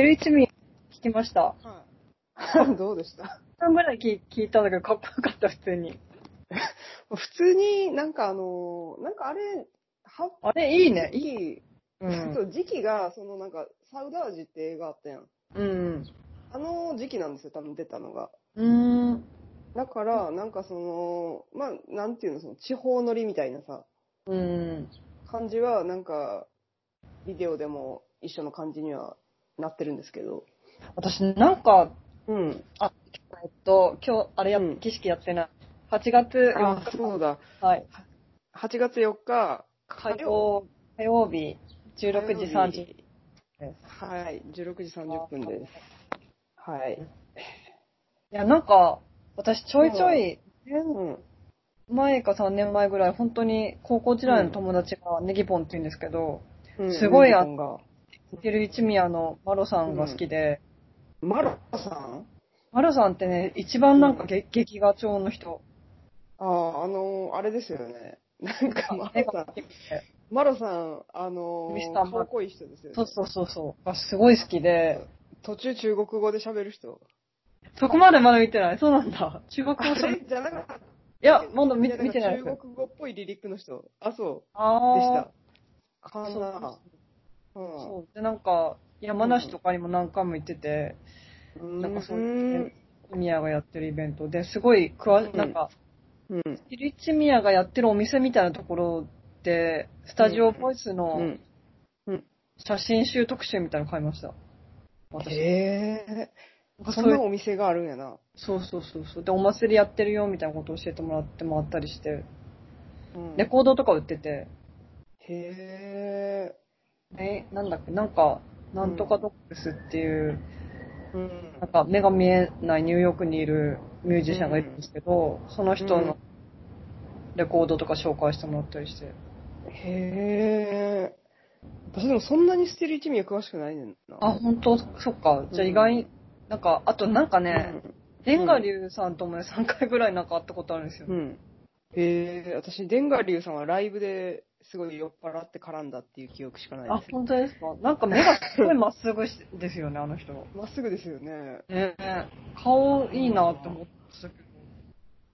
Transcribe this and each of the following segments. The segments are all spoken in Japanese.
る一味聞きました。はい。 どうでした3分ぐらい聞聞いたんだけど、かっこよかった、普通に。普通になんかあのーなんかあれ、はあれ、いいね。いい。いい。うそ。う時期が、そのなんか、サウダージって映画あったやん。うん。あの時期なんですよ、多分出たのが。うん。だから、なんかその、まあ、なんていうの、その地方乗りみたいなさ、うん。感じは、なんか、ビデオでも一緒の感じにはなってるんですけど。私、なんか、うん。えっと、今日、あれや、うん儀式やってない。8月あ4、日、そうだ。はい。 8月4日、火火曜。曜、火曜日、16時30分です。はい。16時30分です。はい。いや、なんか、私ちょいちょい、うん。前か3年前ぐらい、本当に高校時代の友達がネギポンって言うんですけど、うんすごいあネギポンが似てる一味あの、マロさんが好きで、マロさんマロさんってね、一番なんかげ劇画調の人。ああ、あのーあれですよね。なんか、マロさん。マロさん、あのミスー、ターマロかっこいい人ですよね。そうそうそうそう。がすごい好きで、途中中国語で喋る人。そこまでまだ見てない。そうなんだ。中国語あ喋れる。じゃなかった。いいや、まだ見てや見てないです。んか中国語っぽいリリックの人。あ、そあう。あ。でした。かそうなうそう。で、なんか、山梨とかにも何回も行ってて、ん。なんかそうういんう、宮がやってるイベントで、すごい詳し、うんなんか、うん。ピリチミヤがやってるお店みたいなところで、スタジオボイスうのん。写真集特集みたいなの買いました。私。へえなんー。かそそんういなうお店があるんやな。そうそうそうそう。で、お祭りやってるよみたいなことを教えてもらってもらったりして、うんレコードとか売ってて、へえ。え、なんだっけ、なんか、なんとかドックスっていう、うんなんか目が見えないニューヨークにいるミュージシャンがいるんですけど、その人うんのレコードとか紹介してもらったりして。へえ。私でもそんなにスティル一味は詳しくないねんな。あ、本当そっか。じゃあ意外に、なんか、あとなんかね、レンガリュウさんともね、3回ぐらいなんか会ったことあるんですよう。ん。うん。へえ、私、デンガリュウさんはライブですごい酔っ払って絡んだっていう記憶しかないあで、す。本当ですかなんか目がすごいまっすぐしですよね、あの人。まっすぐですよね。ね顔いいなって思ったけど、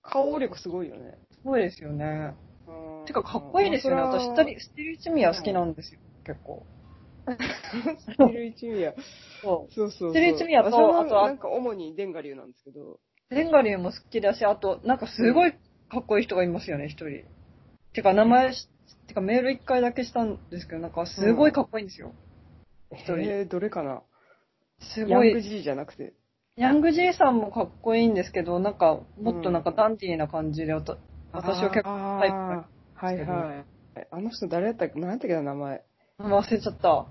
顔力すごいよね。すごいですよね。うんてか、かっこいいですよね。まあ私、ステリ、ステリチミア好きなんですよ、結構。それはスティル一味や。そそうそうそう。スティル一味やと私はあとはなんか主にデンガリュウなんですけど。う。レンガリュウも好きだし、あと、なんかすごいかっこいい人がいますよね、一人。てか、名前し、てかメール一回だけしたんですけど、なんかすごいかっこいいんですよ。一人へえ、どれかな。すヤごングい。 G じゃなくて。ヤング爺さんもかっこいいんですけど、なんか、もっとなんかダンディーな感じで、わた私は結構タイプなんあーはいはい。あの人誰やったっけ何やったっけな、名前。忘れちゃった。あ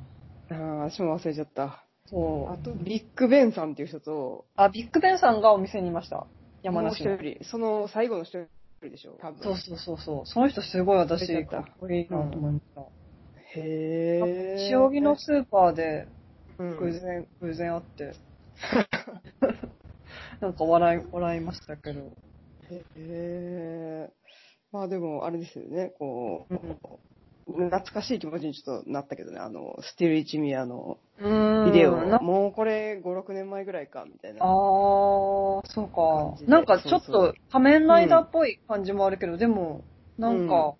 ー私も忘れちゃった。そあう。と、ビッグベンさんっていう人と、あ、ビッグベンさんがお店にいました。山もう梨一の。人、その最後の一人でしょ。多分そうそうそうそう。その人すごい私忘れ、ちゃかったっこいいなと思いました。へぇー。将棋のスーパーでうん、偶然、偶然会 って。なんか笑い、笑いましたけど。へぇー。まあでも、あれですよね、こう、うん懐かしい気持ちにちょっとなったけどね、あの、スティル一ミアのうんビデオ、なもうこれ5、6年前ぐらいか、みたいあな。ー、そう感じか。でなんかちょっそうそと仮面ライダーっぽい感じもあるけど、でも、なんか、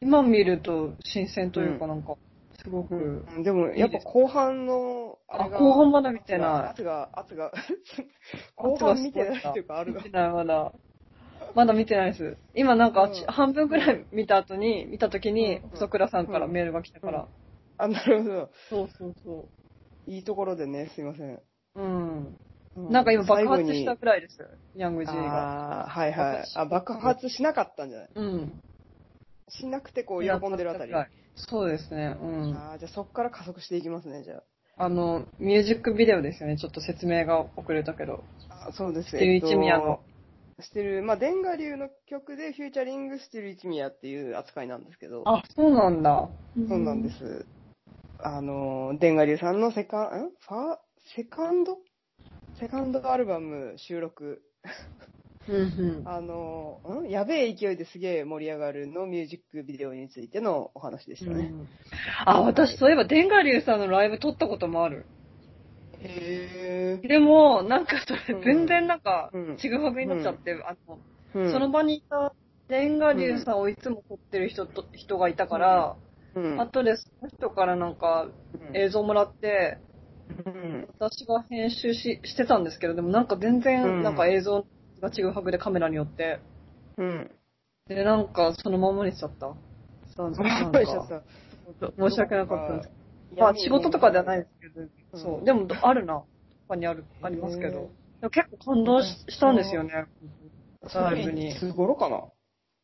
今見ると新鮮というかうなんか、すごく、うん、でも、やっぱ後半の、あ、れが後半まだ見てない。圧が、圧が、後半見てないっていうか、ある見てない、まだ。まだ見てないです。今なんか、うん半分くらい見た後に、見た時にうん、細倉さんからメールが来たから。うんあ、なるほど。そうそうそいいところでね、すいません。う。うん。うなんか今爆最発後にしたくらいです。ヤング G が。ああ、はいはい。あ、爆発しなかったんじゃないうん。しなくてこう、喜んでるあたり。やっあたくらいそうですね。うん。あー、じゃあそっから加速していきますね、じゃあの、ミュージックビデオですよね。ちょっと説明が遅れたけど。あ。あそうですステル一宮の。ステル、まあ、デンガ流の曲で、フューチャリングステル一宮っていう扱いなんですけど、あ、そうなんだ。。そうなんですす。あの、デンガ流さんのセカン、んファセカンドセカンドアルバム収録うんうん。あの、んやべえ勢いですげえ盛り上がるのミュージックビデオについてのお話でしたね。うんあ、私、そういえば、デンガリュウさんのライブ撮ったこともある。へえ。でも、なんかそれうん全然なんかうん、ちぐはぐになっちゃって、あの、うんその、場にいた、レンガ流さんをいつも撮ってる人と、人がいたから、うん、後でその人からなんかうん、映像もらって、うん、私が編集ししてたんですけど、でもなんか全うん然なんか映像がちぐはぐでカメラによって、うん。で、なんかそのままにしちゃった。なんかびっくりしちゃった申し訳なかったんですいやまあ仕事とかではないですけど、うんそう。でも、あるな。他にある、ありますけへど。でも結構感動ししたんですよね。ライブにいつ頃かな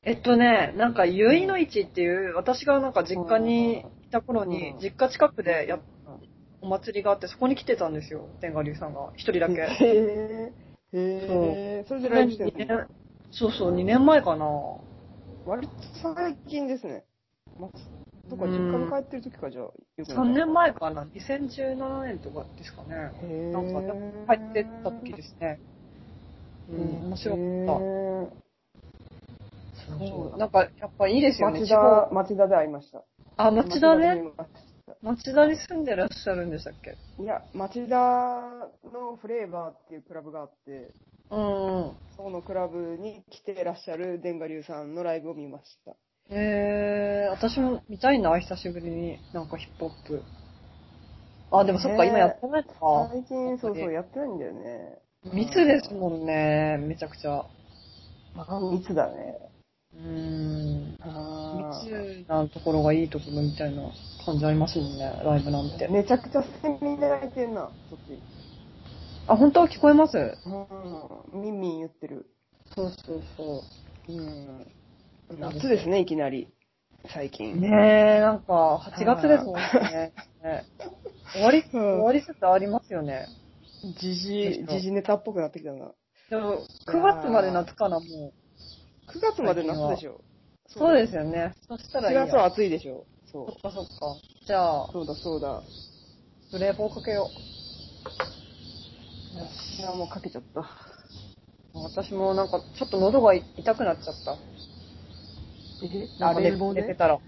えっとね、なんか、結いの市っていう、私がなんか実家にいた頃にうん、実家近くでやお祭りがあって、そこに来てたんですよ、天下龍さんが。一人だけ。へえ。へえ。それでライブしてる二年そうそう、2年前かな。割と最近ですね。まとか、実家に帰ってる時か、じゃあ、よく3年前かな。2017年とかですかね。前なんか、入ってった時ですね。うん、面白かった。そうなんか、やっぱいいですよね。町地方田、町田で会いました。あ、町田ね。町田で会いました町田に住んでらっしゃるんでしたっけいや、町田のフレーバーっていうクラブがあって、うん。そこのクラブに来てらっしゃるデンガリュウさんのライブを見ました。えー、私も見たいな、久しぶりに。なんかヒップホップ。あ、でもそっか、ねえ今やってないか。最近、そうそう、やってないんだよね。密ですもんね、めちゃくちゃ。あ、密だね。うーん。あー密なところがいいところみたいな感じありますもんね、ライブなんて。めちゃくちゃセミ鳴いてんな、そっち。あ、本当は聞こえますうん、ミンミン言ってる。そうそうそうん。夏ですね、いきなり。最近。ねえ、なんか、8月ですもんね。ね終わり、終わり説ありますよね。じじ、じじネタっぽくなってきたな。でも、9月まで夏かな、もう。 9月まで夏でしょ。。そうですすよね。そしたらい4いや。月は暑いでしょ。そそうっ。かそっか。じゃあ、そうだ、そうだ。冷房かけよいや、もうかけちゃった。う。私もなんか、ちょっと喉が痛くなっちゃった。えなんか寝てたら。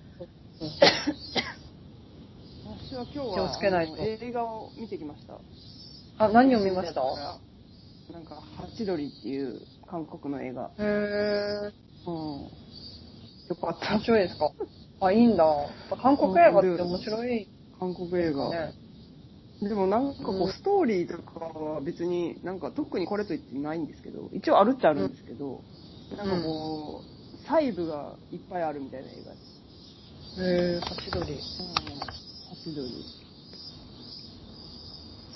私は今日は気をつけないとあの映画を見てきました。あ、何を見ましたなんか、ハチドリっていう韓国の映画。へー。うん。よかった面。白いですかあ、いいんだ。やっぱ韓国映画って面白い韓国映画。ね。でもなんかこうう、んストーリーとかは別になんか特にこれと言ってないんですけど、一応あるっちゃあるんですけど、なんかこう、細部がいっぱいあるみたいな映画です。へー、ハチドリ。ハチドリ。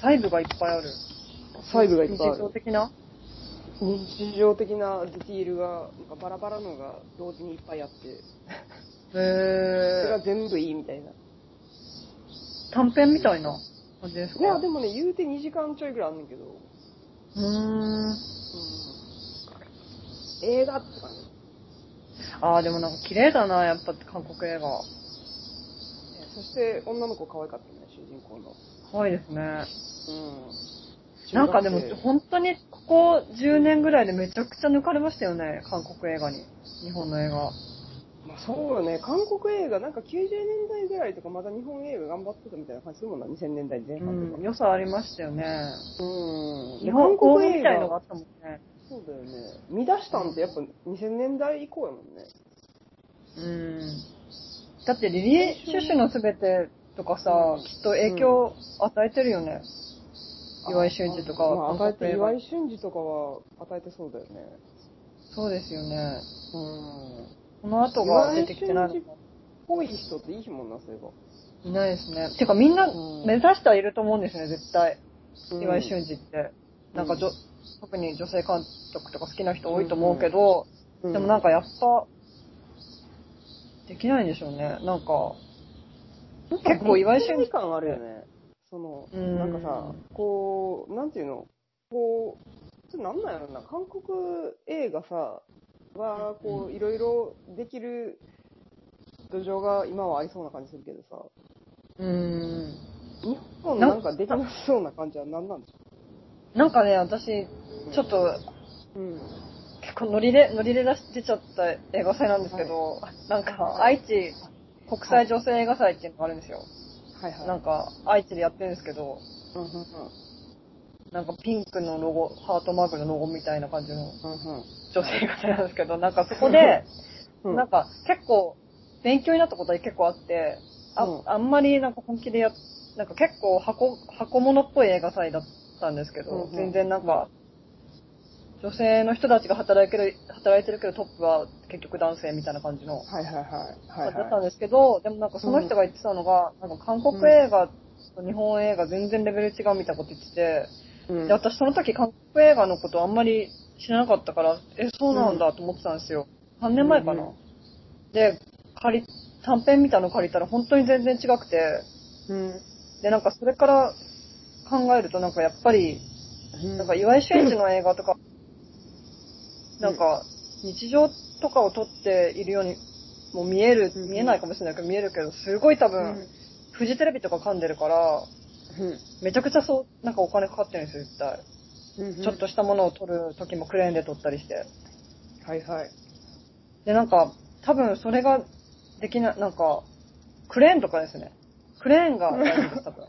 細部がいっぱいある。細部がいっぱいあ日常る。的な日常的なディティールが、なんかバラバラのが同時にいっぱいあって、それへが全部いいみたいな。ー。短編みたいな感じですいかや、でもね、言うて2時間ちょいぐらいあんねんけど、うん、うーん。映画って感じ。あー、でもなんか綺麗だな、やっぱ韓国映画。そして女の子可愛かったね、主人公の。可愛いですね。うん。なんかでも中学生本当にここ10年ぐらいでめちゃくちゃ抜かれましたよね、韓国映画に。日本の映画。まあ、そうよね、韓国映画、なんか90年代ぐらいとか、まだ日本映画頑張ってたみたいな感じするもんな、2000年代前う半とん、か。良さありましたよね。うん。日本語みたいのがあがったもんね。そうだよね。見出したんってやっぱ2000年代以降やもんね。うん。だってリリー・シュシュのすべてとかさ、うんきっと影響与えてるよね。岩井俊二とかまあ、与韓え国て、映画岩井俊二とかは与えてそうだよね。そうですよね。うこん。の後が出てきてないのかぽい人っていい日もんな、そういえば。いないですね。てかみんなうん目指してはいると思うんですね、絶対。うん岩井俊二って。なんかじょ、う特に女性監督とか好きな人多いと思うけど、うんでもなんかやっぱ、できないんでしょうね。なんか、結構岩井俊二二感あるよね。その、うんなんかさ、こう、なんていうの、こう、ちょっとなんなんやろな、韓国映画さ、は、こう、いろいろできる土壌が今はありそうな感じするけどさ、うん。日本なんかできなそうな感じは何なんでしょなんかね、私、ちょっと、ううん。結構ノリで、ノリで出し出ちゃった映画祭なんですけど、なんか、は愛い知国際女性映画祭っていうのがあるんですよ。はいはい。なんか、愛知でやってるんですけど、うんうんうんなんかピンクのロゴ、ハートマークのロゴみたいな感じの女性方なんですけど、なんかそこで、うん。なんか結構勉強になったことは結構あって、あ,、うん、んあんまりなんか本気でやっ、なんか結構箱、箱物っぽい映画祭だったんですけど、うんうん全然なんか、女性の人たちが働いてる、働いてるけどトップは結局男性みたいな感じの、はいはいはい。はだいはいったんですけど、でもなんかその人が言ってたのが、なんか韓国映画と日本映画全然レベル違うみたいなこと言ってて、うんで、私その時韓国映画のことあんまり知らなかったから、え、そうなんだと思ってたんですよ。3年前かな。うんうんで、借り、短編見たの借りたら本当に全然違くて、うんで、なんかそれから考えるとなんかやっぱり、うんなんか岩井俊一の映画とか、なんか日常とかを撮っているようにも見える、うん見えないかもしれないけど見えるけど、すごい多うん分、フジテレビとか噛んでるから、うんめちゃくちゃそう、なんかお金かかってるんですよ、絶対。うんちょっとしたものを撮る時もクレーンで撮ったりして。はいはい。で、なんか、多分それができない、なんか、クレーンとかですね。クレーンが大事です、多 分。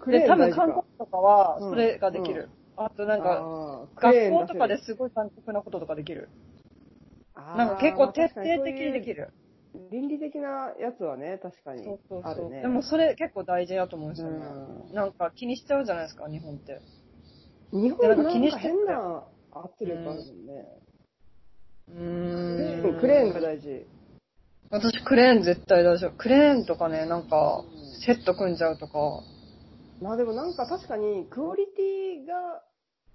クで、多大分事か韓国とかはうんそれができる。あとなんか、あークレ学ーン校とか出せるですごい残酷なこととかできる。あーなんか結構徹底まあ確か的にできる。る。そういう倫理的なやつはね、確かにそうそうあそるう。ね。でもそれ結構大事だと思うんですよね。うなんか気にしちゃうじゃないですか、日本って。ん、日本ななんか気にんしかて変な圧力あるもんね。うクレーーん。ンクレーンが大事。私クレーン絶対大丈夫。クレーンとかね、なんかうん、セット組んじゃうとか。まあでもなんか確かにクオリティが、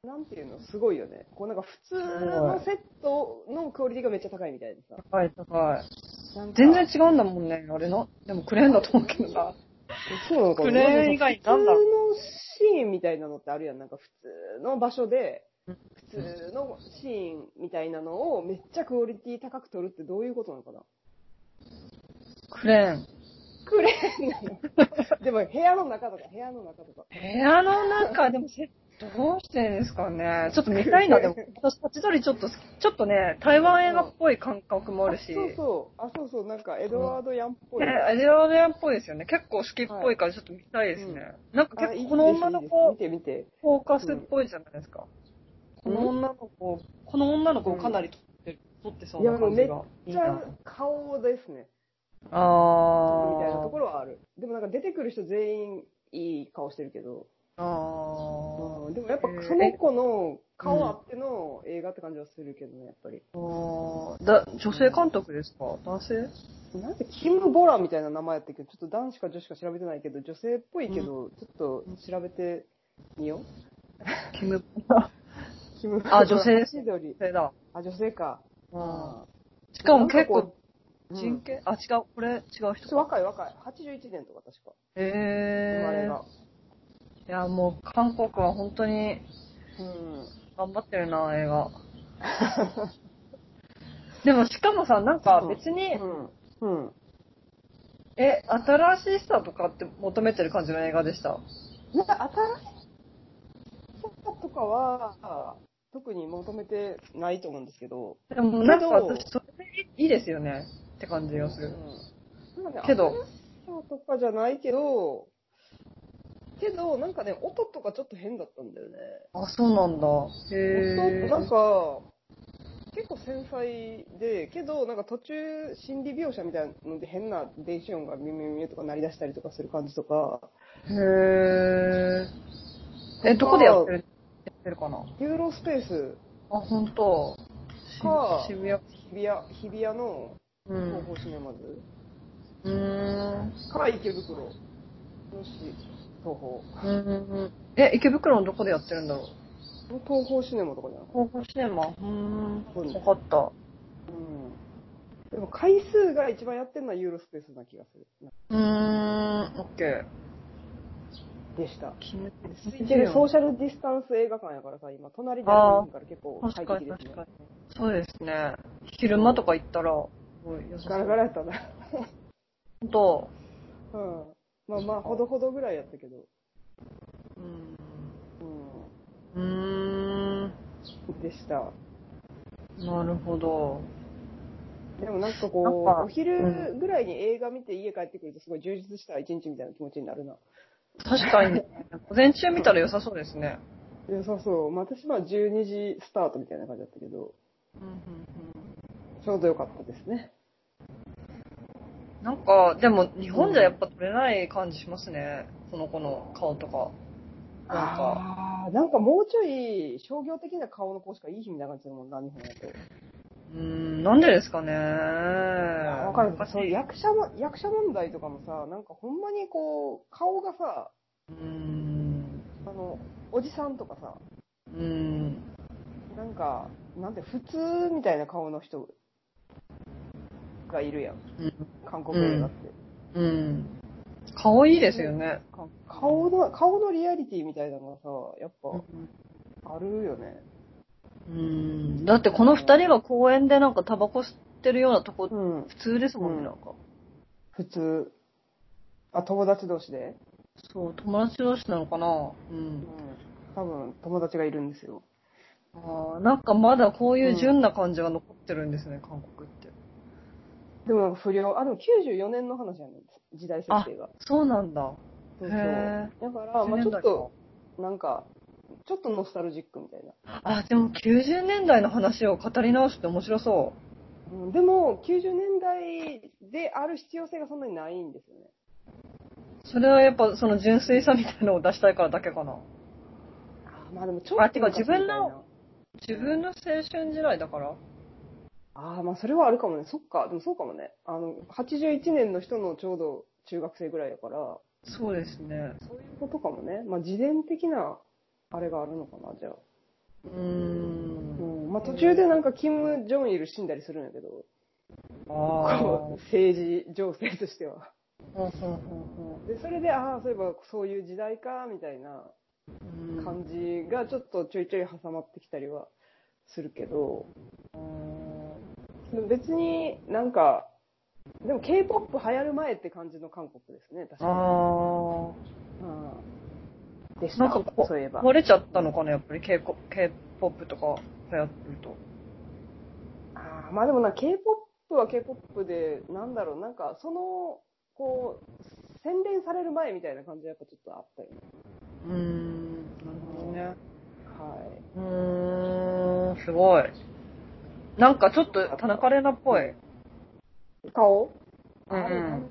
なんていうの、すごいよね。こうなんか普通のセットのクオリティがめっちゃ高いみたいなさ。高い高い。なんか全然違うんだもんね、あれな。でもクレーンだと思うけどな。そうなのかなクレーン以外普通なんだのろシーンみたいなのってあるやん。なんか普通の場所でうん、普通のシーンみたいなのをめっちゃクオリティ高く撮るってどういうことなのかなクレーン。クレーンなのでも部屋の中とか、部屋の中とか。部屋の中、でもせ、どうしてんですかね。ちょっと見たい な、でも。私、立ち取りちょっと好き、ちょっとね、台湾映画っぽい感覚もあるし。そうそう。あ、そうそう。なんかエドワード・ヤンっぽい。ね、アジアレアンっぽいですよね。結構好きっぽいからちょっと見たいですね。なんかあ結いい構この女のいい子、ですいいです見て見て。フォーカスっぽいじゃないですか。こうんの女の子、この女の子をかなり撮って、撮ってそうな感いじやもが。めいっいちゃな。顔ですね。みたいなとあころはある。でもなんか出てくる人全員いい顔してるけど。あ。あうんでもやっぱえーその子の顔あっての映画って感じはするけどね、やっぱり。あ。だ、女性監督ですか男性なんでキム・ボラみたいな名前やったけど、ちょっと男子か女子か調べてないけど、女性っぽいけど、ちょっと調べてみよう。キム、キム・ボあ女性です千鳥女性だ。あ、女性か。ああーしかも結なん構かーうん人権、あ、違う、これ違う人ちょっとか。若い若い。81年とか確か。生まれへが。え。いや、もう韓国は本当にうん。頑張ってるな、映 画。でもしかもさ、なんか別に、うん。うん。え、新しさとかって求めてる感じの映画でした。なんか新しさとかは、特に求めてないと思うんですけど。でもなんかけど私、それでいいですよね。って感じがする。うんなんかね、けど新しさとかじゃないけど、けど、なんかね、音とかちょっと変だったんだよね。あ、そうなんだ。へえ。音、なんか、結構繊細で、けど、なんか途中、心理描写みたいなので変な電子音がミュミュミュとか鳴り出したりとかする感じとか、へえ。え、どこでやってるやってるかなユーロスペース、あ、ほんと。しか渋谷。日比谷、日比谷のうん。東宝シネマズ。うーん。か池袋よし東宝うんえ、池袋のどこでやってるんだろう東宝シネマとかじゃない東宝シネマうーん。そうですわかった。うんでも回数が一番やってるのはユーロスペースな気がするうーん、オッケでしたー。決めてついてるソーシャルディスタンス映画館やからさ今隣でやるから結構快適ですね確かに確かそうですね。昼間とか行ったら、すごい良さそガラう。ガラやったなほんと、うんまあまあほどほどぐらいやったけどううーん。んでしたなるほど。でもなんかこなんうかお昼ぐらいに映画見て家帰ってくるとすごい充実した一日みたいな気持ちになるな確かに。午前中見たら良さそうですね。良さそう。まあ、私は12時スタートみたいな感じだったけど、ちょうど良かったですね。なんか、でも日本じゃやっぱ撮れない感じしますね。その子の顔とか。なんか、ああー、なんかもうちょい商業的な顔の子しかいい日みたいな感じだもんな、日本だと。うーん、なんでですかね。わわかる。そう役者も、役者問題とかもさ、なんかほんまにこう、顔がさ、うーん、あの、おじさんとかさ、うーん。なんか、なんて、普通みたいな顔の人がいるやん。韓国映画って。うん。顔いいですよね。か顔の、顔のリアリティみたいなのがさ、やっぱあるよね。うん。だってこの二人が公園でなんかタバコ吸ってるようなとこ、うん。普通ですもんうんね、なんか。普通。あ、友達同士でそう、友達同士なのかな。うん。多分、友達がいるんですよ。あーなんかまだこういう純な感じが残ってるんですね、韓国って。でもなんか不良、あ、でも94年の話やねん、時代設定が。そうなんだ。そうへそう。え。だから、まあちょっと、なんか、ちょっとノスタルジックみたいな。あ、でも90年代の話を語り直すって面白そうん、でも、90年代である必要性がそんなにないんですよね。う。それはやっぱその純粋さみたいなのを出したいからだけかな。あまあでもちょっと。あてか自分の。自分の青春時代だから。ああ、まあそれはあるかもね。そっか。でもそうかもね。あの、81年の人のちょうど中学生ぐらいだから、そうですね。そういうことかもね。まあ自伝的な、あれがあるのかな、じゃあ。うー。うんん。まあ途中でなんか、キム・ジョンイル死んだりするんやけど、ああ。こう政治情勢としては。ほうほうほで、それで、ああ、そういえばそういう時代か、みたいなうほう感じがちょっとちょいちょい挟まってきたりはするけど、うん別になんか、でも K-POP 流行る前って感じの韓国ですね、確かあに。うん、でしたなんかこそういえばあ。。壊れちゃったのかな、やっぱり K-POP K-POP とか流行ってると。あーまあでもな、K-POP は K-POP で、なんだろう、なんかその、こう、洗練される前みたいな感じがやっぱちょっとあったよね。うーん。なるほどね。はい。うーん、すごい。なんかちょっと田中玲奈っぽい。顔うんあれ田中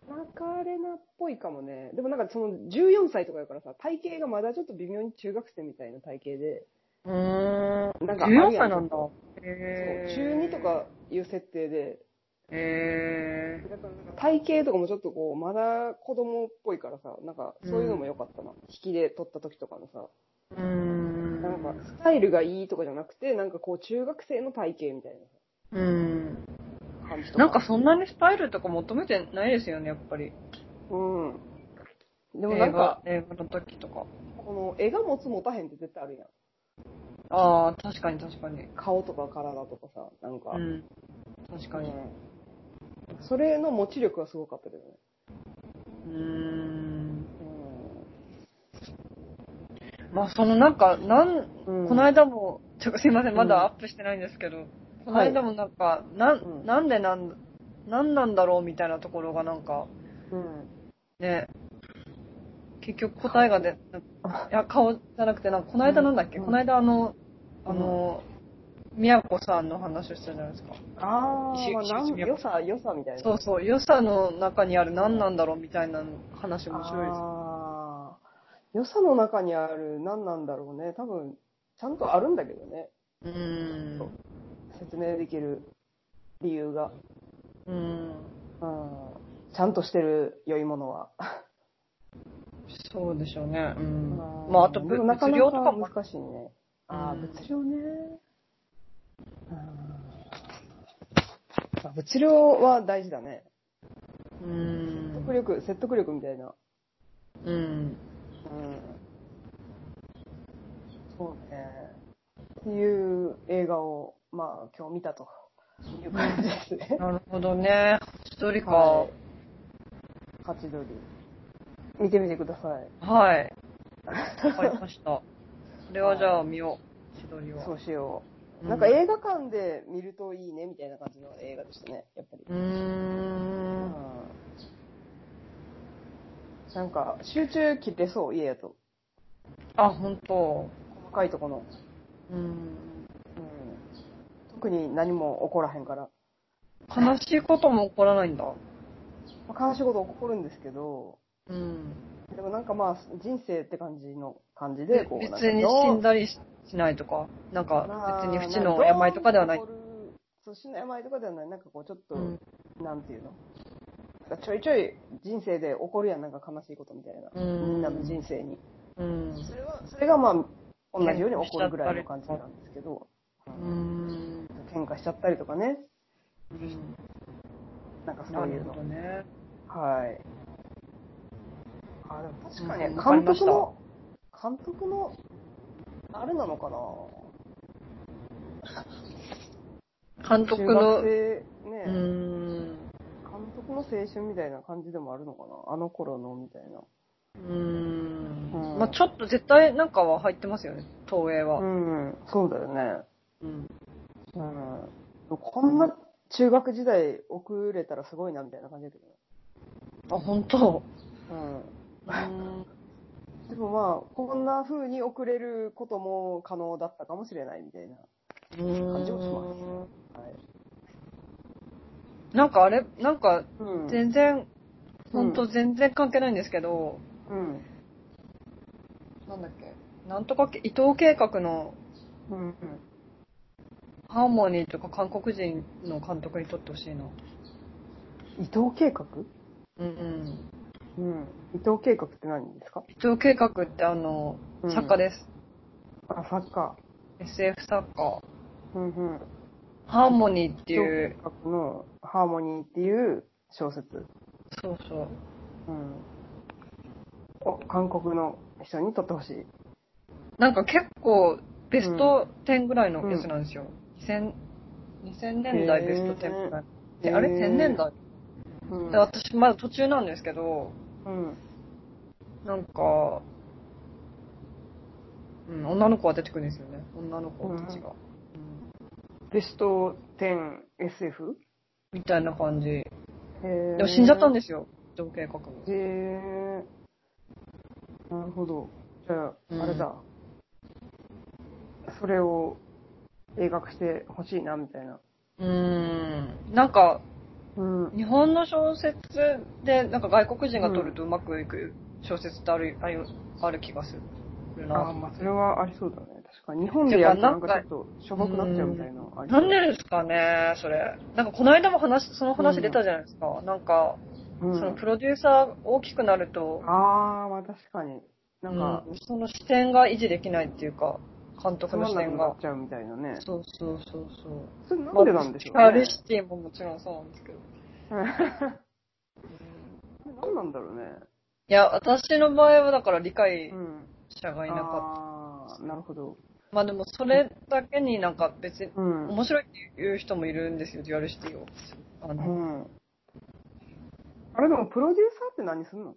玲奈っぽいかもね。でもなんかその14歳とかやからさ、体型がまだちょっと微妙に中学生みたいな体型で、うーん。なんかあるやん14歳なんだ。そうへー中2と。かいう設定で、へだからなんか体型とかもちょっとこう、まだ子供っぽいからさ、なんかそういうのも良かったな。引きで撮った時とかのさ、ーうーん。なんかスタイルがいいとかじゃなくて、なんかこう中学生の体型みたいうん。な感じとか。なんかそんなにスタイルとか求めてないですよね、やっぱり。うん。ででもなんか、映画映画の時とか。この絵が持つ持たへんって絶対あるやん。ああ、確かに確かに。顔とか体とかさ、なんか。うん。確かに。ううんそれの持ち力はすごかったけどね。ーん。うまあ、そのなんか、なん、んこの間も、ちょっとすいません、まうんだアップしてないんですけど、この間もなんか、うんな、なんでなん、なんなんだろうみたいなところがなんか、うんね、結局答えがで、なんかいや、顔じゃなくて、なんか、この間なんだっけ、うんこの間あの、うんあの、宮子さんの話をしたじゃないですか。あー、しまあ、なしん良さ、良さみたいな。そうそう、良さの中にある何なんだろうみたいな話面白いです。あー良さの中にある何なんだろうね。多分、ちゃんとあるんだけどね。うーん。そうう説明できる理由が。ーん。うん、ちゃんとしてる良いものは。そうでしょうね。うんう。んまあ、あと、ぶでもなか物量なとかかも。難しいね。ああ、うん物量ね。うんあ物量は大事だね。うー説ん得。力、説得力みたいな。うん。うんそうね。っていう映画を、まあ、今日見たという感じですね。なるほどね。一人か。は。はいハチドリ。見てみてください。い。わ、かりました。それはじゃあ見よう。千鳥 そは。うしよう。うなんか映画館で見るといいねみたいな感じの映画でしたね、やっぱり。うーん。うなんか、集中切れそう、家やと。あ、本当。細かいとこの。うん。うん。特に何も起こらへんから。悲しいことも起こらないんだ。まあ、悲しいこと起こるんですけど、うん。でもなんかまあ、人生って感じの感じで、こう、なんか別に死んだりしないとか、なんまかあ別に不治の病とかではないどう。起こるそう、死の病とかではない。なんかこう、ちょっと、うん。なんていうのなんかちょいちょい人生で起こるやん、なんか悲しいことみたいな。うんみんなの人生に。うん。それは、それがまあ、同じように起こるぐらいの感じなんですけど、うん。喧嘩しちゃったりとかね。うんなんかそなういるうのほ。どね。はい。あ、でも確かに、わかり監ました督の、監督の、あれなのかな監督中学の、う生ね、ーん。監督の青春みたいな感じでもあるのかなあの頃のみたいな。うーんうんまあちょっと絶対なんかは入ってますよね、東映うは。ん、そうだよね。うん。うん。こんな中学時代遅れたらすごいなみたいな感じだけどね。あ、本当。うん。でもまあ、こんな風に遅れることも可能だったかもしれないみたいな。うーん感じもしまはい。なんかあれ、なんかうん全然、うんほんと全然関係ないんですけど、うん。なんだっけ、なんとかけ、伊藤計画のうん。ハーモニーとか韓国人の監督に撮ってほしいな。伊藤計画うんうん。うん。伊藤計画って何ですか伊藤計画ってあの、うん作家です。あ、サッカ SF 作家。ー。うんうん。ハーモニーって伊いう藤、計画のハーモニーっていう小説。そうそう。うん。を韓国の人に撮ってほしい。なんか結構ベスト10ぐらいのやつなんですよ。2000, 2000年代ベスト10ぐらい。であれへー ?1000 年代うんで。私まだ途中なんですけど、うん。なんか、うん、女の子は出てくるんですよね。女の子たちが。うんベスト 10SF? みたいな感じ。ででも死んじゃったんでですよ。同計画も。へえ。なるほど。じゃあ、うんあれだ。それを映画化してほしいな、みたいな。うーん。なんか、うん。日本の小説で、なんか外国人が撮るとうまくいく小説ってある、あるある気がするあなあ、。まあ、それはありそうだね。確かに。日本でやるとなんかちょっとしょぼくなっちゃうみたいな。ありそなうんでですかね、それ。なんかこの間も話、その話出たじゃないですか。なんか、うそのんプロデューサー大きくなると、ああ、まあ確かに。なんか、うんその視点が維持できないっていうか、監督つまの視んな点くながっ。ちゃうみたいなね。そうそうそうそう。それなんでなんでしょうまあピね。カルシティももちろんそうなんですけど。 なんなんだろうね。いや、私の場合はだから理解うん。者がいなかっああー、なるほど。た。まあでもそれだけになんか別にうん。面白いっていう人もいるんですよ、デュアルシティを。あうの、ん。あれでも、プロデューサーって何すんの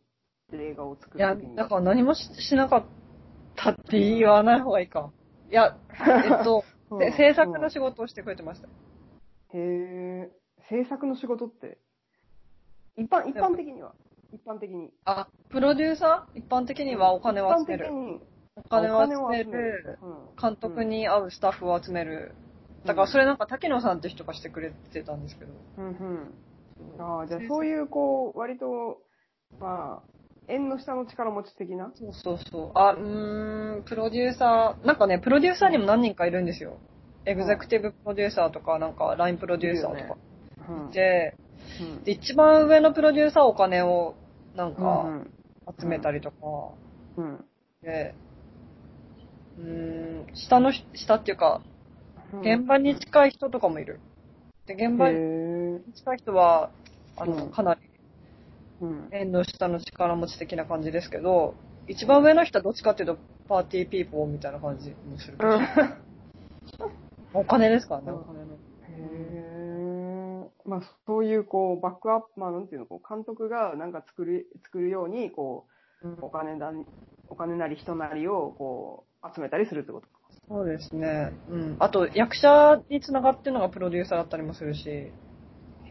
映画を作いるや、時に。だから何もししなかったって言わない方がいいか。い や、えっと、うんせ制作の仕事をしてくれてました。うんへえ。制作の仕事って。一般、一般的には。一般的に。あ、プロデューサー一般的にはお金を集め一る。般的にお金を集めお金を集る。うん。監督に合うスタッフを集める。だからそれなんか滝野さんって人がしてくれてたんですけど。うんうん。ああ、じゃあそういう、こう、割と、まあ、縁の下の力持ち的な。そうそうそう。あ、うーん、プロデューサー、なんかね、プロデューサーにも何人かいるんですよ。エグゼクティブプロデューサーとか、なんか、ラインプロデューサーとか。うん。で、うんで、一番上のプロデューサーお金を、なんうか、ん集めたりとか、うん。で、うーん、下の人、下っていうか、うん。現場に近い人とかもいる。で、現場へにえ。近い人は、あうの、んかなりうん。縁の下の力持ち的な感じですけど、一番上の人はどっちかっていうと、パーティーピーポーみたいな感じもする。お金ですからね、うんお金ね。へえ。まあ、そういう、こう、バックアップ、まあ、なんていうの、こう、監督がなんか作る、作るように、こう、お金だ、お金なり人なりを、こう、集めたりするってことか。そうですね。うん。あと、役者につながってるのがプロデューサーだったりもするし、へへ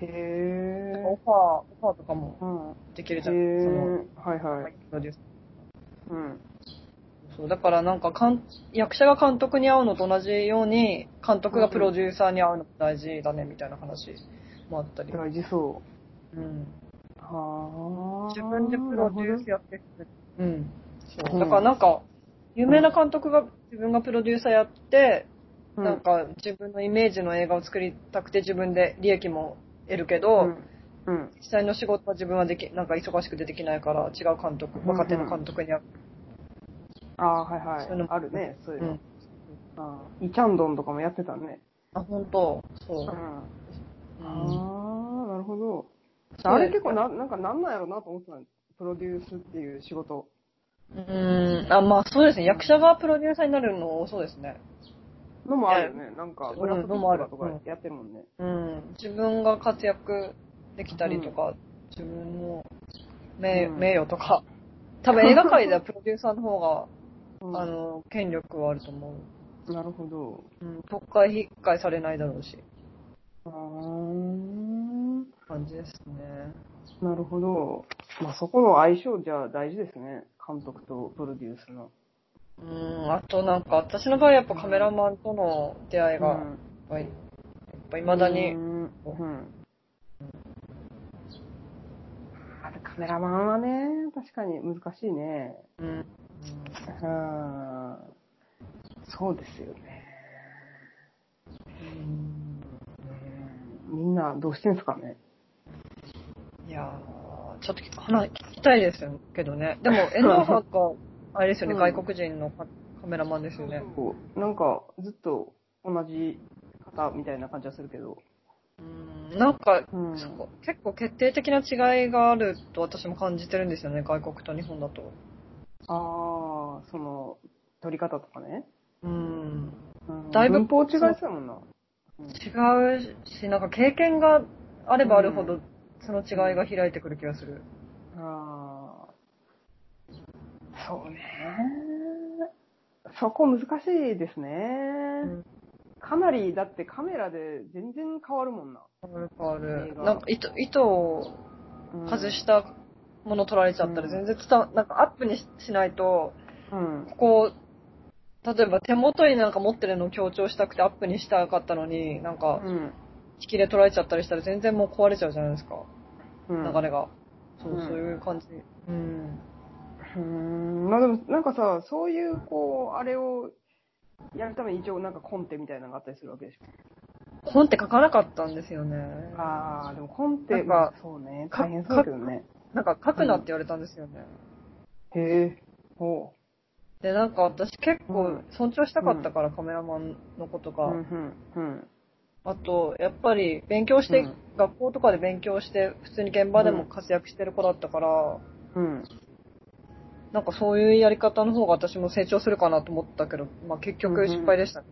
えなんかオファー、オファーとかもうん。できるじへゃん。その、えはいはい。そうですうん。そうだからなんかかん、役者が監督に会うのと同じように、監督がプロデューサーに会うのも大事だね、みたいな話もあったり。大事そうん。う。はあ。自分でプロデュースやってくれる。うん。そうう。んだからなんか、有名な監督が自分がプロデューサーやって、なんか自分のイメージの映画を作りたくて自分で利益も得るけど、うん、うん。実際の仕事は自分はでき、なんか忙しくてできないから、違う監督、若手の監督に会う。ああ、はいはそういうのい。もあるね、そういううの。ん。あーイチャンドンとかもやってたね。あ、本当そうう。ん。うんああ、なるほど。そうあれ結構な、なんかなんなんやろなと思ってたんプロデュースっていう仕事。うーん、あ、まあそうですね。役者がプロデューサーになるの、そうですね。のもあるよね。なんか、うんブラックピのもあッるトとかやってるもんね。うん。自分が活躍できたりとか、自分の名,、うん名誉とか。多分映画界ではプロデューサーの方うんが、あの、権力はあると思なるほど。う。うん。特会、引っかえされないだろうし。あー感じですね。なるほど。まあ、そこの相性じゃあ大事ですね。監督とプロデュースの。うん。あとなんか、私の場合やっぱカメラマンとの出会いが、やっぱり、やっぱ未だに、うん。うんあれカメラマンはね、確かに難しいね。うん。うん。そうですよね。うんうんみんなどうしてんすかね。いやー、ちょっと話聞きたいですけどね。でも、エンドハーが、あれですよね、うん外国人のカカメラマンですよね。こうなんかずっと同じ方みたいな感じはするけど。うん、なんか、うんそこ結構決定的な違いがあると私も感じてるんですよね、外国と日本だと。ああ、その、撮り方とかね。うん、うんだいぶ文法違いそうやもんな。うん違うし、なんか経験があればあるほど、その違いが開いてくる気がする。ああ。そうね。そこ難しいですね。んかなり、だってカメラで全然変わるもんな。変わる変わる映。画なんか糸糸をうん外し。たもの取られちゃったら全然伝わ、なんかアップにししないと、うん。こう、例えば手元になんか持ってるのを強調したくてアップにしたかったのに、なんかうん。引きで取られちゃったりしたら全然もう壊れちゃうじゃないですか、うん。流れが。そう、うんそういう感じ。うん。うーん。まあでも、なんかさ、そういう、こう、あれを、やるために一応なんかコンテみたいなのがあったりするわけでしょ。本って書かなかったんですよね。ああ、でもコンテなんがか、そうね、か大変そうだけどね。なんか書くなって言われたんですよね。へえ。ほで、なんか私結う構ん尊重したかったから、カメラマンのことう。が。うん、うん、あと、やっぱり勉強して、うん学校とかで勉強して、普通に現場でも活躍してる子だったから、うん。なんかそういうやり方の方が私も成長するかなと思ったけど、まあ結局失敗でしたね。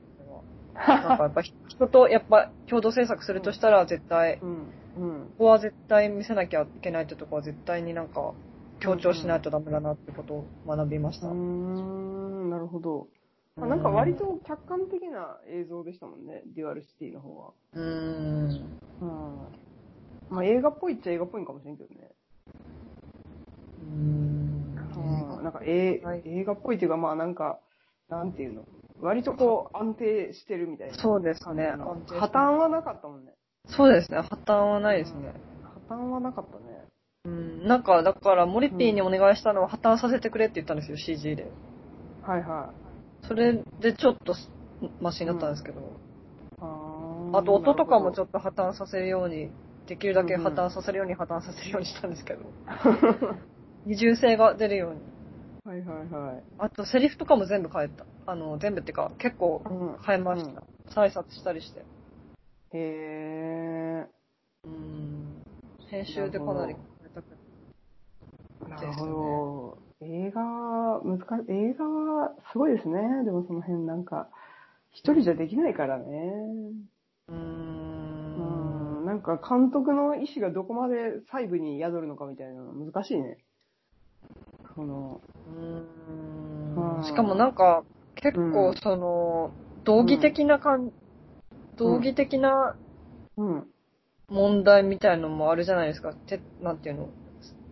なんかやっぱ人とやっぱ共同制作するとしたら絶対、うこん、うん。こは絶対見せなきゃいけないってとこは絶対になんか強調しないとダメだなってことを学びましうた。ーん、なるほど。あなんか割と客観的な映像でしたもんね、デュアルシティの方は。うーん。うん。まあ映画っぽいっちゃ映画っぽいんかもしれんけどね。うーん。うん。なんか、えはい映画っぽいっていうか、まあなんか、なんていうの。割とこう安定してるみたいな。そうですね。あの安定して破綻はなかったもんね。そうですね。破綻はないですね。破綻はなかったね。うん。なんか、だから、モリピーにお願いしたのは破綻させてくれって言ったんですよ、CG で。はいはい。それでちょっとすマシになったんですけど、あーあと音とかもちょっっと破綻させるように、できるだけ破綻させるように破綻させるようにしたんですけど、二重性が出るように。と。はいはいはい。あとセリフとかも全部変えた。あの、全部っていうか、結構うん変えました。再撮したりして。へえ。うん。編集でかなり変えたけど。なるほど。映画は、難しい。映画はすごいですね。でもその辺なんか、一人じゃできないからね。う。うんん。なんか監督の意思がどこまで細部に宿るのかみたいなの難しいね。その、うんうんしかもなんか、結う構んその、道義的な感、道義的なうん。問題みたいのもあるじゃないですか。て、なんていうの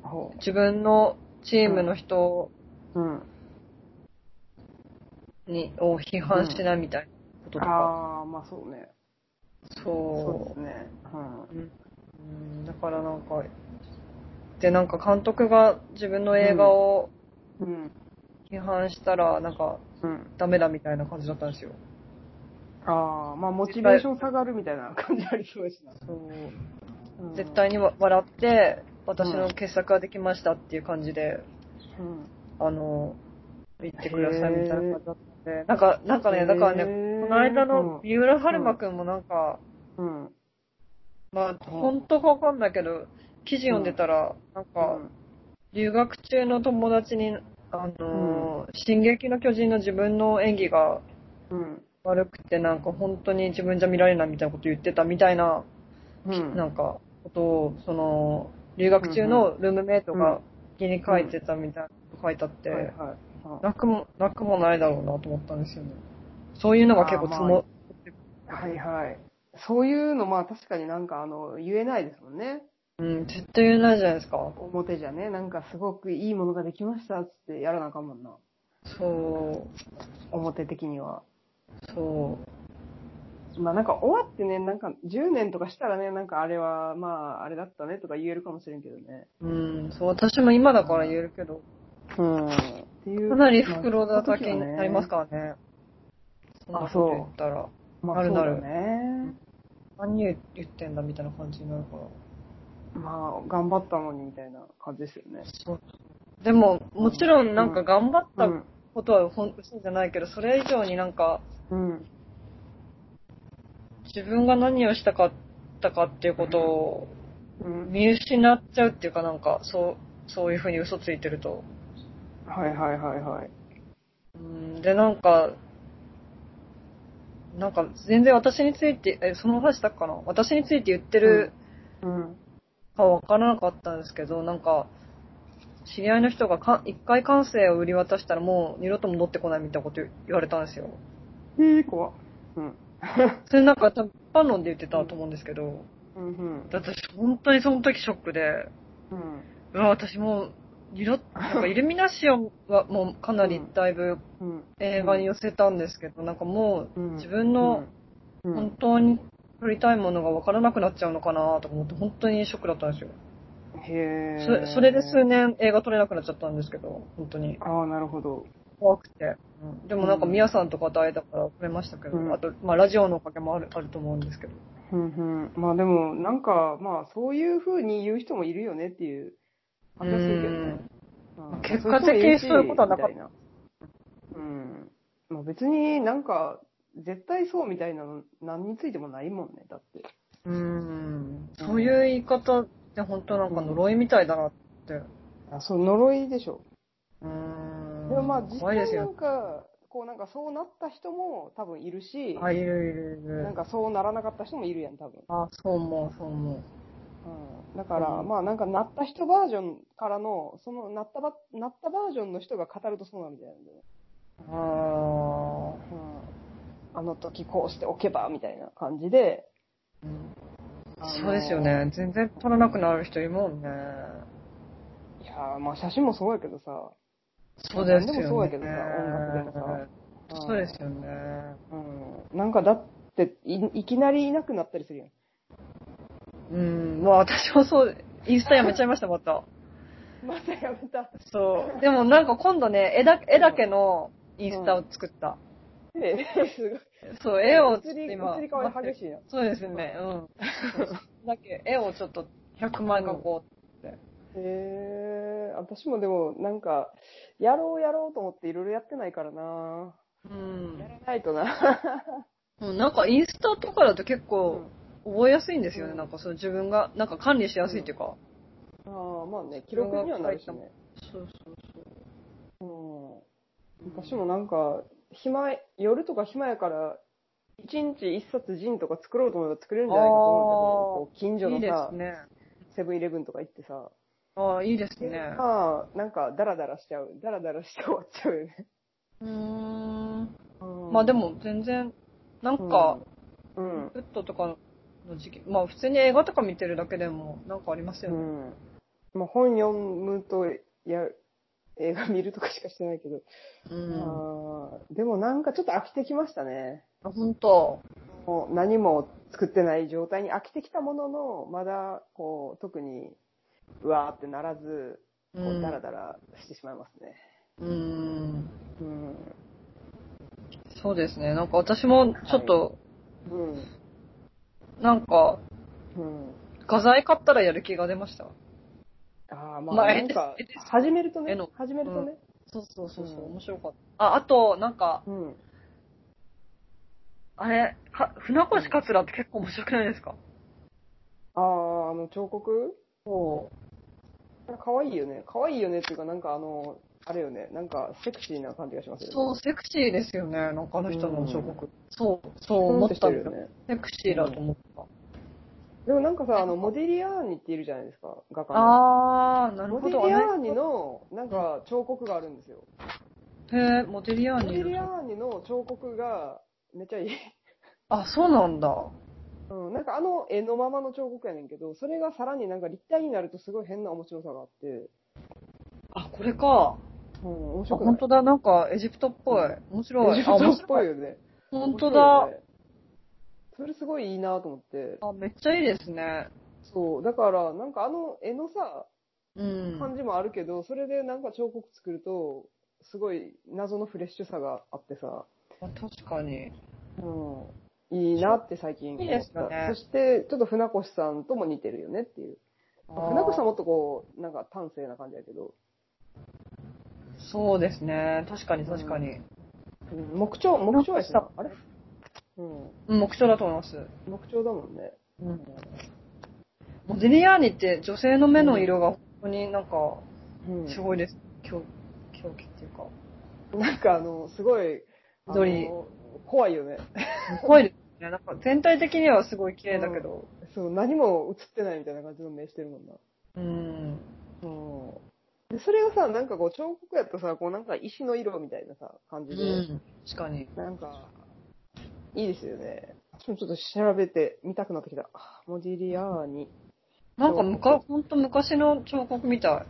ほ自分のチームの人う。うん。に、を批判しないみたいなこととか。ああ、まあそうね。そそうですね。うん。う。うんうん、だからなんか、で、なんか監督が自分の映画をうん。批判したら、なんか、うん。ダメだみたいな感じだったんですよ。ああ、まあモチベーション下がるみたいな感じありそうですな。そう。うん絶対。にわ笑って、私の傑作ができましたっていう感じで、うん。あの、言ってくださいみたいな感じだったんへで、なんか、なんかね、へーだからね、この間の三浦春馬くんもなんか、うん。まあ、本当かわかんないけど、記事読んでたら、なんか、留学中の友達に、あのー、進撃の巨人の自分の演技がうん。悪くて、なんか本当に自分じゃ見られないみたいなこと言ってたみたいな、うん。なんか、ことを、その、留学中のルームメイトうんが気に書いてたみたいなこと書いてあって、はいはいうんなくも、なくもないだろうなと思ったんですよね。そういうのが結構積あーまあも、はいはい。そういうの、まあ確かになんかあの、言えないですもんね。うん、絶対言えないじゃないですか。表じゃね、なんかすごくいいものができましたっつってやらなあかんもんな。そ表的には。う、そまあなんか終わってね、なんか10年とかしたらね、なんかあれは、まああれだったねとか言えるかもしれんけどね。う、うん、そう、私も今だから言えるけど、うん。っていう。かなり袋叩きになりますからね。そんなこと言ったら、まあ、あるそうだなるね。何言ってんだみたいな感じになるから。まあ、頑張ったのにみたいな感じですよね。そう。でも、もちろんなんか頑張ったことはほん嘘じゃないけど、それ以上になんか、うん。うん。自分が何をしたかったかっていうことをうん。見失っちゃうっていうかなんか、そう、そういうふうに嘘ついてると。はいはいはいはい。うん、で、なんか、なんか全然私について、え、その話したかな私について言ってるうん。かわからなかったんですけど、なんか、知り合いの人がか一回感性を売り渡したらもう二度と戻ってこないみたいなこと言われたんですよ。ええー、怖っうん。それなんか多分一般論で言ってたと思うんですけど、うんうん。だって私本当にその時ショックで、うん。うわ、私もう、二度、なんかイルミナシオンはもうかなりだいぶうん。映画に寄せたんですけど、なんかもううん自分のうん、うん本当に撮りたいものが分からなくなっちゃうのかなとか思って本当にショックだったんですよ。へそえ。れそれで数年映画撮れなくなっちゃったんですけど、本当に。ああ、なるほど。怖くて。うんでもなんかうんミヤさんとかと会えたから撮れましたけど、うんあと、まあラジオのおかげもある、あると思うんですけど。うんうん。まあでも、なんか、まあそういう風に言う人もいるよねっていう感じはするけどね。うん結果的にそういうことはなかったみいなうん。まあ別になんか、絶対そうみたいなの、何についてもないもんね、だって。うん。そういう言い方って本当なんか呪いみたいだなって。あそう、呪いでしょ。うん。でもまあ実怖いで際すなよ。んか、こうなんかそうなった人も多分いるし、あ、いるいるいなんる。かそうならなかった人もいるやん、多分。あ、そう思う、そう思うんだから、うんまあなんか、なった人バージョンからの、その、なったば、なったバージョンの人が語るとそうなみたいなんだよね。う。あうん。あの時こうしておけば、みたいな感じで。あ。うんあのそうですよ。ね。全然撮らなくなる人いるもんね。いやーまあ写真もそうやけどさ。そうですよね。何でもそうやけどさ音楽でもうんそうですよね。うん。なんかだってい、いきなりいなくなったりするやん。うん。まあ私もそう、インスタやめちゃいました、また。またやめた。そう。でもなんか今度ね、絵だ絵だけのインスタを作った。え、すごい。そう、 絵をちょ移っとり、移り今。変わり激しいな。そうですね、 うん。だけ絵をちょっと100枚描こへえー、私もでも、なんか、やろうやろうと思っていろいろやってないからなう。うんや。らないとな。もうなんかインスタとかだと結構覚えやすいんですよね、うんなんかその自分が、なんか管理しやすいっていうか。ああ、まあね、記録にはなるしね。そうそうそう。うん。昔もなんか、暇、夜とか暇やから、一日一冊ジンとか作ろうと思えば作れるんじゃないかと思うけど、こう近所いいのですさ、ね。セブンイレブンとか行ってさ、ああ、いいですね。まあ、なんかダラダラしちゃう。ダラダラして終わっちゃうよね。うーん。うんまあで、も全然、なんか、うイんン。プットとかの時期。まあ普通に映画とか見てるだけでもなんかありますうよね。ん。まあ、本読むと、や、映画見るとかしかしてないけど。うん。あ、あーでもなんかちょっと飽きてきましたね。本当。もう何も作ってない状態に飽きてきたものの、まだ、こう、特に、うわーってならず、うこう、ん。ダラダラしてしまいますね。うん。うん。そうですね。なんか私もちょっと、うん。なんか、うん。画材買ったらやる気が出ました。ああ、まあ、まあなんか絵です絵で、す始めると絵ねの、始めるとね。そうそうそうそう、うん面白かった。あ、あと、なんか、うん。あれ、か船越桂って結構面白くないですかああ、あの、彫刻そかわいいよね。かわいいよねっていうか、なんかあの、あれよね、なんかセクシーな感じがしますう。よね。そう、セクシーですよね、なんかあの人の彫刻。そう、そううん思っってしたてんるですよよ。ね。セクシーだと思った。でもなんかさ、あの、モディリアーニっているじゃないですか、画家の。あー、なるモほデど。ィリアーあニの、なんか、彫刻があるんですよ。れへーモデリアモーデニいィるリとアーニの彫刻が、めっちゃいい。 あ、そうなんだ。うん、なんかあの絵のままの彫刻やねんけど、それがさらになんか立体になるとすごい変な面白さがあって、あ、これか。うん、面あ白くない本当だ、なんかエジプトっぽい。面白い。エジプトっぽいい。よね。本当面白だい。よね。それすごいいいなと思って。あ、めっちゃいいですね。そう。だから、なんかあの絵のさ、うん。感じもあるけど、それでなんか彫刻作ると、すごい謎のフレッシュさがあってさ、あ確かに。うん、いいなって最近思った。いいですよねそして、ちょっと船越さんとも似てるよねっていう。船越さんもっとこう、なんか端正な感じやけど、そうですね。確かに確かに。うん、木彫、木彫やしな船。あれうん。うん、目標だと思います。木彫だもんね。うん。モディリアーニって女性の目の色が本当になんか、うんすごいです。狂狂気っていうか。なんかあの、すごい、あの緑怖いよね。すごいですね。なんか全体的にはすごい綺麗だけど。そう、何も映ってないみたいな感じの目してるもんな。うん。うん。で、それがさ、なんかこう、彫刻やとさ、こうなんか石の色みたいなさ、感うじで、ん。確かに。なんか、いいですよね。私もちょっと調べてみたくなってきた。モディリアーニ。なんかむか、ほんと昔の彫刻みた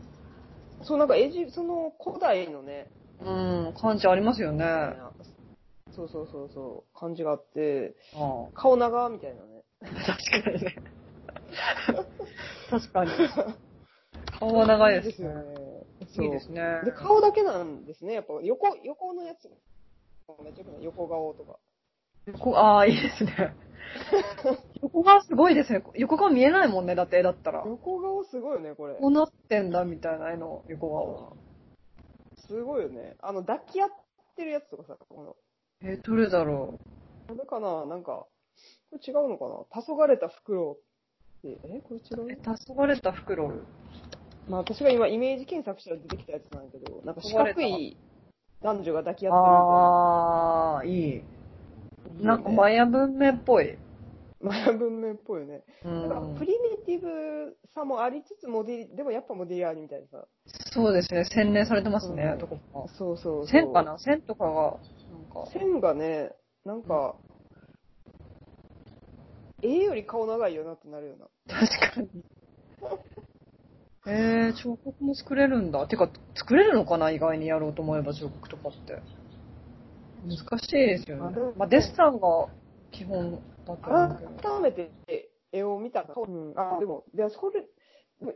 そう、なんかエジ、その古代のね、い。うん、感じありますよね。あそうそうそうそう、感じがあって、あ顔長みたいなね。確かにね。確かに。顔は長いですよね。ね。そういいですね。で、顔だけなんですね。やっぱ横、横のやつ。めっちゃよくない横顔とか。こああ、いいですね。横がすごいですね。横が見えないもんね、だって絵だったら。こ横顔すごいよね、これ。うなってんだみたいな絵の横顔。すごいよね。あの、抱き合ってるやつとかさ、この、えー、どれだろこれかななんか、これ違うのかな黄昏れた袋って、えこれう。違え、う黄昏れた袋。まあ私が今イメージ検索したら出てきたやつなんだけど、なんか四角い男女が抱き合ああ、いい。ってるみたいな。なんかマヤ文明っぽい。 前文明っぽいよね。うなんかプん、リミティブさもありつつ、モディ、でもやっぱモディアーニみたいなさ。そうですね、洗練されてますね、うんどこも。そうそうそう。線かな線とかが、なんか。線がね、なんか、絵より顔長いよなってなるよな。確かに。 えー、彫刻も作れるんだ。てか、作れるのかな意外にやろうと思えば彫刻とかって。難しいですよあねでも。まあ、デッサンが基本だと思うけど。改めて絵を見たら、うん、あ、でも、でそれ、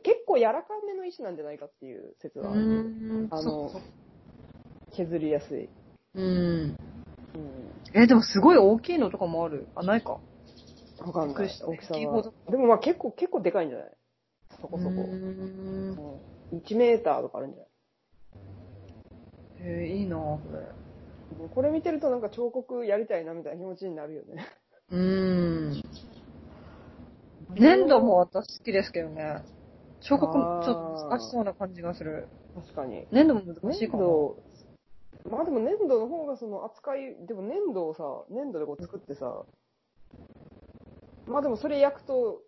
結構柔らかめの石なんじゃないかっていう説うは、ーんあのそっか削りやすい。うん。うん。えーでもすごい大きいのとかもある。あ、ないか。わかんなびっくりいし。た大きさキーボーはド。でもまあ結構、結構でかいんじゃないそこうそーこ。ん。うん1メーターとかあるんじゃないえーいいなこれ。うんこれ見てるとなんか彫刻やりたいなみたいな気持ちになるよね。うーん。 粘土も私好きですけどね。彫刻もちょっと難しそうな感じがする。確かに。粘土も難しい粘かも。土、まあでも粘土の方がその扱い、でも粘土をさ、粘土でこう作ってさ、まあでもそれ焼くと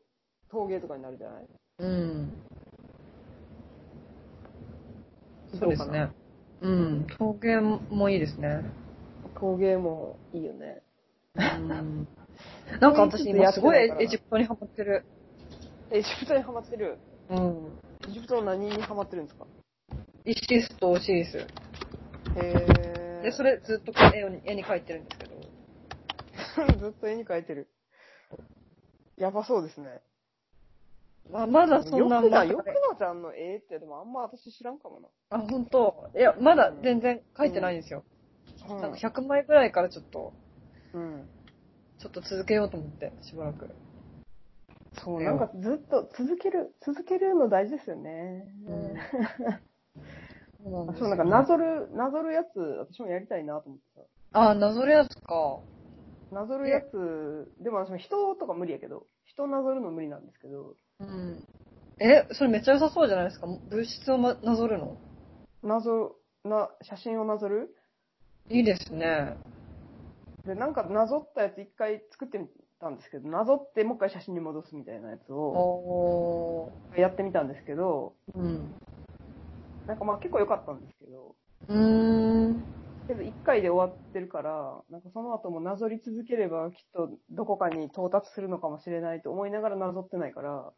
陶芸とかになるじゃないうん。そそううでですすねね。うん。陶芸もいいですね。陶芸もいいよね。うん。なんか私今すごいそういうことエやってないからジプトにハマってる。エジプトにハマってる。うん。エジプトの何にハマってるんですかイシスとオシリス。へー。で、それずっと絵を絵に描いてるんですけど。 ずっと絵に描いてる。やばそうですね。まあ、まだそんなよくな、まだよくなちゃんの絵って、でもあんま私知らんかもあ、本当いや、まだ全然描いてないんですよ。な。なんか100枚ぐらいからちょっと、うん。ちょっと続けようと思って、しばらく。そう、なんかずっと続ける、続けるの大事ですよね。うんそうなんであすそう、よなんかなぞる、なぞるやつ、私もやりたいなと思ってさ。あ、なぞるやつか。なぞるやつ、でも私も人とか無理やけど、人なぞるの無理なんですけど、うん。え、それめっちゃ良さそうじゃないですか。物質を、ま、なぞるの。なぞ、な、写真をなぞるいいですね。で、なんかなぞったやつ一回作ってみたんですけど、なぞってもう一回写真に戻すみたいなやつをおー。やってみたんですけど、うん。なんかまあ結構良かったんですけど、うーん。けど一回で終わってるから、なんかその後もなぞり続ければきっとどこかに到達するのかもしれないと思いながらなぞってないから、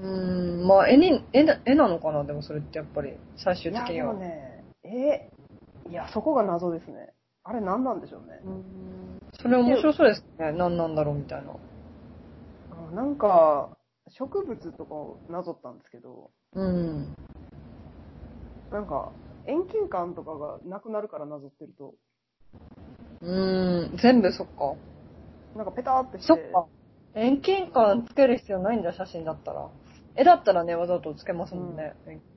うーん。まあ、絵に、絵な絵なのかなでもそれってやっぱり、最終い的にや、では。もね、えいや、そこが謎ですね。あれ何なんでしょうねう。んそれ面白そうですね。何なんだろうみたいな。あなんか、植物とかをなぞったんですけど、うん。なんか、遠近感とかがなくなるからなぞってると、うん。全部そっか。なんかペターってして、そっか。遠近感つける必要ないんだ、写真だったら。絵だったらね、わざとつけますもんね。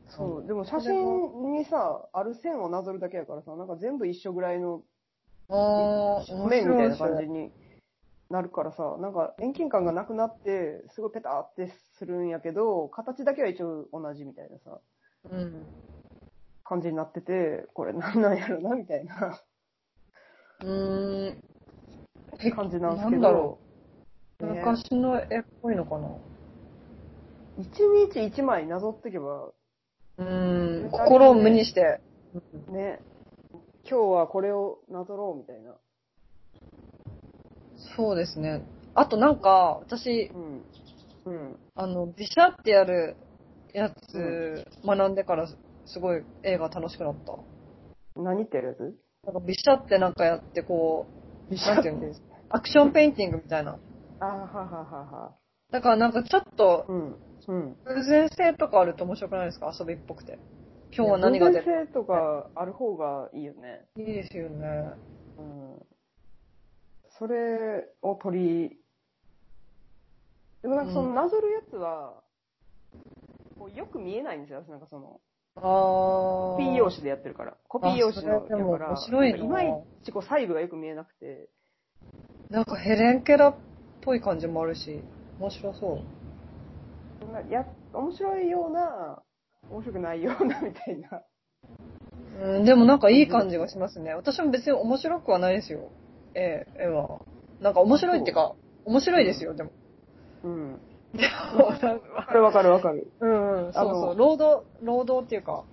そう、でも写真にさ、ある線をなぞるだけやからさ、なんか全部一緒ぐらいのああ、面面白いみたいなそ感れじになるからさ、なんか遠近感がなくなって、すごいペターってするんやけど、形だけは一応同じみたいなさ、うん。感じになってて、これ何なんやろな、みたいな うーん。感じなんですなけんだろど、ね昔の絵っぽいのかな。一日一枚なぞってけば、うーん。心を無にして。ね、今日はこれをなぞろうみたいな。そうですね。あとなんか、私、うん。うん。あの、ビシャってやるやつ、う学んでから、すごい絵が楽しくなった。何ってやるやつなんかビシャってなんかやって、こう、なんていうのですか。アクションペインティングみたいな。あーははははだからなんかちょっと、うん。うん。偶然性とかあると面白くないですか遊びっぽくて。今日は何が出偶る然性とかある方がいいよね。いいですよね。うんそれを取り、でもなんかそのうんなぞるやつは、こうよく見えないんですよ、なんかその、あコー。ピー用紙でやってるから。コピー用紙のあそれでもやから、面白いななんかいまいちこう細部がよく見えなくて、なんかヘレンケラっぽい感じもあるし、面白そう。なんかや面白いような、面白くないようなみたいな。うん、でもなんかいい感じがしますね。私も別に面白くはないですよ。ええ、絵は。なんか面白いっていうか、面白いですよ、でも。うん。でも、なんかわかるわかるわかる。 うん、 うん、そうそあのう、労働、労働っていうか、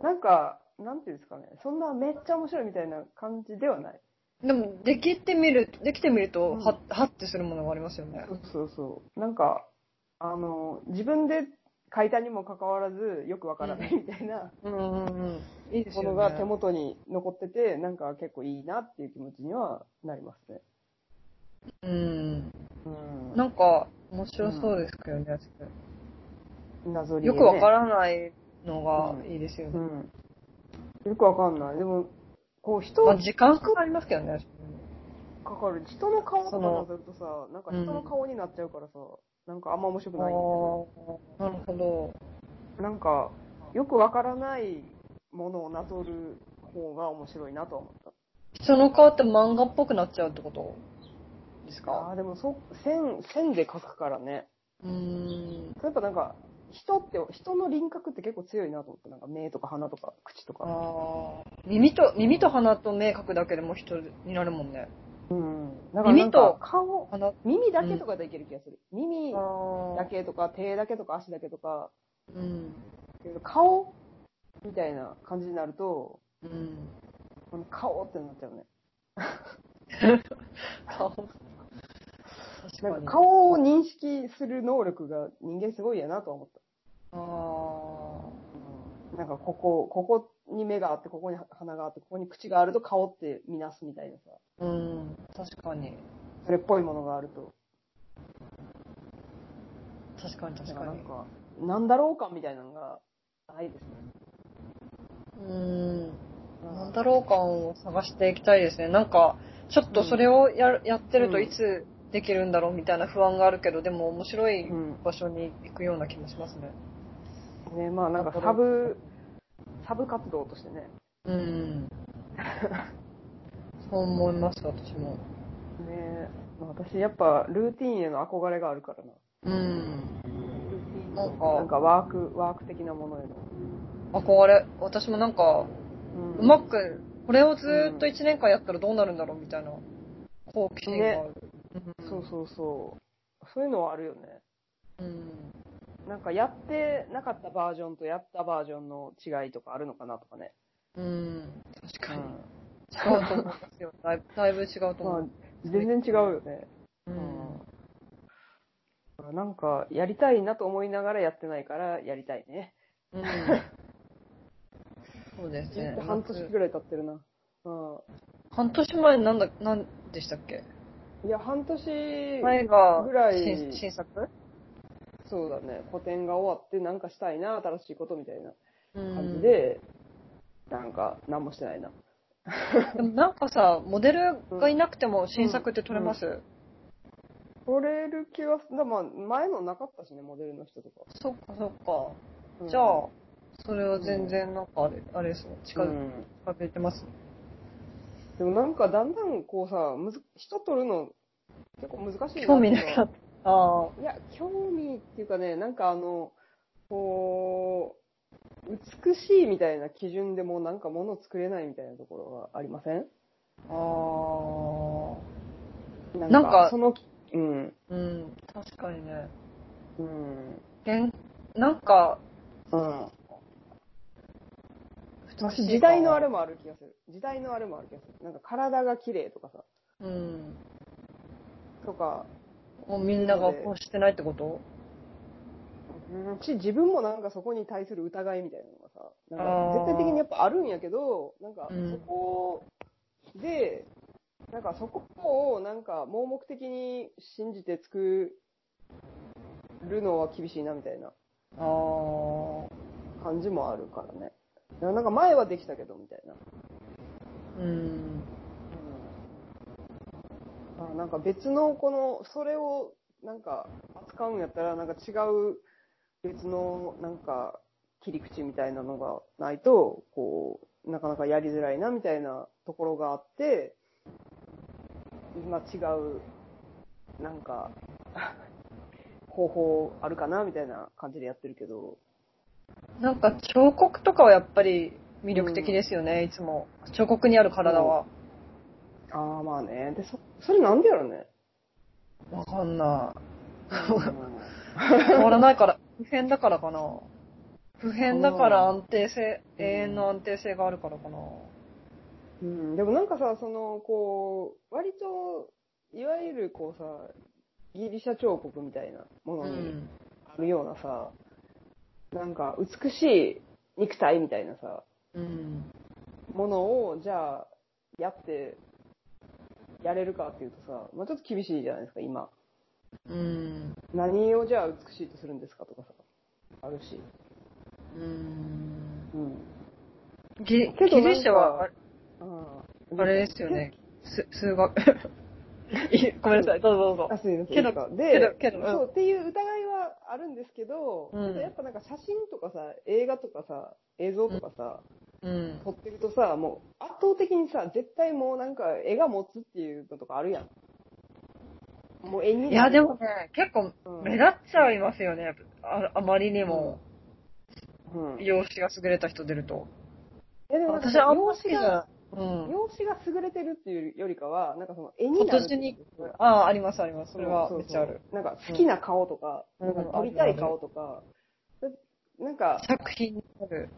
なんか、なんていうんですかね、そんなめっちゃ面白いみたいな感じではない。でも、できてみる、できてみると、うんは、はってするものがありますよねそ。うそうそう。なんか、あの、自分で書いたにもかかわらず、よくわからないみたいなうん、うん、うん。いいですもよね。のが手元に残ってて、なんか結構いいなっていう気持ちにはなりますね。うん。うんなんか、面白そうですけどね、謎り、よくわか。らないのがいいですようね。ん。よくわかんない。でも、こう人まあ、か時間かかりますけどね。かる、人の顔とかそのなぞるとさ、なんか人の顔になっちゃうからさ、なんかあんま面白あくあないんだよー、なるほど。ねなんか、よくわからないものをなぞる方が面白いなとは思った。人の顔って漫画っぽくなっちゃうってことですあかあ、でもそ、線、線で描くからね。うーん。やっぱなんか、人って、人の輪郭って結構強いなと思って、なんか目とか鼻とか口とか。ああ。耳と、耳と鼻と目描くだけでも人になるもんね。うん。だからなん耳とか顔、鼻。あ耳だけとかでいける気がする。耳だあ。けとか、手だけとか、足だけとか、うん。けど顔みたいな感じになると、うん。この顔ってなっちゃうね。顔。確なかんに。か顔を認識する能力が人間すごいやなとは思った。あなんかここ、ここに目があって、ここに鼻があって、ここに口があると顔って見なすみたいなさ、あ。うん、確かに。それっぽいものがあると、確かに確なかんに。か、なんだろうかみたいなのがないですね。うん。なんだろう感を探していきたいですね。なんか、ちょっとそれをやるやってるといつできるんだろうみたいな不安があるけど、でも面白いうん。場所に行くような気もしますね。ね、まあなんかサブ、サブ活動としてね。うん。 そう思います、私も。ねまあ私やっぱルーティンへの憧れがあるからな。うん。ルーティンなんかなんかワーク、ワーク的なものへの。憧れ、私もなんか、うんうまく、これをずーっと1年間やったらどうなるんだろうみたいな、好奇心がある。んそうそうそう。そういうのはあるよね。うん。なんかやってなかったバージョンとやったバージョンの違いとかあるのかなとかね。うん。確かに。う違うと思いますよ。だいぶだいぶ違うとん、ま思あう。全然違うよね。うん。うん、なんかやりたいなと思いながらやってないからやりたいね。うん。そうですやっねて。 半年ぐらい経ってるな。うん半年前なんだ、なんでしたっけいや、半年、前がぐらい新新作そうだね、個展が終わってなんかしたいな、新しいことみたいな感感じ。で、なんか何もしてないな。でもなんかさ、モデルがいなくても新作って撮れます、取れる気はす、だまあ前のなかったしね、モデルの人とか。そっかそっか。うんじゃあ、それは全然なんかあれ、あれですね。近うづんかれてます。でもなんかだんだんこうさ、むず人取るの結構難しいなっていうの興は味なかった。ああ。いや、興味っていうかね、なんかあの、こう、美しいみたいな基準でもうなんか物作れないみたいなところはありませんあなんなんかその、うん、あ。うん。確かにね。うん、げんなんか、うん。難しいな時代のあれもある気がする。時代のあれもある気がする。なんか体が綺麗とかさ、うん。とか、もうみんながこうしてないってことうんし、自分もなんかそこに対する疑いみたいなのがさ、あなんーか絶対的にやっぱあるんやけど、なんかうんそこで、なんかそこをなんか盲目的に信じて作るのは厳しいなみたいなああ。感じもあるからね。なんか前はできたけどみたいな。うん。うんあなんか別のこの、それをなんか扱うんやったら、なんか違う別のなんか切り口みたいなのがないと、こう、なかなかやりづらいなみたいなところがあって、今違う、なんか、 方法あるかなみたいな感じでやってるけど、なんか彫刻とかはやっぱり魅力的ですよね、いつも。彫刻にある体は。ああまあね。で、そ、それなんでやろね。わかんなうんい。変わらないから、不変だからかな。不変だから安定性、うん永遠の安定性があるからかな。うん、でもなんかさ、その、こう、割と、いわゆるこうさ、ギリシャ彫刻みたいなもうのにん。あるようなさ、なんか美しい肉体みたいなさ、うん。ものを、じゃあ、やって、やれるかっていうとさ、まあちょっと厳しいじゃないですか、今。うん。何をじゃあ美しいとするんですかとかさ、あるし。うん。うん。ギけどギリシャは、ああれですよね。す数 学。いごめんなさい、どうぞどうぞあ、。すいません。けどいいですかで、けどけどうんそう、っていう疑いはあるんですけど、うんけどやっぱなんか写真とかさ、映画とかさ、映像とかさ、うん。撮ってるとさ、もう圧倒的にさ、絶対もうなんか絵が持つっていうのとかあるやん。もう絵に。いや、でも、ね、結構うん、目立っちゃいますよね。ああまりにも、うん。いや、容姿が優れた人出ると。でもなんか私、あんま容好きじ姿ゃが、ない。うん。容姿が優れてるっていうよりかは、なんかその絵に今なる。年に、ああ、ありますあります。それはうめうっちゃある。。なんか好きな顔とか、うんなんか撮りたい顔とか、なんか、作品になる。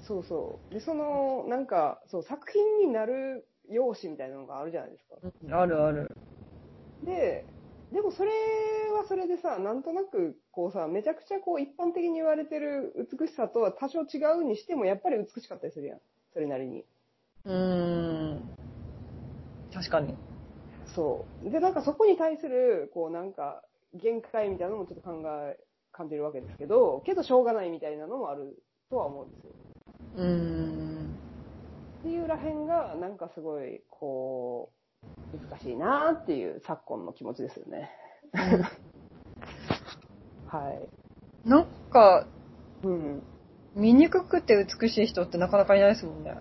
そうそう。で、その、なんか、そう、作品になる用紙みたいなのがあるじゃないですか。あるある。で、でもそれはそれでさ、なんとなく、こうさ、めちゃくちゃこう一般的に言われてる美しさとは多少違うにしても、やっぱり美しかったりするやん。それなりに。うーん。確かに。そう。で、なんかそこに対する、こうなんか、限界みたいなのもちょっと考え、感じるわけですけど、けどしょうがないみたいなのもあるとは思うんですよ。うーん。っていうらへんが、なんかすごい、こう、難しいなーっていう昨今の気持ちですよね。はい。なんか、うん。醜くて美しい人ってなかなかいないですもんね。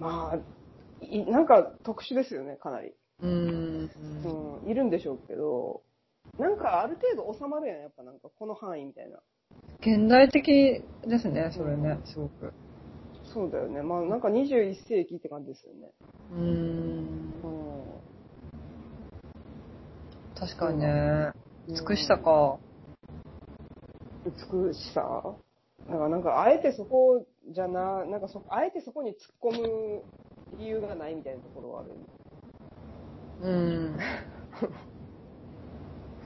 まあ、いなんか特殊ですよね、かなり。うーん。うん、いるんでしょうけど、なんかある程度収まるやん、やっぱなんかこの範囲みたいな。現代的ですね、それね、すごく。そうだよね。まあなんか21世紀って感じですよね。うーん。う確かにね。ん。美しさ。か。美しさだからなんかあえてそこじゃな、なんかそ、あえてそこに突っ込む理由がないみたいなところはある。うん。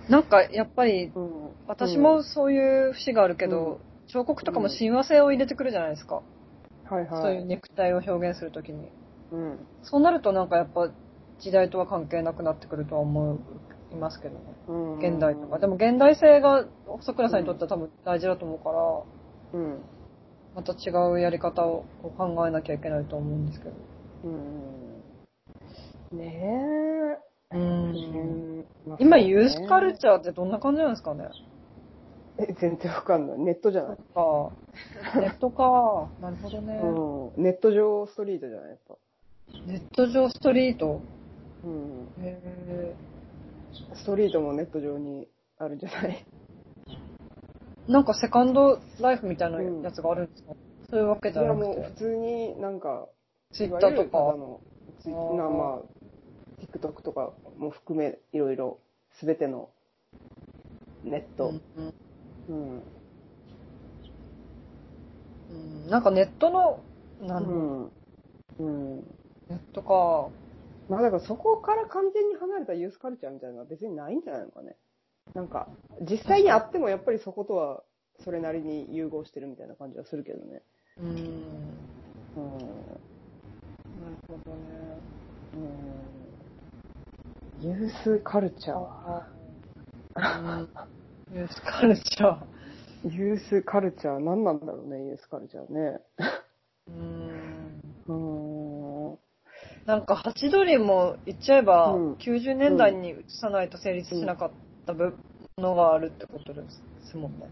なんか、やっぱり、うん。私もそういう節があるけうんど、彫刻とかも親和性を入れてくるじゃないですか。はいそはういうい。ネクタイを表現するときに。うん。そうなるとなんかやっぱ時代とは関係なくなってくるとは思いますけどね。うん現代とか。でも、現代性が細倉さんにとっては多分大事だと思うから、うん。また違うやり方をこう考えなきゃいけないと思うんですけど。うん。ねえ。うん今ユースカルチチャーってどんな感じなんですかねャー。え、全然わかんない。ネットじゃない。そっか。ネットか。なるほどね。うん。ネット上ストリートじゃない、やっぱ。ネット上ストリート。うん。へえ。ストリートもネット上にあるん じゃない。なんかセカンドライフみたいなやつがあるんですか、そういうわけいじゃなや、くもうて。普通になんか、ツイッターといわゆるただか。の、ツイあーなまあ、TikTok とかも含め、いろいろ、すべてのネット。うんうん。うんなんかネットの、なうだん。ろうんうん。ネットか。まあだからそこから完全に離れたユースカルチャーみたいなのは別にないんじゃないのかね。なんか、実際にあってもやっぱりそことは、それなりに融合してるみたいな感じはするけどね。うん。なるうん。ほどね。うん。ユースカルチャー。うんニュースカルチャー。ユースカルチャー、何なんだろうね、ユースカルチャーね。うんうーん。なんか、ハチドリも言っちゃえば、うん90年代に移さないと成立しなかった部のがあるってことですもんね。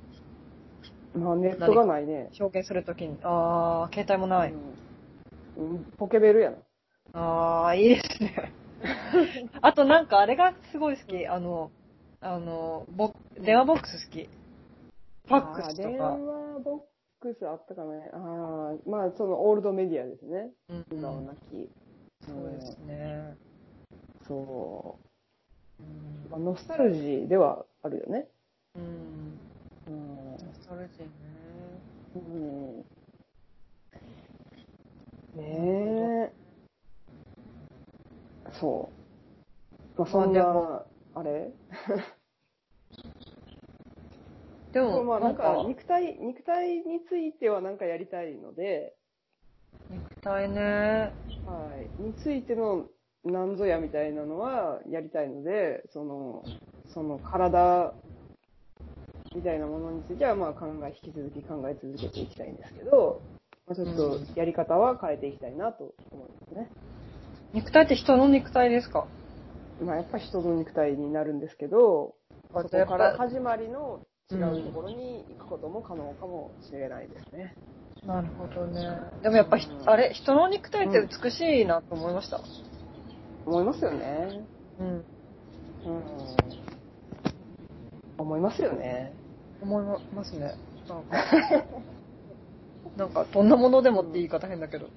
まあ、ネットがないね。表現するときに。あー、携帯もない。うん。うんポケベルやな。あー、いいです ね。あとなんか、あれがすごい好き。あの、あの、ボ電話ボックス好き。ファックスあーと電か。話ボックスあったかね。ああ、まあ、そのオールドメディアですね。うん今はなき。そうですね。うんそうう。んまあ、ノスタルジーではあるよね。うん。うん。ノスタルジーね。うん、ねえ。そう。まあ、そんまな、あれでそも、うまあななんんかか、肉体、肉体についてはなんかやりたいので、肉体ね。はい。についてのなんぞやみたいなのはやりたいので、その、その体みたいなものについてはまあ考え、引き続き考え続けていきたいんですけど、まあ、ちょっとやり方は変えていきたいなと思いますね。肉体って人の肉体ですかまあやっぱ人の肉体になるんですけど、そこからやっ始まりの違うところに行くことも可能かもしれないですね。ぱなるほどね。でもやっぱひ、あれ、人の肉体って美しいなと思いました。思いますよね。うん。うん思いますよね。思いますね。なんか、 なんかどんなものでもって言い方変だけど、う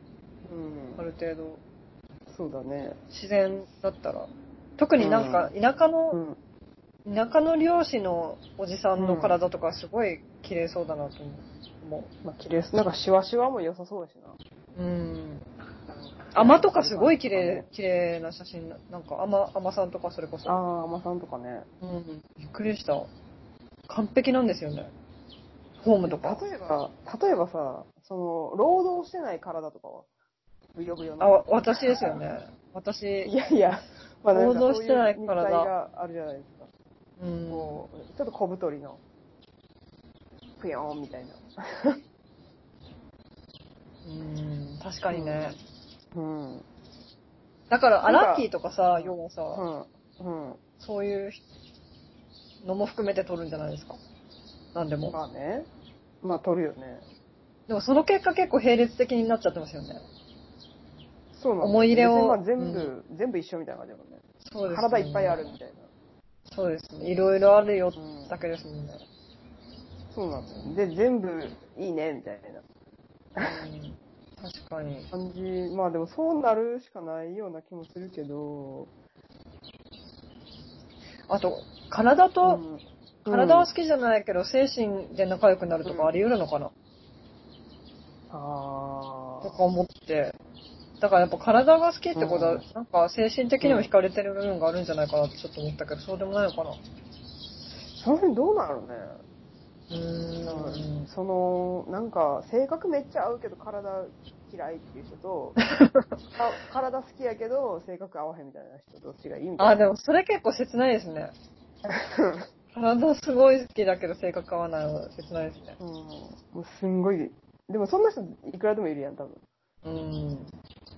んある程度、そうだね。自然だったら。特になんか、田舎の、うん。田舎の漁師のおじさんの体とかすごい綺麗そうだなと思う。まあ、綺麗です。なんか、シワシワも良さそうだしな。うん。甘とかすごい綺麗、綺麗な写真な、なんか甘、甘さんとかそれこあそ。あ、甘さんとかね。うん。びっくりした。完璧なんですよね。ホームとか。例えば、例えばさ、その、労働してない体とかは、ブヨブヨあ、の。わ私ですよね。私い、やいや、まあなんか労働してないそうう体肉体があるじゃないですか。うん。こう、ちょっと小太りの、ぷよーんみたいな。うん、確かにね。うん。うん。だから、アなんかラッキーとかさ、要はさ、うん。そういうのも含めて撮るんじゃないですか。なんでも。まあね。まあ、取るよね。でもその結果結構並列的になっちゃってますよね。そうなんだ思い入れを別にまあ全部、全部一緒みたいな感じだもんね。そうです、ね。体いっぱいある。みたいな。そうですね。いろいろあるようんだけですもんね。そうなんだよ。で、全部いいね、みたいなうん、確かに。感じ。まあでもそうなるしかないような気もするけど。あと、体と、うん体は好きじゃないけど、精神で仲良くなるとかあり得るのかな、あとか思って。だからやっぱ体が好きってことは、うんなんか精神的にも惹かれてる部分があるんじゃないかなってちょっと思ったけど、そうでもないのかなーその辺どうなるね。うーん。その、なんか、性格めっちゃ合うけど体嫌いっていう人 と、か体好きやけど性格合わへんみたいな人どっちがいいみたあ、いな。でもそれ結構切ないですね。 体すごい好きだけど性格合わないのは切ないですね。うん、もうすんごい。でもそんな人いくらでもいるやん、多分。うん。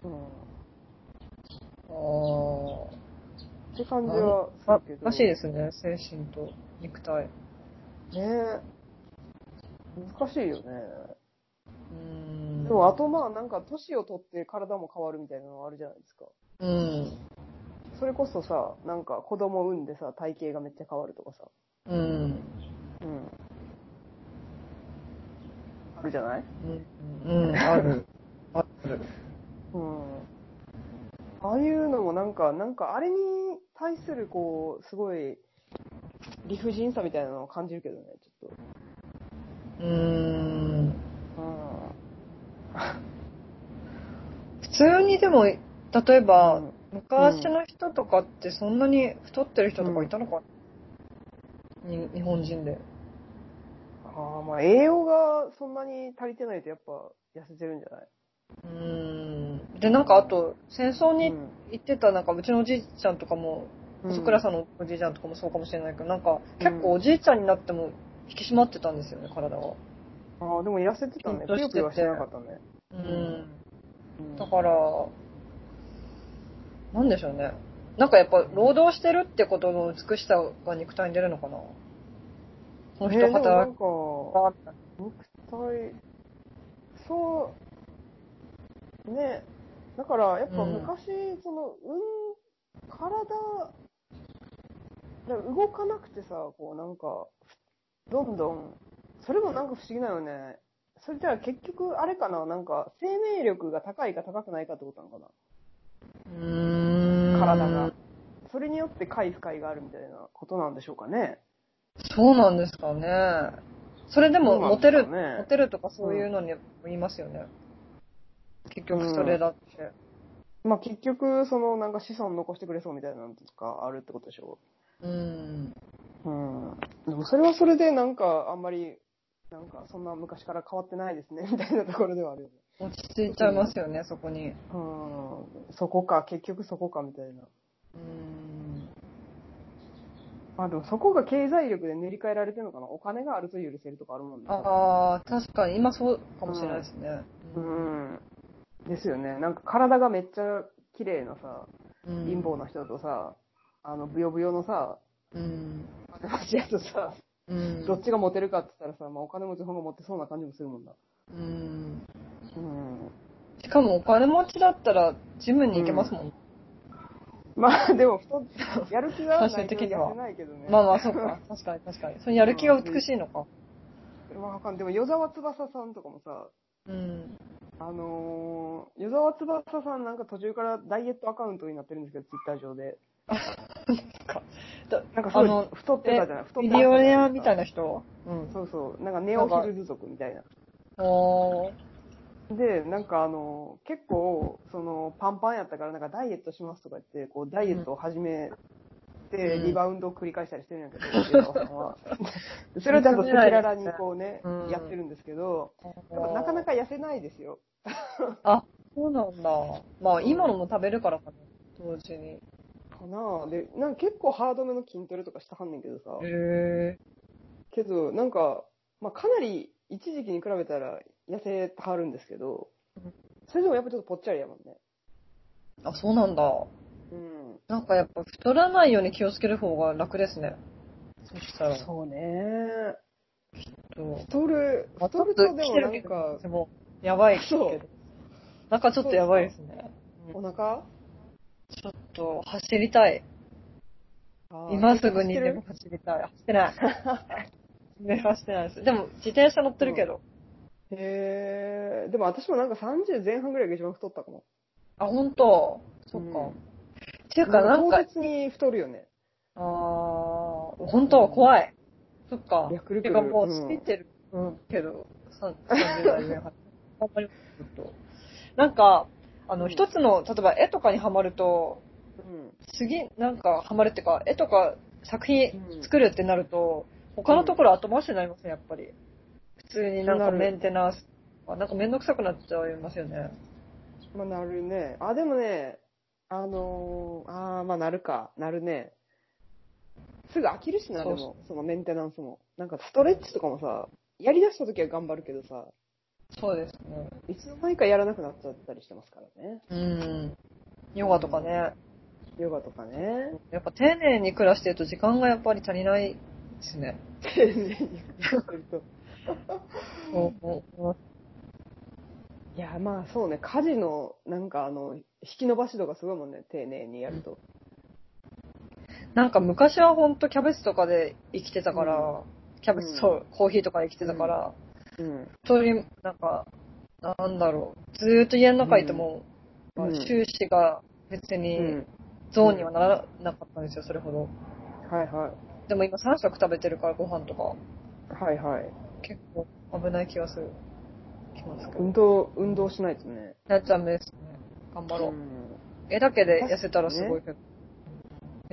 うん。あって感じはすあ。るけど。らしいですね、精神と肉体。ねえ。難しいよね。うん。でも、あとまあ、なんか、年を取って体も変わるみたいなのあるじゃないですか。うん。それこそさ、なんか、子供産んでさ、体型がめっちゃ変わるとかさ。うん。うん。あるじゃないうん。うん。あ る。ある。うん。ああいうのもなんか、なんか、あれに対する、こう、すごい、理不尽さみたいなのを感じるけどね、ちょっうん。と。う普通にでも、例えば、うん昔の人とかってそんなに太ってる人とかいたのか、に日本人で。ん。ああ、まあ、栄養がそんなに足りてないと、やっぱ、痩せてるんじゃないうん。で、なんかあと、戦争にうん行ってた、なんかうちのおじいちゃんとかも、細倉さんのおじいちゃんとかもそうかもしれないけど、なんか結構おじいちゃんになっても引き締まってたんですよね、体が。ああ、でも痩せてたね。ちぷょっとよしててぷよはしてなかったね。うん。うんだから、なんでしょうね。なんかやっぱ労働してるってことの美しさが肉体に出るのかな。このえーで人もな働んくか、か。肉体、そう、ね、だから、やっぱうん昔、その、うん、体、だから動かなくてさ、こうなんか、どんどん、それもなんか不思議なよね。それじゃあ結局、あれかな、なんか、生命力が高いか高くないかってことなのかな、体体が。それによって回不快があるみたいなことなんでしょうかね。そうなんですかね。それでもモテる、そうなんですかねモテるとかそういうのに言いますよね。結局それだって。まあ結局、そのなんか子孫残してくれそうみたいなのとかあるってことでしょうん。う。うん。でもそれはそれでなんかあんまり、なんかそんな昔から変わってないですね、みたいなところではあるよね。落ち着いちゃいますよね、そこに。うん。そこか、結局そこかみたいな。うん。まあでもそこが経済力で塗り替えられてるのかな。お金があると許せるとかあるもんね。ああ、確かに、今そうかもしれないですね。うん。ですよね。なんか体がめっちゃ綺麗なさ、うん貧乏な人とさ、あの、ブヨブヨのさ、うん。金持ちやとさ、うん。どっちがモテるかって言ったらさ、まあ、お金持ちの方がモテそうな感じもするもんな。うん。うん。しかもお金持ちだったら、ジムに行けますもん。まあ、で も太っ、やる気がないと最終的には痩せないけどね。まあまあ、そう か。確かに、確かに。そのやる気が美しいのか。まあ、わかんないでも、与沢翼さんとかもさ、うん。あのー、与沢翼さんなんか途中からダイエットアカウントになってるんですけど、ツイッター上で。だなんかすあごのい、太ってたじゃない太ってビたデオレアみたいな人。うそうそう。なんかネオヒルズ族みたいな。ん。おー。で、なんかあの、結構、その、パンパンやったから、なんかダイエットしますとか言って、こう、ダイエットを始めて、うんリバウンドを繰り返したりしてるんやけど、江川さんはそれをちゃんと赤裸々にこうねうん、やってるんですけど、やっぱなかなか痩せないですよ。そうなんだ。まあ、今のも食べるからかな、同時に。かなで、なんか結構ハードめの筋トレとかしたはんねんけどさ。へえ。けど、なんか、まあ、かなり一時期に比べたら痩せてはるんですけどうん、それでもやっぱちょっとぽっちゃりやもんね。あ、そうなんだ。うん。なんかやっぱ太らないように気をつける方が楽ですね。そしたら、ちょそうね。っ太る、と。太るとでもなんか、でも、やばいけそどう。なんかちょっとやばいですね。お腹ちょっと、走りたい。今すぐにでも。走りたい。走ってない。 ね、走ってないです。でも、自転車乗ってるけど。へえ。でも私もなんか30前半ぐらいが一番太ったかも。あ、ほんと。そっか。うんっていうか、なんか唐、突に太るよね。あー、本当は怖い。そっか。いやくるくてるかもう、うん過ぎてる、うん、けど、 さ30代前半。頑張ります、ずっと。なんか、あの、うん一つの、例えば絵とかにはまると、うん。次、なんか、はまるっていうか、絵とか作品うん作るってなると、他のところ後回しになりますね、やっぱり。普通になんなかるメンテナンスとか、なんかめんどくさくなっちゃいますよね。まあなるね。あ、でもね、あのー、あーまあなるか。なるね。すぐ飽きるしな、でそうも、そのメンテナンスも。なんかストレッチとかもさ、やり出した時は頑張るけどさ、そうですね。いつの間にかやらなくなっちゃったりしてますからね。うん。ヨガとかね。ヨガとかね。やっぱ丁寧に暮らしてると時間がやっぱり足りないですね。 丁寧にやってると。いや、まあそうね、家事の、なんかあの、引き伸ばし度がすごいもんね、丁寧にやると。なんか昔はほんとキャベツとかで生きてたから、キャベツと、コーヒーとかで生きてたから、うん。本当になんか、なんだろう、ずーっと家の中いても、うんまあ収支が別うにん。ゾーンにはならなかったんですよ、それほど。はいはでも今3食食べてるからご飯とか、い。はいはい。結構危ない気がする。きますけど。運動、運動しないとね。なっちゃんですね。頑張ろう。ん絵だけで痩せたらすごいけど。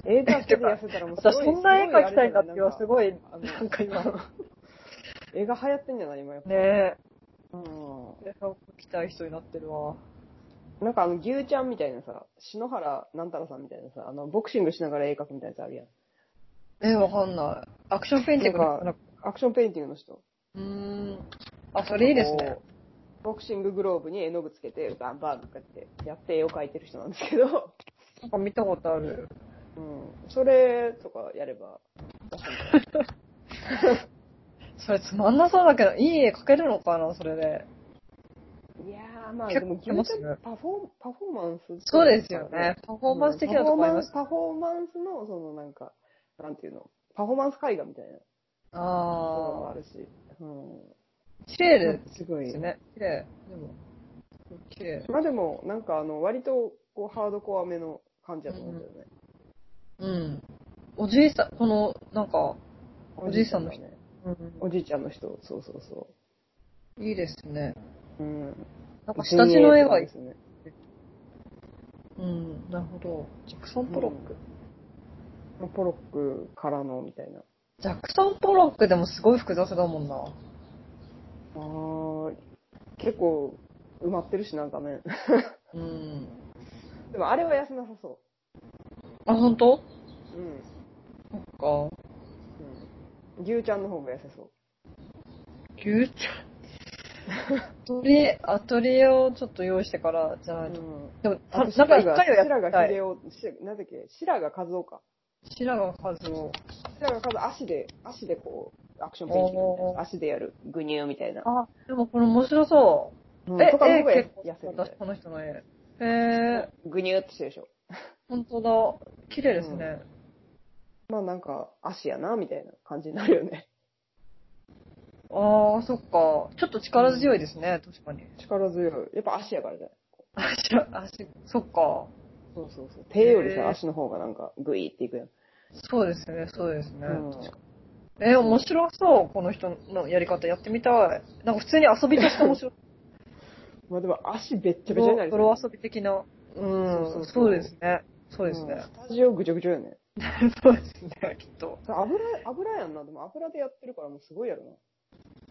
絵だけで痩せたらもうすごい。私そんな絵描きたいんだってはすいごい、あれじなゃない。んか今、ねあの絵が流行ってんじゃない 今やっぱ。え、う絵を描きたい人になってるわ。ん。なんかあの、牛ちゃんみたいなさ、篠原なんたらさんみたいなさ、あの、ボクシングしながら絵描くみたいなやつあるやん。え、わかんない。アクションペインティングの人なのかアクションペインティングの人。うーん。あ、それいいですねこ。う。ボクシンググローブに絵の具つけて、バンバンとかってやって絵を描いてる人なんですけど、 なんか見たことある。うん。それとかやれば、それつまんなそうだけど、いい絵描けるのかな、それで。いやー、まあで結構も牛ちゃんパフォーパフォーマンスってそうですよね。パフォーマンス的なとこあります。パフォーマンスパフォーマンスの、そのなんか、なんていうの、パフォーマンス絵画みたいなところもああるし、うー。綺麗んで。すごいす。ね。綺麗。でも、綺麗。まあでも、なんかあの、割と、こう、ハードコアめの感じだと思うんだよね。うん。おじいさん、この、なんか、うんおじいさんのだ人ね。おじいちゃんの人、そうそうそいいですね。う。うん。なんか下地の絵がいい前衛とかですね。うん、なるほど。ジャクソン・ポロック。ポロックからの、みたいな。ジャクソン・ポロックでもすごい複雑だもんな。あー、結構、埋まってるし、なんかね。うん。 でも、あれは痩せなさそあ、本当？う。うん。そっか。うん牛ちゃんの方が痩せそ牛ち ゃん。アトリエ、アトリエをちょっと用意してから、じゃう。なういと。ん。でも、たあなとんか一回はや白った髪白髪い。秀夫、しなんだっけ、白髪和夫か。白髪和夫。白髪和夫、足で、足でこう、アクションペインティングみたいなやつおー足でやる、ぐにゅーみたいな。あ、でもこれ面白そうう。んえとか、の絵方が痩結構せるみたい私この人の絵。へえな。ぐにゅーってしてるでしょ。本当だ。綺麗ですね。まあなんか、足やな、みたいな感じになるよね。ああ、そっか。ちょっと力強いですね、確かに。 力強い。やっぱ足やからじゃない。足、足、そっか。そうそうそう。手よりへーさ、足の方がなんか、ぐいっていくやん。そうですね、そうですね。うん確かにえー、面 白そう、この人のやり方やってみたい。なんか普通に遊びとして面白い。まあでも足べっちゃべちゃになり泥遊び的な。うそうそんう、そうそうですね。そうですうんね。スタジオぐちょぐちょよね。そうですね、きっと。それ油、油やんな。でも油でやってるからもうすごいやろな。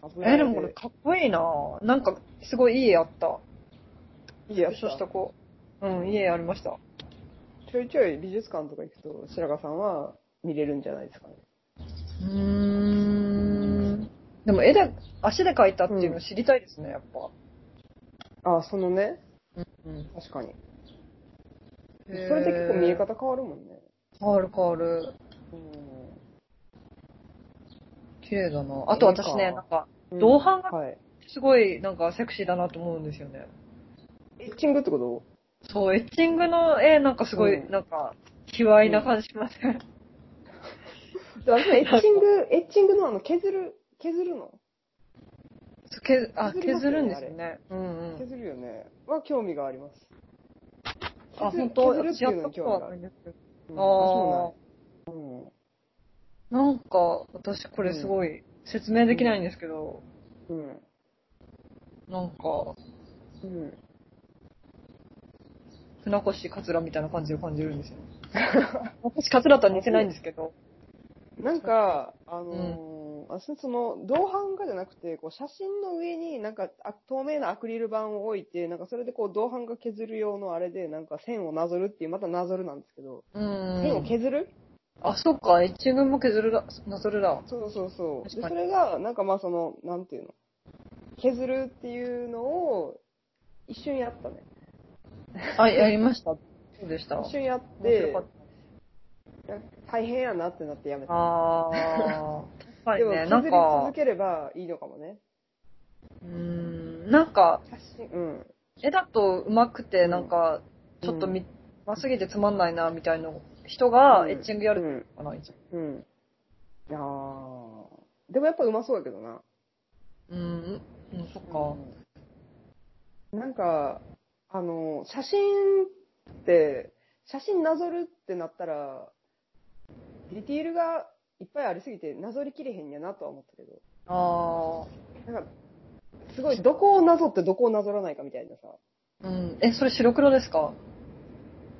油え、でもこれかっこいいなぁなんか、すごいいい絵あった。いいやよつしとしとこう。うん、いい絵ありました。ちょいちょい美術館とか行くと、白川さんは見れるんじゃないですかね。うーん。でも絵で、足で描いたっていうの知りたいですね、やっぱ。ああ、そのね、うん。確かに。そそれで結構見え方変わるもんね。変わる変わる。綺麗だなあと私いね、いかなんか、うん同伴がはい。すごいなんかセクシーだなと思うんですよね。エッチングってことそう、エッチングの絵なんかすごい、うんなんか、卑猥な感じしません、で私もエッチング、エッチングのあの、削る、削るのそう削あ、削ります削よねるんですよね。うんうん。削るよね。は興味があります。あ、削本当削るっ私てやいっうたのことに興味がはあないる。んですけど。うんあ私もあ、なんか、私これすごい説明できないんですけど、ない。うん。うん。なんか、うん。船越カツラみたいな感じを感じるん ですよね。私カツラとは似てないんですけど。なんか、あのー私その、銅版画じゃなくて、こう、写真の上になんか、あ透明なアクリル板を置いて、なんかそれでこう、銅版画削る用のあれで、なんか線をなぞるっていう、またなぞるなんですけど、う線をん。削るあ、そっか、エッチングも削るだ、なぞるだ。そうそうそう。確で、かそにれが、なんかまあその、なんていうの、削るっていうのを、一瞬やったね。あ、やりました。そうでした。一瞬やっ面白てかっ、大変やなってなってやめたた。 あー。確かでにも、ね、なん削り続か、ければいいのかもね。うーん、なんか、写真、うん。絵だと上手くて、なんか、うんちょっと見、ま、すぎてつまんないな、みたいな人が、うんエッチングやうるん。のかな、一応うん。あー。でもやっぱうまそうだけどな。うん、うん、そっか。うんなんか、あの、写真って、写真なぞるってなったら、ディティールがいっぱいありすぎて、なぞりきれへんやなとは思ったけど。あなんか、すごい、どこをなぞってどこをなぞらないかみたいなさ、ー。うん。え、それ白黒ですか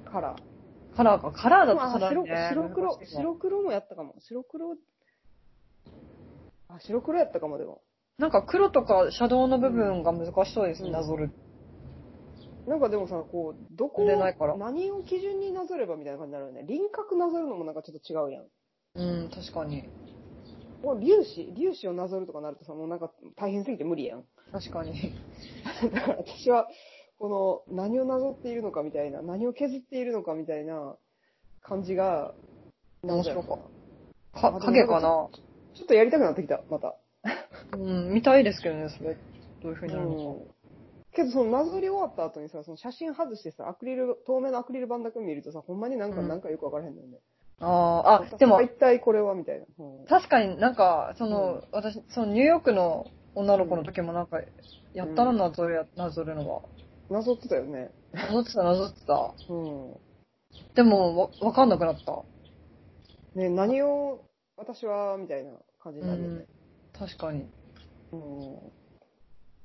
カラー。カラーか。カラーだとまあさらに白ね白黒、難しいわ白黒もやったかも。白黒、あ、白黒やったかも、でも。なんか黒とかシャドウの部分が難しそうですね、うんなぞる。なんかでもさ、こう、どこ出ないからを、何を基準になぞればみたいな感じになるよね。輪郭なぞるのもなんかちょっと違うやん。うん、確かに。もう粒子、粒子をなぞるとかなるとさ、もうなんか大変すぎて無理やん。 確かに。だから私は、この、何をなぞっているのかみたいな、何を削っているのかみたいな感じが、面白かか。か、あ影かな。ちょっとやりたくなってきた、また。うん、見たいですけどね、それ。どういう風になるのか。けど、その、なぞり終わった後にさ、その写真外してさ、アクリル、透明のアクリル板だけ見るとさ、ほんまになんか、うんなんかよくわからへんのよね。あーあ、でも一、体これはみたいな。うん確かになんか、その、うん私、そのニューヨークの女の子の時もなんか、やったらなぞるや、なぞるのは。なぞってたよね。なぞってた、なぞってた。うん。でも、わ、わかんなくなった。ね、何を、私は、みたいな感じにうなるよね。ん。確かに。うん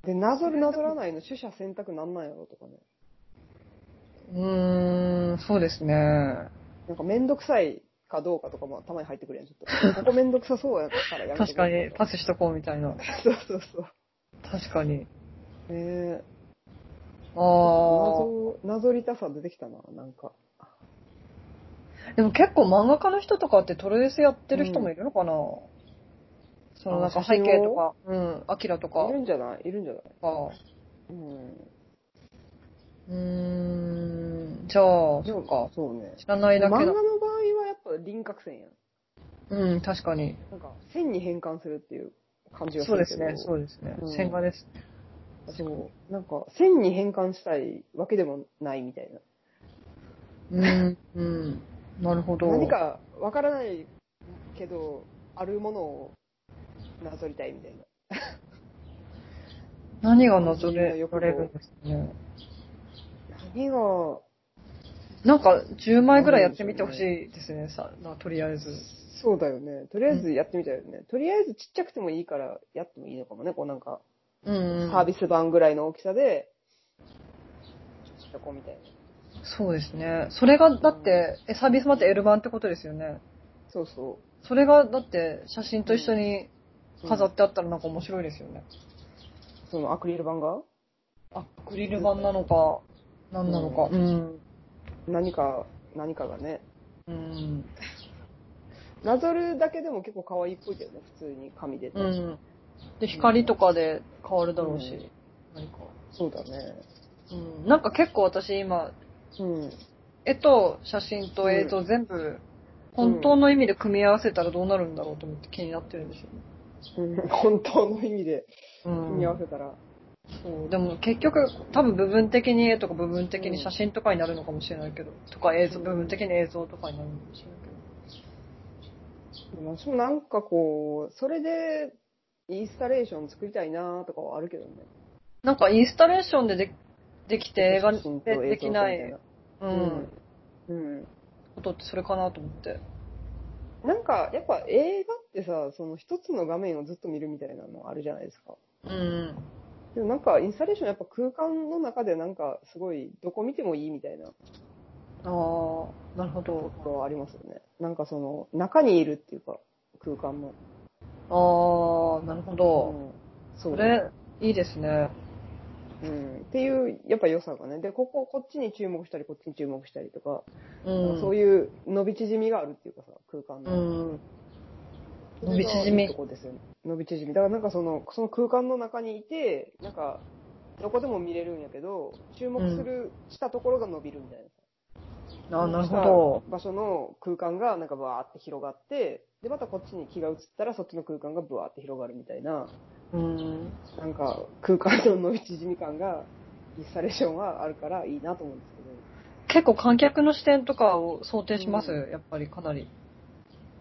で、なぞるなぞらないの取捨選択なんなんやろとかね。うーん、そうですね。なんかめんどくさいかどうかとかも頭に入ってくるやん、ちょ っと。ここめんどくさそうやったらやめとこ確うかに、。パスしとこうみたいな。そうそうそう。確かに。ねえ。あ謎、なぞりたさ出てきたな、なんか。あ。でも結構漫画家の人とかってトレースやってる人もいるのかな、そのなんかあ背写真を景とか、うん、アキラとかい、るんじゃないいるんじゃないあうん。うーん、じゃあ、そっか。そうね。知らないだ漫画けのだ場。合はやっぱ輪郭線やん。うん、確かに。なんか線に変換するっていう感じがすそうるでけすど。ね、そうですね。線画です。そう。なんか線に変換したいわけでもないみたいな。うん、うん。なるほど。何かわからないけど、あるものをなぞりたいみたいな。何が謎で呼ばれるんですかね。何が、なんか、10枚ぐらいやってみてほしいですね、さ、なとりあえず。そうだよね。とりあえずやってみたいよね。とりあえずちっちゃくてもいいからやってもいいのかもね。こうなんか、うん。サービス版ぐらいの大きさで、とこみたいな。そうですね。それが、だって、え、サービスマってエルバンってことですよね。そうそそれが、だって、写真と一緒にう。飾うんってあったらなんか面白いですよね。そのアクリル板があ、グリル板なのか、何なのか。うん。何か、何かがね。うん。なぞるだけでも結構可愛いっぽいけどね、普通に紙で、うん。で、光とかで変わるだろうし。うん何か。そうだね。うん。なんか結構私今、うん。絵と写真と映像全部、本当の意味で組み合わせたらどうなるんだろうと思って気になってるんですよね。 本当の意味でう組み合わせたら。そうでも結局多分部分的に絵とか部分的に写真とかになるのかもしれないけど、とか映像うん部分的に映像とかになるのかもしれないでも私もなんかこう、それでインスタレーション作りたいなとかはあるけどね。けどなんかインスタレーションででできて映画で写真と映像とできない、みたうんうんうん。ことってそれかなと思ってなんか、やっぱ映画ってさ、その一つの画面をずっと見るみたいなのあるじゃないですか。うんでもなんか、インスタレーションやっぱ空間の中でなんか、すごい、どこ見てもいいみたいなああなるほとどころはありますよね。なんかその、中にいるっていうか、空間も。ああなるほど、ん、そう。これいいですねうん。っていう、やっぱ良さがね。で、ここ、こっちに注目したり、こっちに注目したりとか、うなんんかそういう伸び縮みがあるっていうかさ、空間うの。ん伸び縮みいいとこですよね伸び縮み。だからなんかその、その空間の中にいて、なんか、どこでも見れるんやけど、注目する、したところが伸びるみたいな。あーなるほした場所の空間がなんかバーって広がって、で、またこっちに気が移ったらそっちの空間がブワーって広がるみたいな、どうんなんか空間の伸び縮み感が、インスタレーションはあるからいいなと思うんですけど。結構観客の視点とかを想定します、やっぱりかなり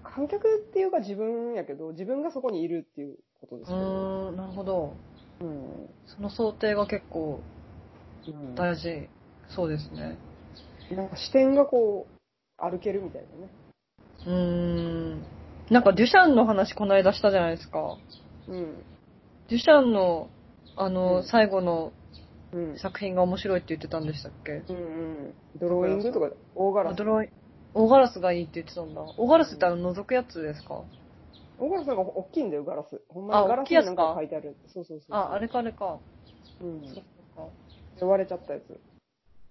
観客っていうか自分やけど、自分がそこにいるっていうことですうよね。んなるほどうん。その想定が結構うん大事、そうですね。なんか視点がこう、歩けるみたいなね。うーん。なんかデュシャンの話この間したじゃないですか。うん。デュシャンの、あの、うん最後のうん。作品が面白いって言ってたんでしたっけうんうん。ドローイングとか、大ガあラスド。ロイ大ガラスがいいって言ってたんだ。大ガラスってあの、覗くやつですか大ガラスなんか大きいんだよ、ガラス。ほんまあにガラスにな大んきいやつかか書いてある。そうそうそう。あ、あれかあれか。うん。そっでか割れちゃったやつ。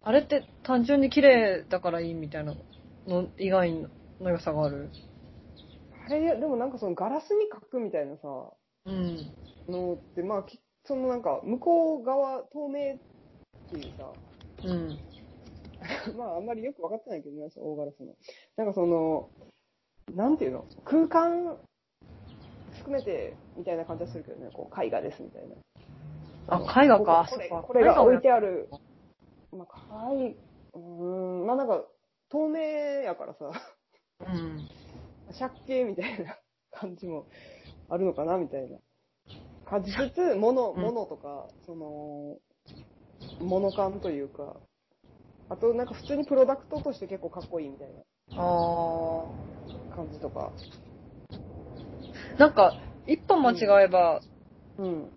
あれって単純に綺麗だからいいみたいなの以外の良さがある。あれ、でもなんかそのガラスに書くみたいなさ、うん。のって、まあ、きそのなんか、向こう側、透明っていうさ、うん。まあ、あんまりよく分かってないけどね、その大ガラスの。なんかその、なんていうの、空間含めてみたいな感じがするけどね、こう、絵画ですみたいな。あ、絵画か。こここれそっかこれが置い絵てある、まあ、かい、うーん、まあなんか、透明やからさ、画をやうん。借景みたいな感じもあるのかな、みたいな感じつつ、物、うん物とか、その、物感というか、あとなんか普通にプロダクトとして結構かっこいいみたいあー。な感じとか。なんか、一歩間違えば、うん。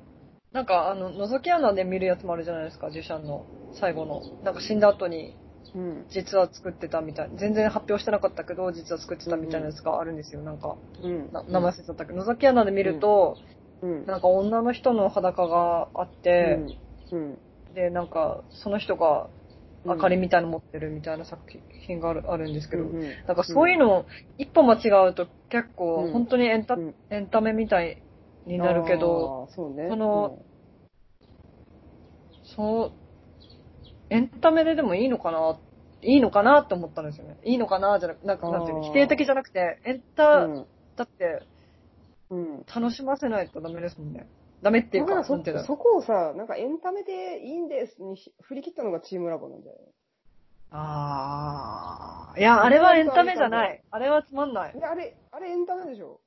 なんかあの、覗き穴で見るやつもあるじゃないですか、デュシャンの最後の。なんか死んだ後に、うん。実は作ってたみたい。全然発表してなかったけど、実は作ってたみたいなやつがあるんですよ、なんか。うん。な名前忘れちゃったけど、覗き穴で見ると、うん。なんか女の人の裸があって、うん。で、なんか、その人がうん明かりみたいなの持ってるみたいな作品があるあるんですけど、うんうんなんかそういうのを一歩間違うと結う構ん本当にエンタ,、うんエンタメみたいになるけど、あー、そうね。そのそう、エンタメででもいいのかないいのかなって思ったんですよね。いいのかなじゃなく、なんか、なんていうのあー否定的じゃなくて、エンうタ、ん、だって、うん。うん楽しませないとダメですもんね。ダメっていだうかか、らなそんていうのそこをさ、なんかエンタメでいいんですにひ振り切ったのがチームラボなんだよあー。いや、あれはエンタメじゃない。あれはつまんない。ね。で、あれ、あれエンタメでしょ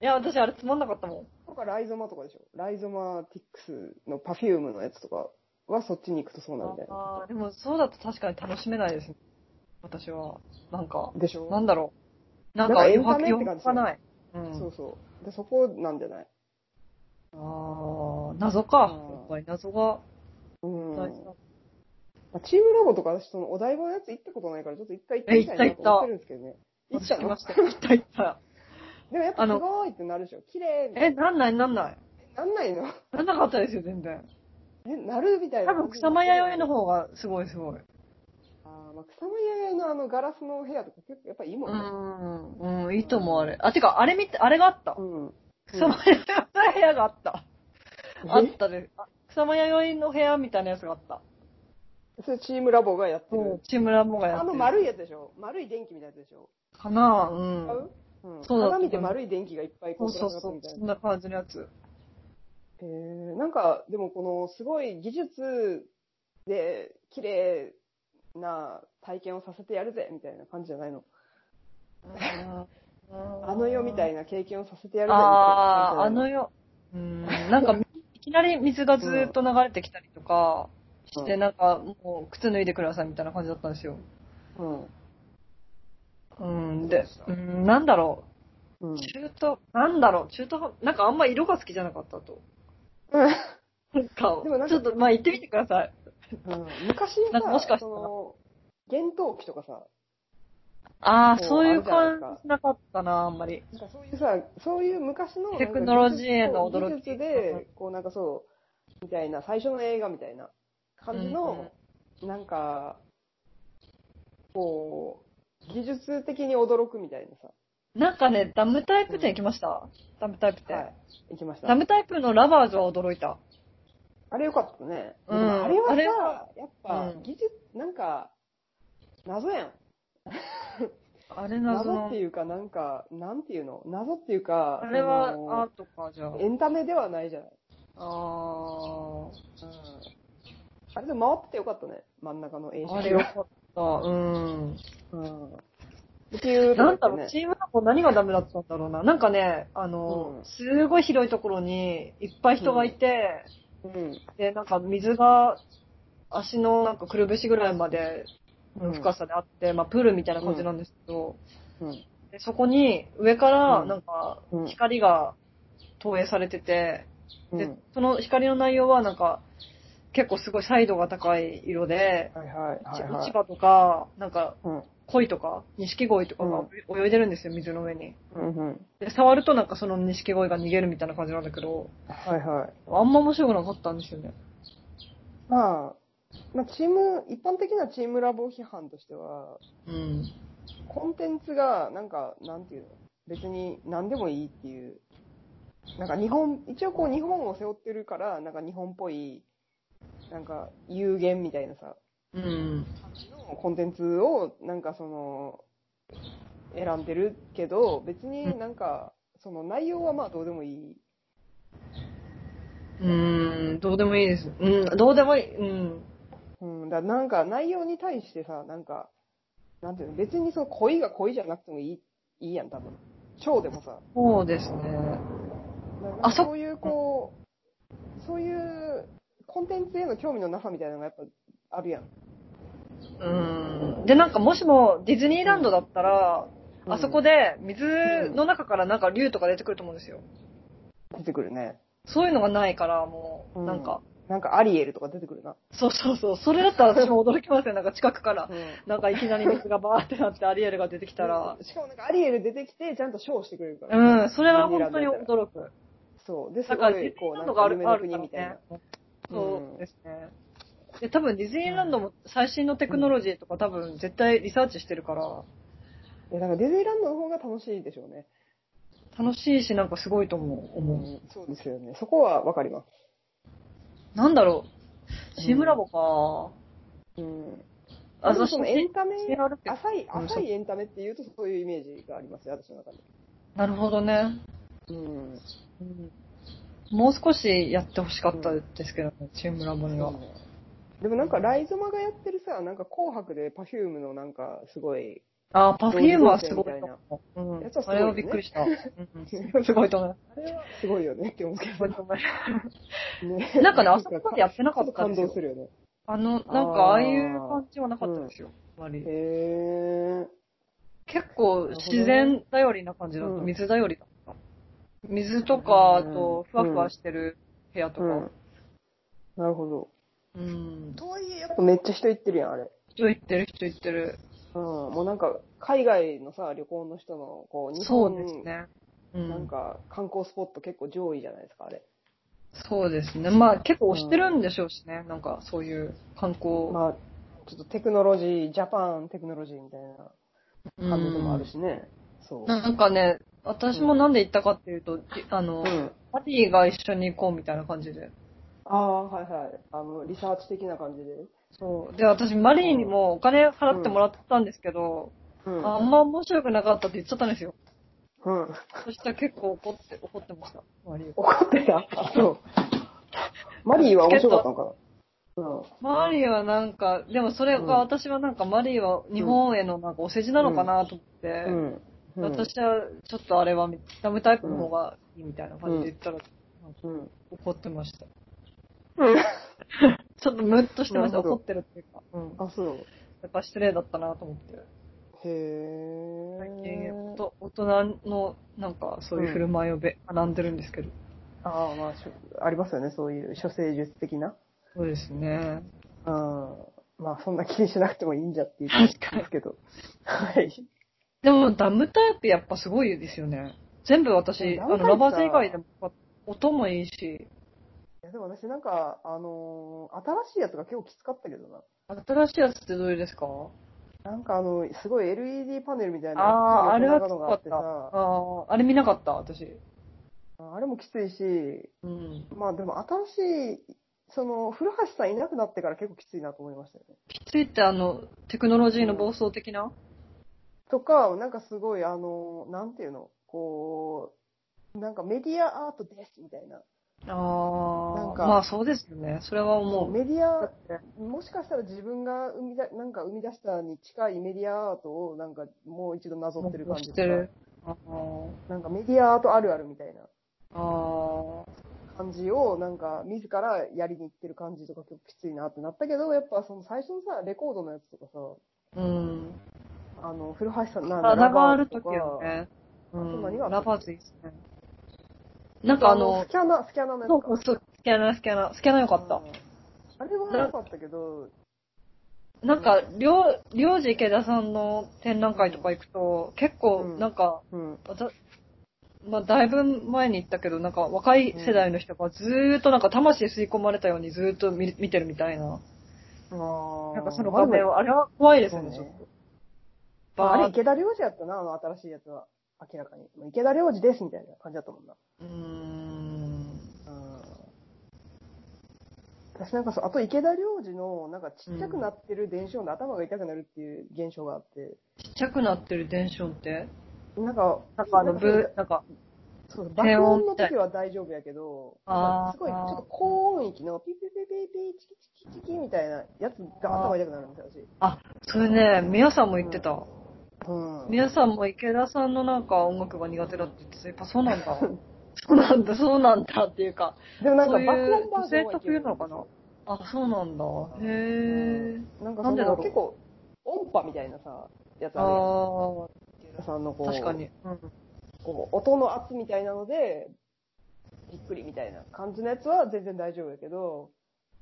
いや、私あれつまんなかったもん。とかライゾマとかでしょライゾマティックスのパフュームのやつとかはそっちに行くとそうなんだよ。あーでもそうだと確かに楽しめないですね。私は。なんか、でしょなんだろう。なんなんかか余エンタメ白、って感余じ白がない。うん。そうそう。で、そこなんじゃないあー、謎か。やっぱり謎がうん。大事ななまあ、チームラボとか私そのお台場のやつ行ったことないから、ちょっと一回行ってみたいえな行とった思ってるんですけどね。行った私来のましたよ。行 った行った。でもやっぱすごいってなるでしょ。綺麗みたえ、いな。なんないなんない。なんないの なんなかったですよ、全然。え、なるみたいな多感分、じ。草間弥生の方がすごいすごい。あーまあ、草間弥生のあのガラスの部屋とか結構やっぱいいもうんね。ん、うん、いいと思う、あれ。あ、てか、あれ見て、あれがあった。うん。草間弥生の部屋があった。あっえたで。あ草間弥生の部屋みたいなやつがあった。それチームラボがやってそうる。、チームラボがやってある。の丸いやつでしょ丸い電気みたいなやつでしょかなう違ん。ううん。そうだ鏡で丸い電気がいっぱいそこうう、そうぶら下そがってうみたい。なそんな感じのやつ。えー、なんか、でもこのすごい技術で綺麗な体験をさせてやるぜみたいな感じじゃないの。あの世みたいな。な経験をさせてやるぜみたいなああ、あ感じじゃないの世。うん、なんか、いきなり水がずーっと流れてきたりとかして、うんなんか、もう、靴脱いでくださいみたいな感じだったんですよ。のうん、で、うん、なんだろうん。うんう。。中途、なんだろう。中途半、なんかあんま色が好きじゃなかったと。なんか、でもなんかちょっと、まあ、言ってみてください。うん昔なさ、んかもしかしたそらの、厳冬期とかさ、ああ、もうそういうある感じゃないですかじなかったな、あんまり。なんかそういうさ、そういう昔のなんかテクノロジーへの技術驚き技術で、こうなんかそう、みたいな、最初の映画みたいな感じの、なんか、こう、技術的に驚くみたいなさ、なんかね、ダムタイプ店行きました、ダムタイプ店、はい、行きましたダ。ムタイプのラバーズは驚いた。あれよかったね。うんでもあれはあさ、れはやっぱうん、技術、なんか、謎やん。あれ謎謎のって。いうか、なんか、なんていうの謎っていうか、あれそはアのートか、じゃあ。エンタメではないじゃない。ああれでも回っててよかったね。真ん中の演ー出。あれよかった。うん。うん。っていうなのんだがろねう、チームラボ何がダメだったんだろうな。なんかね、あの、うんすごい広いところにいっぱい人がいて、うん。で、なんか水が足のなんかくるぶしぐらいまでの深さであって、まあプールみたいな感じなんですけど、うん。でそこに上からうんなんかうん光が投影されてて、うん。でその光の内容はなんか結構すごい彩度が高い色で、はいはい。はいは落ち。い葉とか、なんかうん。鯉とか、錦鯉とかが泳いでるんですよ、水の上に。うんうん。で、触るとなんかその錦鯉が逃げるみたいな感じなんだけど、はいはい。あんま面白くなかったんですよね。まあ、まあ、チーム、一般的なチームラボ批判としては、うん。コンテンツが、なんか、なんていうの別に何でもいいっていう。なんか日本、一応こう日本を背負ってるから、なんか日本っぽい、なんか有限みたいなさ、うん。コンテンツをなんかその選んでるけど別になんかその内容はまあどうでもいい、うーん、どうでもいいです。うん、どうでもいい。うん。うん、だなんか内容に対してさなんかなんていうの別にその恋が恋じゃなくてもいいいいやん多分超でもさそうですね。なんかあそそういうこうそういうコンテンツへの興味のなさみたいなのがやっぱあるやん、うん。で、なんかもしもディズニーランドだったら、あそこでで水の中からなんか竜とか出てくると思うんですよ。出てくるねそういうのがないから、もう、うんなんか、なんかアリエルとか出てくるな、そうそうそう、それだったら私も驚きますよ、なんか近くから。うんなんかいきなり水がバーってなってアリエルが出てきたら。しかもなんかアリエル出てきてちゃんとショーしてくれるから、うん、それは本当に驚く。そう。で、すだごから、い、ディズニこーう、ラなンんドかがあ夢る、のあるか国らみたいなね。。そうですね。で、多分ディズニーランドも最新のテクノロジーとか多分絶対リサーチしてるから、いや、だからディズニーランドの方が楽しいでしょうね。楽しいしなんかすごいと思う。思うそうですよね。そこはわかります。なんだろう、うんシームラボか。うん。あ、でも私そのエンタメ、知られてる浅い、うん浅いエンタメっていうとそういうイメージがありますよ、私の中で。なるほどね。うん。もう少しやってほしかったですけどね、チームラボには。でもなんか、ライゾマがやってるさ、なんか紅白で Perfume のなんか、すごい、あー、パフュームはすごいと思う。うんやつはすあごいよねれはびっくりした。 うん すごいと思う。あれはすごいよねって思うけすごいと思う。どね。なんかね、あそこまでやってなちょかっとったん感です動すよ。るよね。あの、なんかああいう感じはなかったですよ。あまりへえ。結構自然頼りな感じだった。うん水頼りだった。水とか、あうんと、ふわふわしてる部屋とうかん。。なるほど。うん。とはいえ、やっやっぱぱめっちゃ人行ってるやん、あれ。人言ってる人言ってる。うん。もうなんか、海外のさ、旅行の人の、こう、日そ本うですね。うなんん。か、観光スポット結構上位じゃないですか、あれ。そうですね。まあ結構押してるんでしょうしね。なんかそういう観光。まあ、ちょっとテクノロジー、ジャパンテクノロジーみたいなうん感じでもあるしね。そう。なんかね、私もなんで行ったかっていうと、じあの、うん。パティが一緒に行こうみたいな感じで。ああ、はいはい。あの、リサーチ的な感じで。そう。で、私、マリーにもお金払ってもらったんですけど、うん。あんま面白くなかったって言っちゃったんですよ。うん。そしたら結構怒って、怒ってました。マリー。怒ってたあそう。マリーは面白かったのかなうん。マリーはなんか、でもそれが私はなんかマリーは日本へのなんかお世辞なのかなと思って、うん。私はちょっとあれはダムタイプの方がいいみたいな感じで言ったらうん。怒ってました。うん。ちょっとムッとしてました。なるほど怒ってるっていうか。うん。あ、そう。やっぱ失礼だったなと思って。へえ。最近、と大人のなんかそういう振る舞いをべ、学んでるんですけど。ああ、まあしょ、ありますよね、そういう処世術的な。そうですね。うん。まあ、そんな気にしなくてもいいんじゃっていう感じですけど。はい。でもダムタイプやっぱすごいですよね。全部私、であもダの、ムタイプさラバーズ以外でも音もいいし、いやでも私なんか、あのー新しいやつが結構きつかったけどな。新しいやつってどれですかなんかあの、すごい LED パネルみたいな。ああー、あれはなきつのがかあっってた。さああ、あれ見なかった、私。あれもきついし、うん。まあでも新しい、その、古橋さんいなくなってから結構きついなと思いましたよね。きついってあの、テクノロジーの暴走的な、とか、なんかすごい、あの、なんていうの、こう、なんかメディアアートですみたいな。なあんあ、かまあそうですよね。それは思う。メディだアっ、てもしかしたら自分が生みだ、なんか生み出したに近いメディアアートをなんかもう一度なぞってる感じ知っとかてる。ああなんかメディアアートあるあるみたいなあ感じをなんか自らやりに行ってる感じとか結構きついなってなったけど、やっぱその最初のさ、レコードのやつとかあ、うん。さ、あの、古橋さんなん体があラるバーとときはか、ね。うそんなにん。はラバーズいいですね。なんかあのス、キャナー、スキャナーのやつそうかそうそう、スキャナー、スキャナー、スキャナーよかっうたん。あれは良かったけど、なんか、りょう、りょうじ池田さんの展覧会とか行くと、結構うんなんか、うん。わたまあ、だいぶ前に行ったけど、なんか若い世代の人がずーっとなんか魂吸い込まれたようにずーっと見見てるみたいな。ななんかその画面を、あれは怖いですよね、ちそょうっねと。まあ、あれバー池田良二やったな、あの新しいやつは。明らかに。池田良二ですみたいな感じだったもんな。うーん。うん。私なんかそう、あと池田良二の、なんかちっちゃくなってる電子音で頭が痛くなるっていう現象があって、ちっちゃくなってるテンションって、なんか、なんかあの、なんブかそうー、なんか、そう爆低音音みのたい時は大丈夫やけど、あーなんかすごい、ちょっと高音域のピピピピピチキチキチキみたいなやつが頭痛くなるんですよ、それね、宮さんも言ってた。私。うん宮さんも池田さんのなんか音楽が苦手だって言ってた。やっぱそうなんだ。 そうなんだ、そうなんだっていうか。でもなんそかうい爆う音バ女ージョ性ンはい特ける有なのかなあ、そうなんだ。へうえ。なんかなそんでだろのう結構音波みたいなさ、やつあるやんあ池田さんのあ、こう確かに。うん。こう音の圧みたいなので、びっくりみたいな感じのやつは全然大丈夫やけど、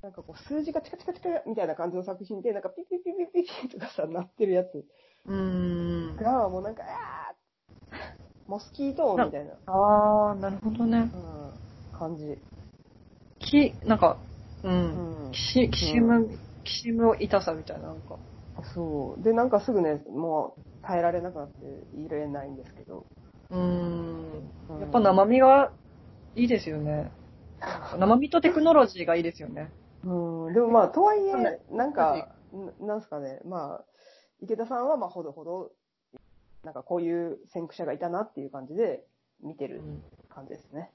なんかこう数字がチカチカチカみたいな感じの作品で、なんかピピピピピピとかさ、鳴ってるやつうーん。が、もうなんか、あーモスキート音みたいな、ああ、なるほどね。うん、感じ。き、なんか、う。うんんき。し、きしむ、きしむ痛さみたいな、なんか。そう。で、なんかすぐね、もう耐えられなくなっていれないんですけど。うーん。うんやっぱ生身がいいですよね。生身とテクノロジーがいいですよね。うん、でもまあ、とはいはいえ、なんか、ななんすかね、まあ、池田さんはまあ、ほどほど、なんかこういう先駆者がいたなっていう感じで見てる感じですね。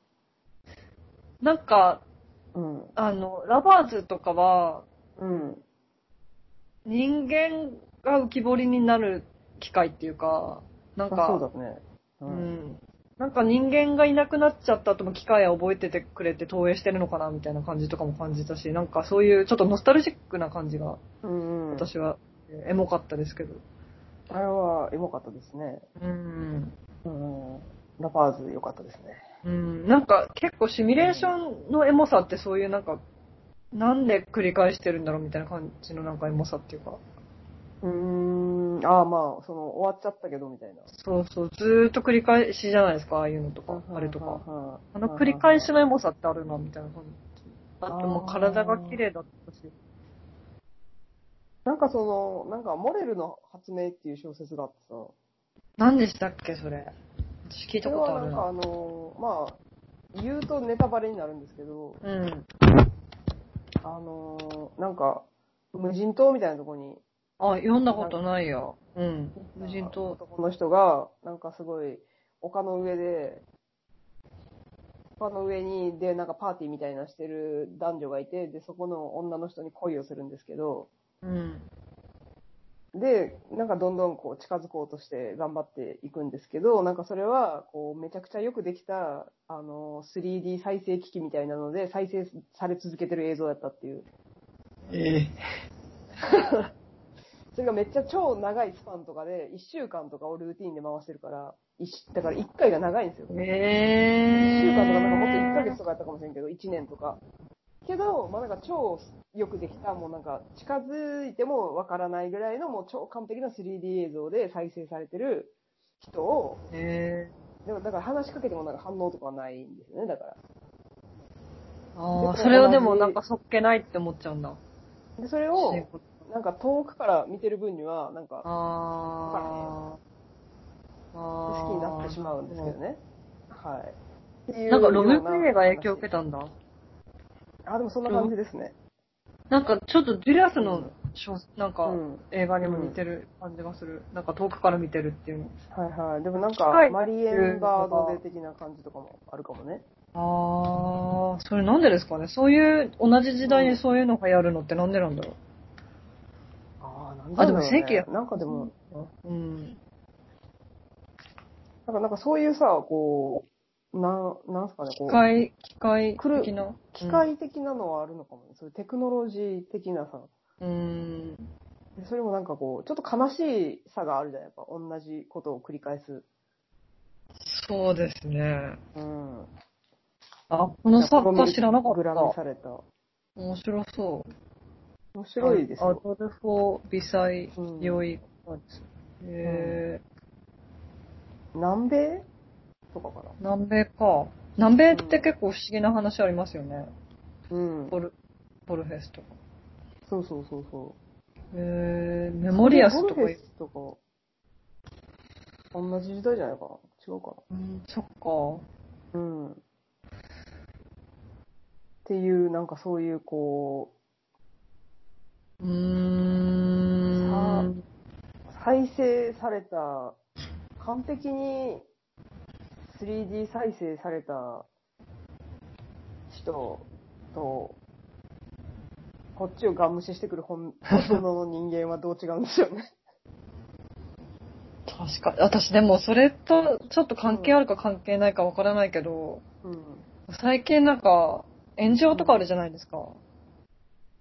なんか、うん。あの、ラバーズとかは、うん。人間が浮き彫りになる機会っていうか、なんまあか、そうだね。う。うんんなんか人間がいなくなっちゃった後も機械は覚えててくれて投影してるのかなみたいな感じとかも感じたし、なんかそういうちょっとノスタルジックな感じがうん、うん。私はえーエモかったですけど。あれは、エモかったですね。うん。うん。ラパーズ良かったですね。うん。なんか結構シミュレーションのエモさってそういうなんかなんで繰り返してるんだろうみたいな感じのなんかエモさっていうか。うーん、ああまあ、その、終わっちゃったけどみたいな。そうそう、ずーっと繰り返しじゃないですか、ああいうのとか、あれとか。かあの繰り返しのエモさってあるな、みたいな感じ。あともう体が綺麗だったし。なんかその、なんか、モレルの発明っていう小説があってさ、何でしたっけ、それ。私聞いそたれことあはなるんかな。あの、まあ、言うとネタバレになるんですけど、うん。あの、なんか、無人島みたいなとこに、あ、読んだことないよ。うん。無人島。男の人が、なんかすごい、丘の上で、丘の上に、で、なんかパーティーみたいなしてる男女がいて、で、そこの女の人に恋をするんですけど、うん。で、なんかどんどんこう近づこうとして頑張っていくんですけど、なんかそれは、こう、めちゃくちゃよくできた、あの、3D 再生機器みたいなので、再生され続けてる映像だったっていう。ええ。それがめっちゃ超長いスパンとかで、1週間とかをルーティンで回してるから、一だから1回が長いんですよ。1週間とか、なんかもっと1ヶ月とかやったかもしれんけど、1年とか。けど、まあ、なんか超よくできた、もうなんか近づいてもわからないぐらいのもう超完璧な 3D 映像で再生されてる人を、ええ。でもだから話しかけてもなんか反応とかはないんですよね、だから。ああ、それをでもなんかそっけないって思っちゃうんだ。で、それを、なんか遠くから見てる分には、なんかああ。好きになってしまうんですけどね。ね。はい。っていうなんかロブプレイがような影響を受けたんだ。あ、でもそんな感じですね。なんかちょっとジュリアスの小なんうかん。映画にも似てる感じがする。なんか遠くから見てるっていうの。はいはい。でもなん近かい、マリエンバードで的な感じとかもあるかもね。ああ、それなんでですかね。そういう、同じ時代にそういうのがやるのってなんでなんだろああ、なんあでもだろうね1900なんかでも、う。うん。なんかなんかそういうさ、こう、なん、なんすかね、こ機う、械、機械的な。機械的なのはあるのかもね。そういうテクノロジー的なさ。うん。でそれもなんかこう、ちょっと悲しいさがあるじゃん、やっぱ。同じことを繰り返す。そうですね。うん。あ、この作家知らなかっグラミた。された。面白そう。面白いですアよ。ドルフォ・ビサイ・うんヨイ。へえ南米とかかな。南米か。南米って結構不思議な話ありますよね。うん。ボル、ボルフェスとか。そうそうそうそう。へえメモリアスとかゴル。フェスとか、同じ時代じゃないかな。違うかうん、そっな。うん。っていう、なんかそういう、こか。うーん。う、再生された、完璧に 3D 再生された人と、こっちをガン無視してくる本本物の人間はどう違うんでしょ うね。確かに。私でもそれとちょっと関係あるか関係ないかわからないけど、うん。最近なんか炎上とかあるじゃないですか。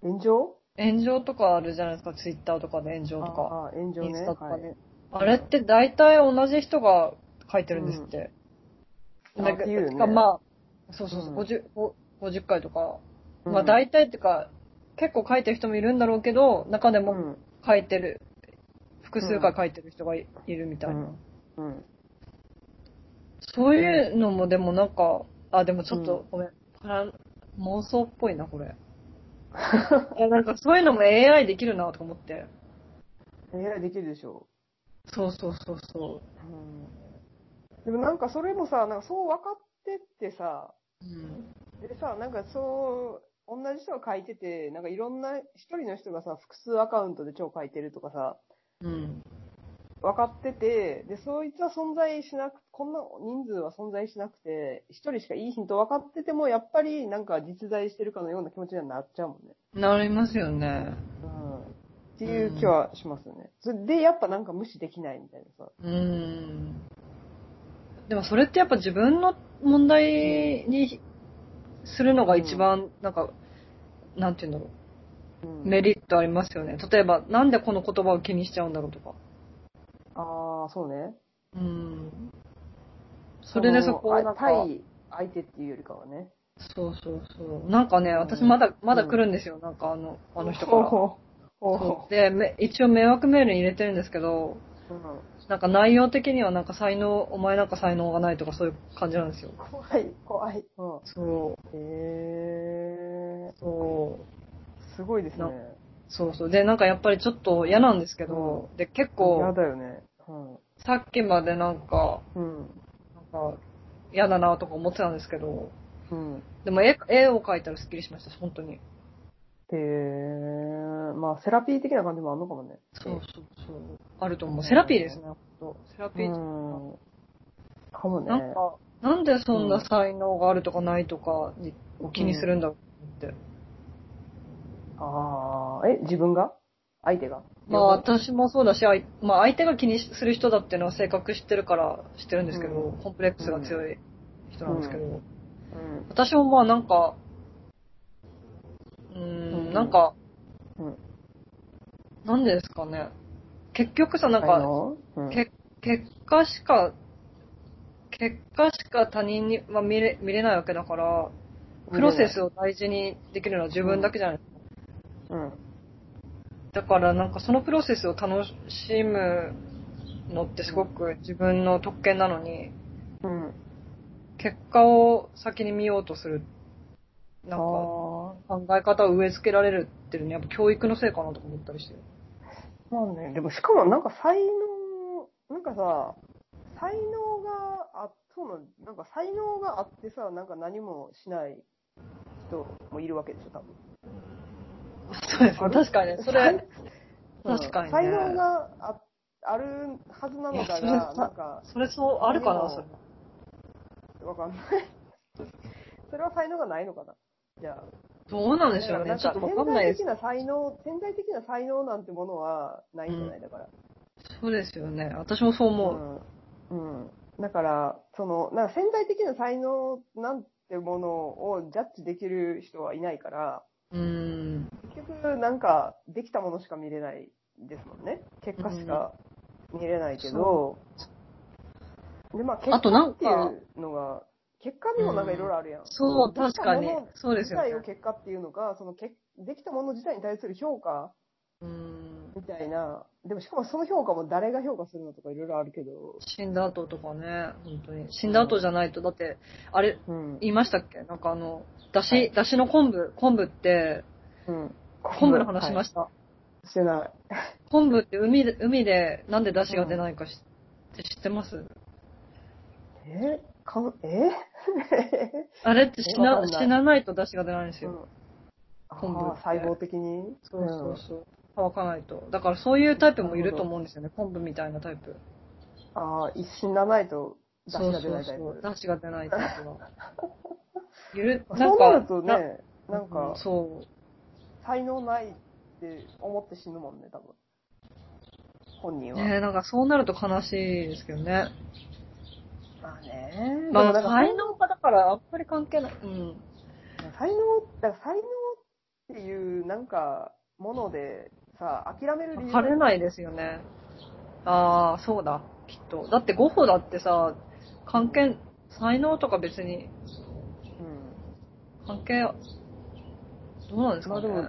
炎上炎上とかあるじゃないですか。ツイッターとかで炎上とか。ああ、炎上インね。スタとかはいで。あれって大体同じ人が書いてるんですって。うんなんか、あ言うよねてかまあ、そうそうそう、うん50、ご50回とか。うんまあ大体ってか、結構書いてる人もいるんだろうけど、中でうもん。書いてる、複数回書いてる人がいいるみたいな、うん。うんそういうのもでもなんか、あ、でもちょっうとごめん。パラ妄想っぽいな、こ れ。いや、なんかそういうのも AI できるなと思って。 AI できるでしょ、そうそうそうそうでもなんかそれもさ、なんかそう分かってってさ、う。うん。でさ、なんかそう、同じ人が書いてて、なんかいろんな、一人の人がさ、複数アカウントで超書いてるとかさ、うん。分かってて、で、そいつは存在しなく、こんな人数は存在しなくて、一人しかいいヒント分かってても、やっぱりなんか実在してるかのような気持ちにはなっちゃうもんね。なりますよね。うん。っていう気はしますよね。それで、やっぱなんか無視できないみたいなさ。うーんでもそれってやっぱ自分の問題にするのが一番、なんか、なんて言うんだろうんう、メリットありますよね。例えば、なんでこの言葉を気にしちゃうんだろうとか。ああ、そうね。うーん。それでそこをなんか、対相手っていうよりかはね。そうそうそう。なんかね、私まだ、まだ来るんですよ。なんかあの、あの人かほうら。ほうそほうで、め一応迷惑メールに入れてるんですけど、ううんなんか内容的にはなんか才能、お前なんか才能がないとかそういう感じなんですよ。怖い、怖い。うんそう。へえそう。すごいですね。なそうそう。で、なんかやっぱりちょっと嫌なんですけど、で、結嫌構、だよね。うんさっきまでなんか、うん。なんか、嫌だなとか思ってたんですけど、うん。でも絵絵を描いたらスッキリしました、本当に。へえまあ、セラピー的な感じもあるのかもね。そうそうそう。あると思う。セラピーですね、本当。セラピー。うん。かもね。なんか、なんでそんな才能があるとかないとかにを気にするんだろうって。ああ、え、自分が相手がまあ私もそうだし、あいまあ相手が気にする人だっていうのは性格知ってるから知ってるんですけど、うコンプレックスが強い人なんですけど、うん。私もまあなんか、うーん、うんなんか、うんなんでですかね。結局さ、なん才か、能うん結結果しか、結果しか他人には見れ見れないわけだから、プロセスを大事にできるのは自分だけじゃないですか。うん。だからなんかそのプロセスを楽しむのってすごく自分の特権なのに、うん。結果を先に見ようとする、なんかあ考え方を植え付けられるっていうのはやっぱ教育のせいかなとか思ったりして。あ。まあね、でもしかもなんか才能、なんかさ、才能があそうなのなんか才能があってさ、なんか何もしない人もいるわけでしょ、多分。そうですね。確かにね。それ、 才確かにね才能がああるはずなのだいやが、それなんか、それそう、あるかな、でそもれ。わかんない。 それは才能がないのかなじゃあ。どうなんでしょうなねん。ちょかっとわかんないです。潜在的な才能、潜在的な才能なんてものはないんじゃないだから。そうですよね。私もそう思う。うん。うん。だから、その、なんか潜在的な才能なんてものをジャッジできる人はいないから、うーん。結局なんかできたものしか見れないですもんね。結果しか見れないけど、で、まあ結あとな果んってかいうのが、結果にもなんかいろいろあるやん。そう、でき確たかにもの。そうです自よね体を。結果っていうのか、そのけできたもの自体に対する評価うーん。みたいな、でもしかもその評価も誰が評価するのとかいろいろあるけど、死んだ後とかね、本当に。死んだ後じゃないと、だって、あれ、うん。言いましたっけなんかあの、だし、はいだしの昆布、昆布って、うん、昆布の話しましした。た。してない。昆布って海で、海でなんで出汁が出ないかし、って知ってますえかん、えあれって死なわかんない死なないと出汁が出ないんですうよ。んあ昆布ー細胞的にそうそうそう。乾かないと。だからそういうタイプもいると思うんですよね。昆布みたいなタイプ。うんああ、一死なないと出汁が出ないタイそうプ。そうそう。出汁が出ないタイプ が。ゆる、なそんうなかる、とね、なんうか、そう。才能ないって思って死ぬもんね、多分。本人は。ねえ、なんかそうなると悲しいですけどね。まあね。まであ、もなんか才能がだからあんまり関係ない。うん。才能、だから才能っていうなんかものでさ、諦める理由晴れないですよね。ああ、そうだ、きっと。だってゴッホだってさ、関係、才能とか別にうん。関係、どうなんですまかねあで。も、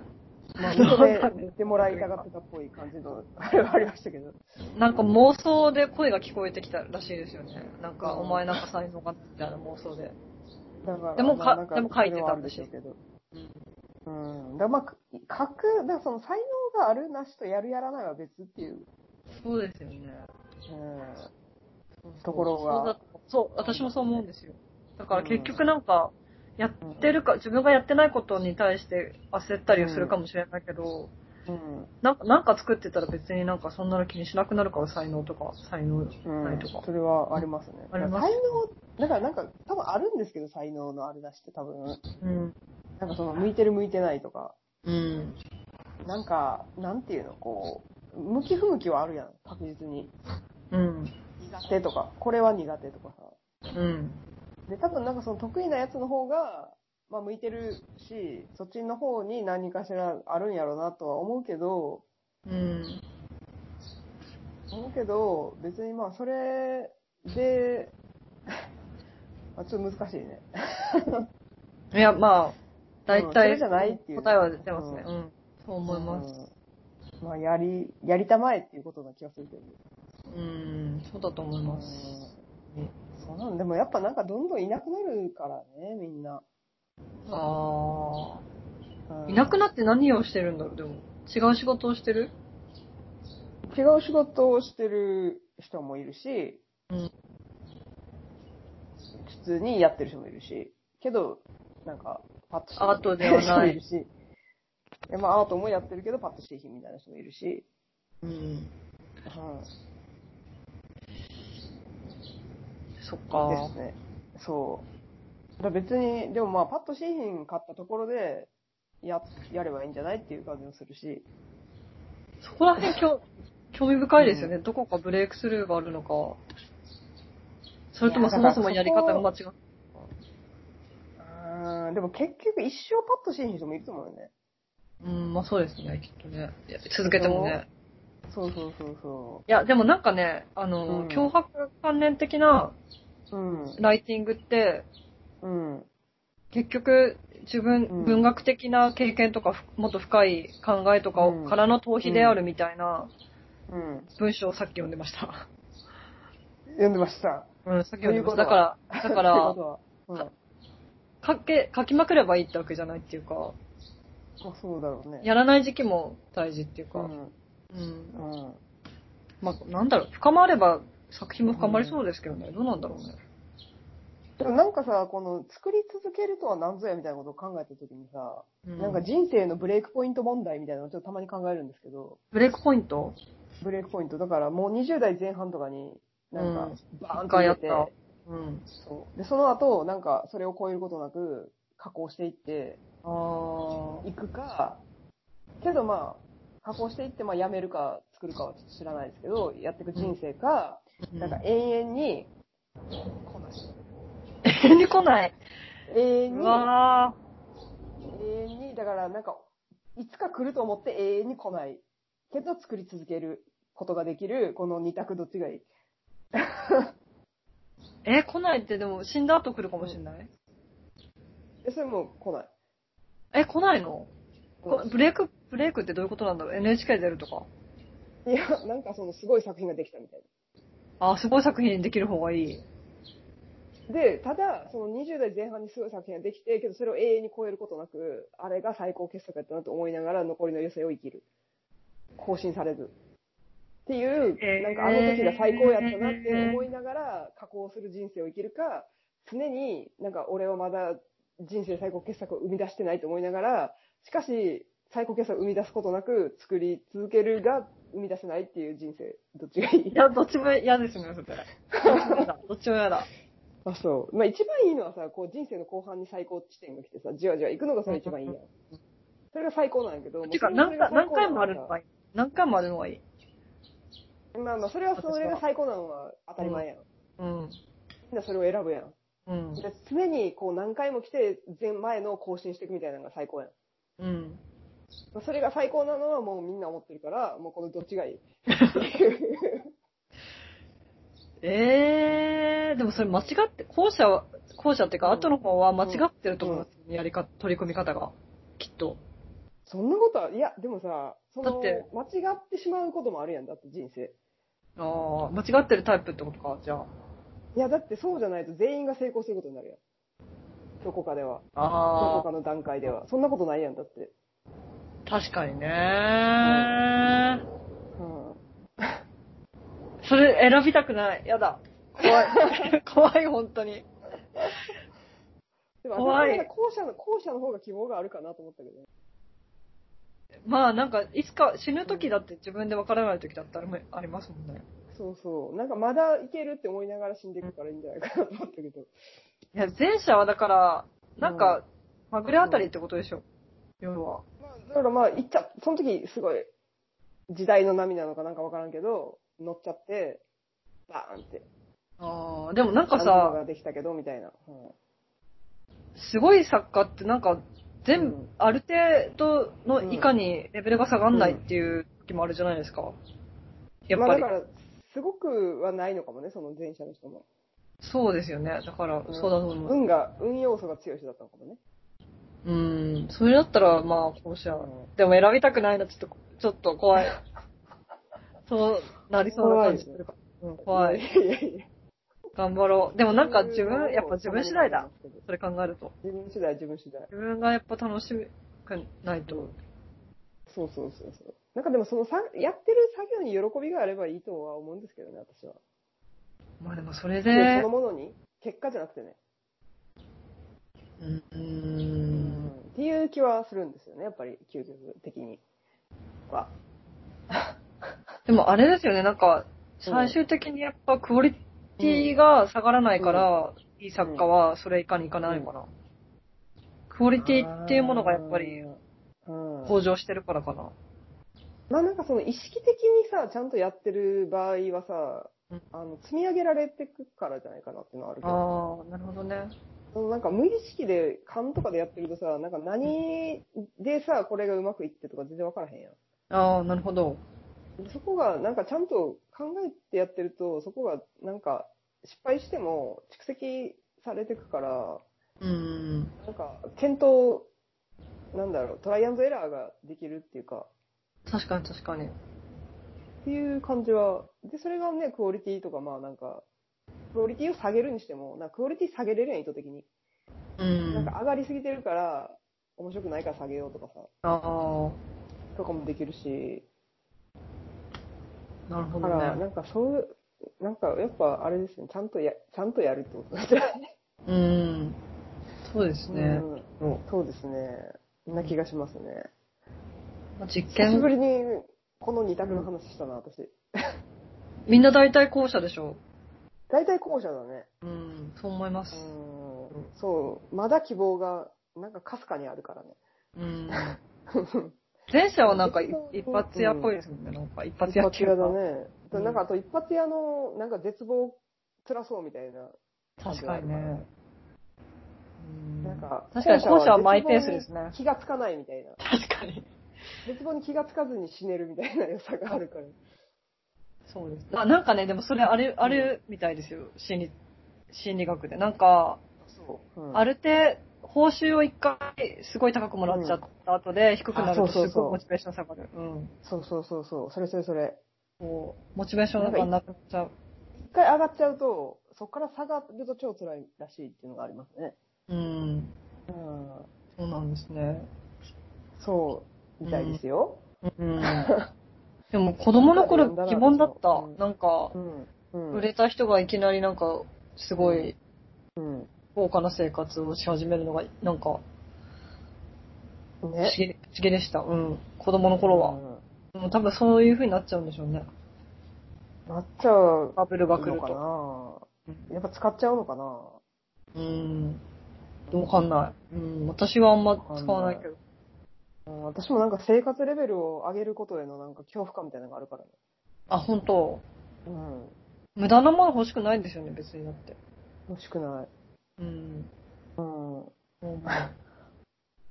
まあど認うめなんですてもらいたがってたっぽい感じの、あれはありまし たけど。なんか妄想で声が聞こえてきたらしいですよね。なんか、うんお前なんか才能がないみたいな妄想で。だから、でもかまあなんでも書いてたそれはあるでしょうけど。うんうん。だからまあ、書く、だからその才能があるなしとやるやらないは別っていう、そうですよね。うん。ところそうがだ、そう、私もそう思うんですよ。だから結局なんか、やってるか、自分がやってないことに対して焦ったりするかもしれないけど、うん。なんか、なんか作ってたら別になんかそんなの気にしなくなるから才能とか、才能なういんとか。。それはありますね。あります才能、だからなんか、多分あるんですけど、才能のあれだしって多分。うん。なんかその、向いてる向いてないとか。うん。なんか、なんていうの、こう、向き不向きはあるやん、確実に。うん。苦手とか、これは苦手とかさ。うん。で、多分なんかその得意なやつの方が、まあ向いてるし、そっちの方に何かしらあるんやろうなとは思うけど、うん。思うけど、別にまあそ れで、まあちょっと難しいね。いや、まあ、大うんそ体、れじゃないっていう答えは出てますね。ううん。そう思います。うん。まあ、やり、やりたまえっていうことな気がするけど。うん、そうだと思います。うんそうなんでもやっぱなんかどんどんいなくなるからね、みんな。あうあ。んいなくなって何をしてるんだろう、でも。違う仕事をしてる違う仕事をしてる人もいるし、うん普通にやってる人もいるし、けど、なんか、パッとしてアートではないる人もいるし、でまあ、アートもやってるけど、パッとして品みたいな人もいるし、うん。うん、そっでかす。ね。そう。だから別に、でもまあ、パッと製品買ったところで、や、やればいいんじゃないっていう感じもするし。そこら辺き ょ興味深いですよね。どこかブレイクスルーがあるのか。それともそもそもやり方が間違っうん、でも結局一生パッと製品人もいると思うよね。うん、まあそうですね、きっとね。いや続けてもね。そうそうそうそいや、でもなんかね、あの、うん脅迫関連的なう。うん。ライティングって、うん。結局、自分、うん文学的な経験とか、ふもっと深い考えとかを、うんからの逃避であるみたいなうん。文章をさっき読んでました。読んでました。 うん、さっき読んでました。というだから、だことかってこらと、はうん。ま書け、書きまくればいいってわけじゃないっていうか、あ、そうだろうね。やらない時期も大事っていううか、ん。うんうん。まあ、なんだろう、深まれば作品も深まりそうですけどね、どうなんだろうね。でもなんかさ、この作り続けるとは何ぞやみたいなことを考えたときにさ、うなんか人生のブレイクポイント問題みたいなのをちょっとたまに考えるんですけど、ブレイクポイントブレイクポイント。だからもう20代前半とかに、なんか、バーン一と回ややっって、た。うん。そう。で、その後、なんか、それを超えることなく、加工していって、ああ。いくか、けどまあ、加工していって、まあ、やめるか、作るかはちょっと知らないですけど、やっていく人生か、なんか、永遠に、来ない永遠に来ない。永遠うに、わ永遠に、だからなんか、いつか来ると思って永遠に来ない。けど、作り続けることができる、この二択どっちがいいーえ、来ないってでも死んだ後来るかもしれない、え、それも来ない。え、来ないのこブレイク、ブレイクってどういうことなんだろう ?NHK 出るとか。いや、なんかそのすごい作品ができたみたいあーすごい作品にできる方がいい。な。で、ただ、その20代前半にすごい作品ができて、けどそれを永遠に超えることなく、あれが最高傑作だったなと思いながら残りの余生を生きる。更新されず。っていう、えーなんかあの時が最高やったなって思いながら、加工する人生を生きるか、常になんか俺はまだ人生最高傑作を生み出してないと思いながら、しかし、最高傑作を生み出すことなく作り続けるが生み出せないっていう人生、どっちがいいい や、どっちも嫌ですね、それ。どっちも嫌だ。あ、そう。まあ、一番いいのはさ、こう人生の後半に最高地点が来てさ、じわじわ行くのがそれ一番いいやん。それが最高なんやけど。てか、もうそ何れが回、何回最高なのもはあるのがいい。何回もあるのがいい。まあまあ、それは、それが最高なのは当たり前やん。うん。みんなそれを選ぶやん。うん。で常にこう何回も来て、前前のを更新していくみたいなのが最高やん。うん。まあそれが最高なのはもうみんな思ってるから、もうこのどっちがいい。っていうええー、でもそれ間違って、後者は、後者っていうか、うん後の方は間違ってると思いますよね、やり方、取り組み方が。きっと。そんなことは、いや、でもさ、そだの、っ間て違ってしまうこともあるやん、だって人生。ああ、間違ってるタイプってことか、じゃいや、だってそうじゃないと全員が成功することになるやん。どこかでは。あ。どこああかの段階では。そんなことないやん、だって。ー、確かにね、うん。それ選びたくない。やだ。怖 い。怖い、本当に。でも、怖い私は後者の、後者の方が希望があるかなと思ったけどね。まあなんか、いつか死ぬ時だって自分でわからない時だったらもありますもんね。そうそう。なんかまだいけるって思いながら死んでいくからいいんじゃないかなと思ったけど。いや、前者はだから、なんか、まぐれあたりってことでしょ。要は。まあ、だからまあ、いっちゃ、その時すごい、時代の波なのかなんかわからんけど、乗っちゃって、バーンって。ああ、でもなんかあんなさの、ができたけど、みたいな。うんすごい作家ってなんか、全部、うんある程度うのん以下にレベルが下がんないっていう時もあるじゃないですか。やっぱり。まあだから、すごくはないのかもね、その前者の人も。そうですよね。だから、うんそうだと思う。運が、運要素が強い人だったのかもね。うん、それだったら、まあ、こうしよう。でも選びたくないな、ちょっと、ちょっと 怖い。そう、なりそうな感じするから。うん、怖い。いやいや。頑張ろう。でもなんか自分、やっぱ自分次第だ。。それ考えると。自分次第、自分次第。自分がやっぱ楽しくないと。そうそうそうそう。なんかでもそのさ、やってる作業に喜びがあればいいとは思うんですけどね、私は。まあでもそれででその、ものに、結果じゃなくてね。うんううんん、っていう気はするんですよね、やっぱり、究極的に。は。でもあれですよね、なんか、最終的にやっぱクオリティが下がらないから、いい作家はそれ以下にいかないのかな。クオクリティっていうものがやっぱり、うん。向上してるからかな。まあなんかその意識的にさ、ちゃんとやってる場合はさうん、あの、積み上げられてくからじゃないかなっていうのはあるけど。ああ、なるほどね。そのなんか無意識で勘とかでやってるとさ、なんか何でさ、これがうまくいってとか全然わからへんやん。ああ、なるほど。そこがなんかちゃんと考えてやってると、そこがなんか失敗しても蓄積されてくから、うん。なんか検討、なんだろう、トライアンドエラーができるっていうか、確かに確かに。っていう感じは、で、それがね、クオリティとかまあなんか、クオリティを下げるにしても、なんかクオリティ下げれるやん、意図的に。うん。なんか上がりすぎてるから、面白くないから下げようとかさ。ああ、とかもできるし、なるほだどから、ね。なんかそういう、なんかやっぱあれですね、ちゃんとや、ちゃんとやるってことですね。うん。そうですね。うん、そうですね。な気がしますね。まあ実久しぶ験、りに、この二択の話したな、私。みんな大体後者でしょ大体後者だね。うん、そう思いますう。ん、そう。まだ希望が、なんかかすかにあるからね。うん。前者はなんかいうん一発屋っぽいですもんね。なんか一発一屋発級屋がだうね。んなんかあと一発屋の、なんか絶望辛そうみたいな。確かにね。うんなんか、確かに後者はマイペースですね。気がつかないみたいな。確かに。絶望に気がつかずに死ねるみたいな良さがあるから。そうです。あなんかね、でもそれあれ、あれみたいですよ。心理、心理学で。なんか、そう。ある程度、報酬を一回すごい高くもらっちゃった後で低くなるあそうそとうそうすごいモチベーション下がる。うん。そうそうそうそう。それそれそれ。こう、モチベーションがなくなっちゃう。一回上がっちゃうと、そこから下がると超辛いらしいっていうのがありますね。うん。うん。そうなんですね。そう。みたいですよ。うん。 でも子供の頃疑問だったうん。なんかう、ん。うん。売れた人がいきなりなんか、すごいうん。豪華な生活をし始めるのが、なんか、不思ね。議不思議でした。うん。子供の頃は。もう多分そういう風になっちゃうんでしょうね。うん。なっちゃうバブルが来のるかと。なやっぱ使っちゃうのかなうん。わかんない。うん。私はあんま使わないけど。うん私もなんか生活レベルを上げることへのなんか恐怖感みたいなのがあるからね。あ、本当うん。無駄なもの欲しくないんですよね、別にだって。欲しくない。うん。うん。うん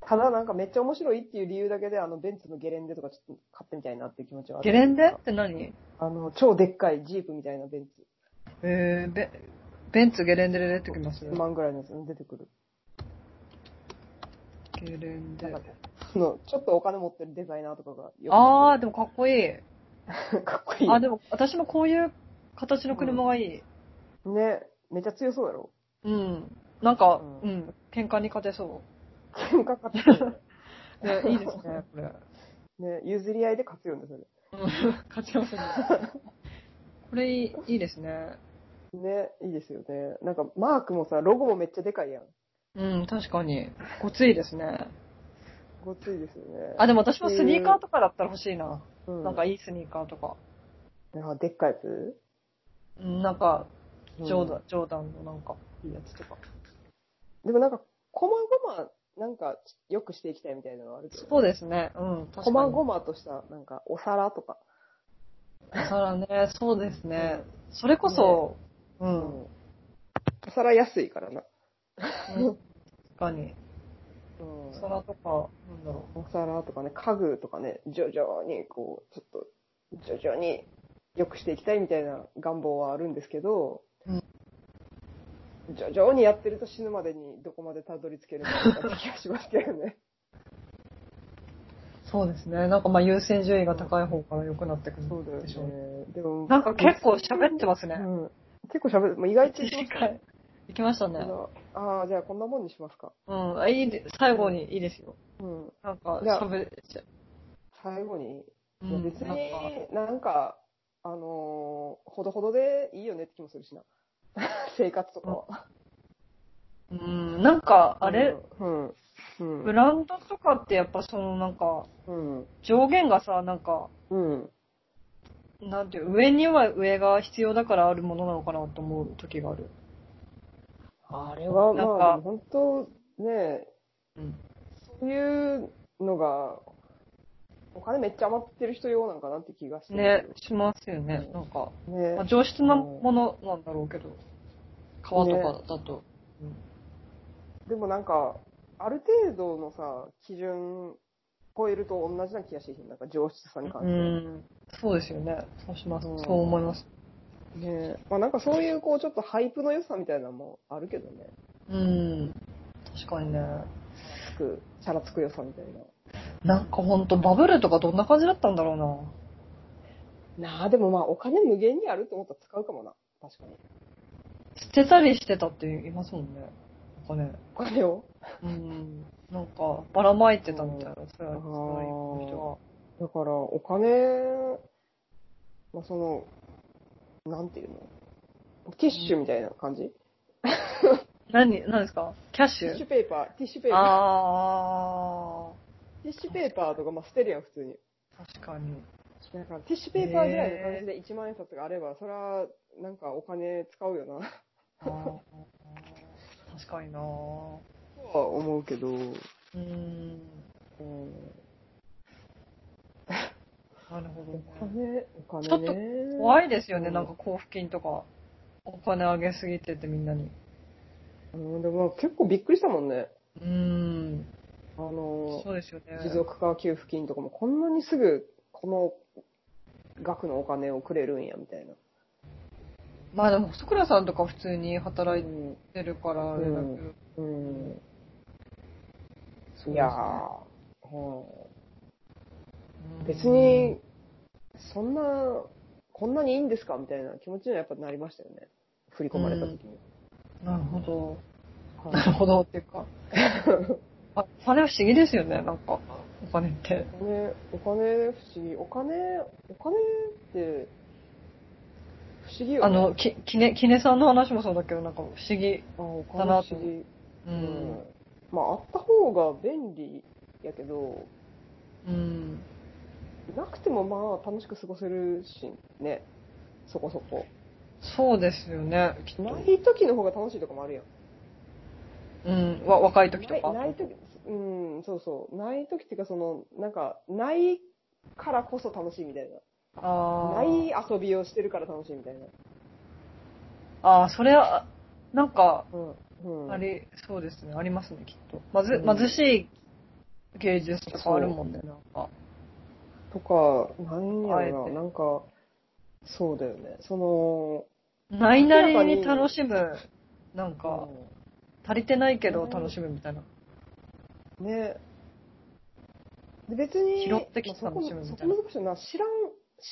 ただなんかめっちゃ面白いっていう理由だけで、あのベンツのゲレンデとかちょっと買ってみたいなっていう気持ちはあゲる。レンデって何あの、超でっかいジープみたいなベンツ。えー、ベベンツゲレンデで出てきます1万ぐらいのやつ出てくる。ゲレンデなん。かその、ちょっとお金持ってるデザイナーとかがあよー、でもかっこいい。くかっこいい。あ、でも私もこういう形の車がいい。ね、めっちゃ強そうやろ。 うん。なんか、ううん、喧嘩に勝てそ喧嘩買ってくる。う。 ね、いいですね、これ。ね、譲り合いで勝つよね、それ。勝ちますね。 これいい、いいですね。ね、いいですよね。なんかマークもさ、ロゴもめっちゃでかいやん。うん、確かに。ごついですね。ごついですよね。あ、でも私もスニーカーとかだったら欲しいな。うん、なんかいいスニーカーとか。あでっかいやつうん、なんか、ジョーダうン、んジョーダンのなんか、いいやつとか。でもなんか、こまごま、なんか、よくしていきたいみたいなのはあるけど。そうですね。うん、こ確かまに。ごまとした、なんか、お皿とか。お皿ね、そうですね。それこそ、うん。お皿安いからな。確かに。うんお皿とか、なんだろお皿とかね、家具とかね、徐々に、こう、ちょっと、徐々に良くしていきたいみたいな願望はあるんですけど、うん徐々にやってると死ぬまでにどこまでたどり着けるかって気がしますけ どね。そうですね。なんかまあ優先順位が高い方から良くなってくるそうだよんでしょうね。ね。でも、なんか結構喋ってますねう。ん、結構喋る、まあ、意外と言ってます短い。行きましたけね。どああ、じゃあこんなもんにしますか。うん。あいいで最後にいいですよ。うん。なんかじゃあ喋っちゃ最後に、う。いやうん別なんかになんか、あのーほどほどでいいよねって気もするしな。 生活とかは。うん、なんか、あれ、うん。うん。ブランドとかってやっぱそのなんか、うん。上限がさ、なんか、うん。なんていう、上には上が必要だからあるものなのかなと思う時がある。あれは、まなんあ、か本当ね、うん。そういうのが、お金めっちゃ余ってる人用なんかなって気がしてねる、しますよね。なんか、けどね。まあ、上質なものなんだろうけど、革とかだと。でもなんか、ある程度のさ、基準超えると同じな気がしてきて、なんか上質さに関うしては。ん。そうですよね。そうします。うんそう思います。ねまあなんかそういうこうちょっとハイプの良さみたいなのもあるけどね。うん。確かにね。つく、チャラつく良さみたいなんかほんとバブルとかどんな感じだったんだろうな。な。なあ、でもまあお金無限にあると思ったら使うかもな。確かに。捨てたりしてたって言いますもんね。お金。お金を。うん。なんか、ばらまいてたみたいな、それは、そういう人は。だからお金、まあその、なんていうのティッシュみたいな感じ、何、何ですかキャッシティッシュュペーパー、ティッシュペーパあー。ティッシュペーパーとかまあ捨てるやん、普通に。あ、確かに。だからティッシュペーパーぐらいの感じで1万円札があれば、それはなんかお金使うよな。あー確かになうとは思うけど。ーん。うんなるほどおね。金、おちょ金っねと。怖いですようね、んなんか交付金とか。お金あげすぎててみんなに。うん、でも結構びっくりしたもんね。うーん。あのそ、うですよね。持続化給付金とかもこんなにすぐこの額のお金をくれるんや、みたいな。まあでも、細倉さんとか普通に働ういん。てるから、あれだけど。うんうんそうですねいやー、はうんい別に、そんな、こんなにいいんですかみたいな気持ちにはやっぱなりましたよね。振り込まれた時に。なるほ ど。はないるほどっていうか。 あ、あれは不思議ですよね、なんか、お金って。お金、お金不思議。お金、お金って、不思議よ、ね。あの、き、きね、きねさんの話もそうだけど、なんか不思議。あ、お金だな不と思議。う。。うんまあ、あった方が便利やけど、うん。なくてもまあ、楽しく過ごせるし、ね。そこそこ。そうですよね、きっと。ない時の方が楽しいとかもあるやん。うん。わ、若い時となか。いない時、うん、そうそう。ない時っていうか、その、なんか、ないからこそ楽しいみたいな。ああ。ない遊びをしてるから楽しいみたいな。ああ、それは、なんか、うん。うん。あれ、そうですね、ありますね、きっと。まず、うん貧しい芸術とかあるもんね、なんか。とか、なんやあろえてな、なんか、そうだよね。その、ないなりに楽しむ、なんか、う足りてないけど楽しむみたいな。んね。で別に、拾ってきてまあそこ楽しむみたいなそこ難しいよな。知らん、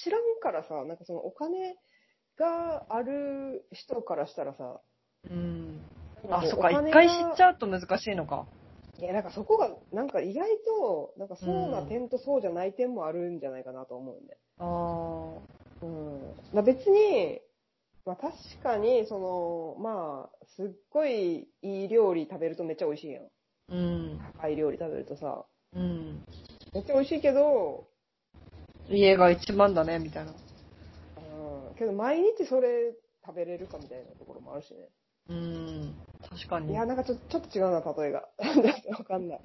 知らんからさ、なんかそのお金がある人からしたらさ、うん。なんあ、こうそっか、お金一が回知っちゃうと難しいのか。いや、なんかそこが、なんか意外と、なんかそうな点とそうじゃない点もあるんじゃないかなと思うんで。ああ。うん。まあ別に、まあ確かに、その、まあ、すっごいいい料理食べるとめっちゃ美味しいやん。うん。高い料理食べるとさ、うん。めっちゃ美味しいけど、家が一番だね、みたいな。うん、けど毎日それ食べれるかみたいなところもあるしね。うん。確かいに。や、なんかちょちょっと違うな、例えが。 わかんない。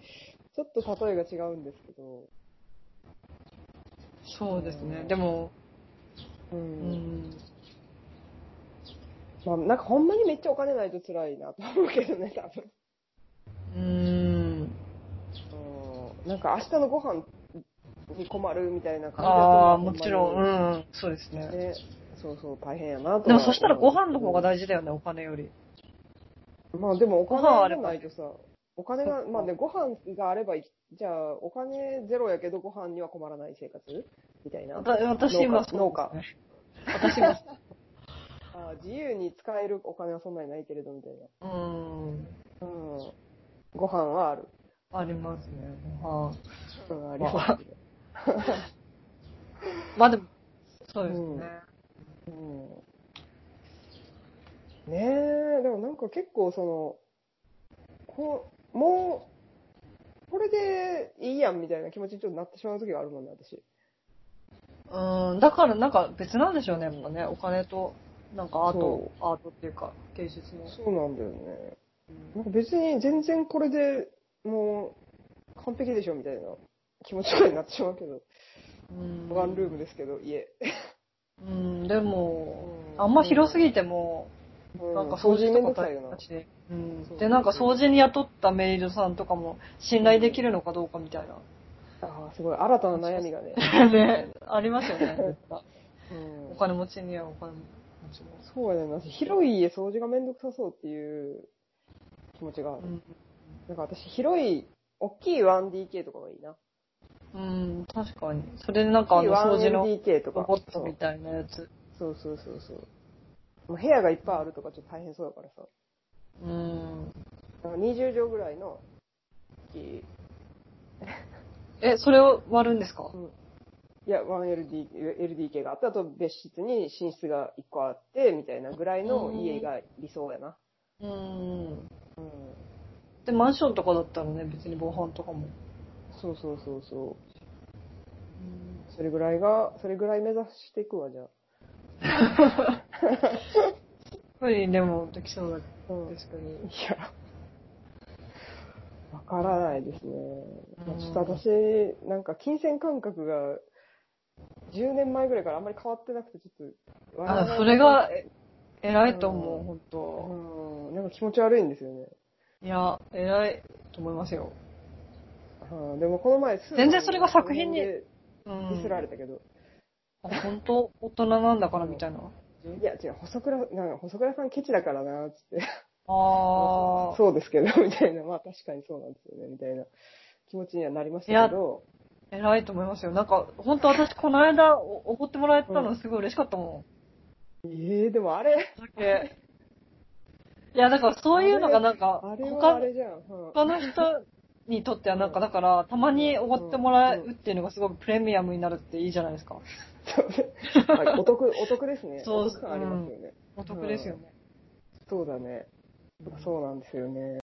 ちょっと例えが違うんですけど。そうですね。でも、う。うんん。まあ、なんかほんまにめっちゃお金ないと辛いなと思うけどね、多分。うん。うん。なんか明日のご飯に困るみたいな感じだとああ、もちろん、ん。うん。そうですね。ね、そうそう、大変やなとは思う。でもそしたらご飯の方が大事だよね、お金より。まあでもおご飯金あれがばないとさ、お金がそっ、かまあね、ご飯があればいい、じゃあお金ゼロやけどご飯には困らない生活みたいな。わあた私は農家そうですね私は、ー自由に使えるお金はそんなにないけれどみたいうーん、な。うん。ご飯はある。ありますね。はうん、ありそうだけど。いまあでも、そうですね。うんねえ、でもなんか結構その、こもう、これでいいやんみたいな気持ちにちょっとなってしまう時があるもんね、私。うーん、だからなんか別なんでしょうね、もうね。お金と、なんかアート、アートっていうか、芸術の。そうなんだよね。なんか別に全然これでもう完璧でしょみたいな気持ちになってしまうけど、うんワンルームですけど、家。うん、でも、うんあんま広すぎても、うなんか掃除めとんどかくさいよな。で、うんそうで、なんか掃除に雇ったメイドさんとかも信頼できるのかどうかみたいああ、すごい、新たな悩みがね。な。 ね、ありますよね、絶対。うんお金持ちにはお金持ちも。そうやねんな。広い家掃除がめんどくさそうっていう気持ちがある。うん、なんか私、広い、大きい 1DK とかがいいな。うん、確かに。それでなんか大あきいの掃除の 1DK とロか。ボットみたいなやつ。そうそうそうそうそう。もう部屋がいっぱいあるとかちょっと大変そうだからさ。うん。なんか20畳ぐらいの、大きいえ、それを割るんですかいや、1LD、LDK があって、あと別室に寝室が1個あって、みたいなぐらいの家が理想やな。うん。うん。で、マンションとかだったらね、別に防犯とかも。そうそうそうそう。それぐらいが、それぐらい目指していくわ、じゃあ。無理でもできそううんだ。ですけど。いや、わからないですね。まあうんちょっと私、なんか金銭感覚が10年前ぐらいからあんまり変わってなくて、ちょっと笑わない、あ、それが、え偉いと思うう、ん本当。うん、なんか気持ち悪いんですよね。いや、偉いと思いますよ。うんでもこの前スーパー全に、然それが作品にデうィスられん。たけど、あ本当、大人なんだからみた いな。いや違う、細倉、なんか細倉さんケチだからな、つって。ああ。 そうですけど、みたいな。まあ確かにそうなんですよね、みたいな気持ちにはなりましたけど。偉いと思いますよ。なんか、本当私、この間、おごってもらえたうのんすごい嬉しかったもええでもあん。れ、だけ。いや、だからそういうのがなんか、あれは他あれじゃん。うん他の人にとってはなんか、うんだから、たまにおごってもらうんうっていうのがすごくプレミアムになるっていいじゃないですか。そうねはいお得、お得ですね。 そうお得感ありますよね。お得ですよね。そうだね。そうなんですよね。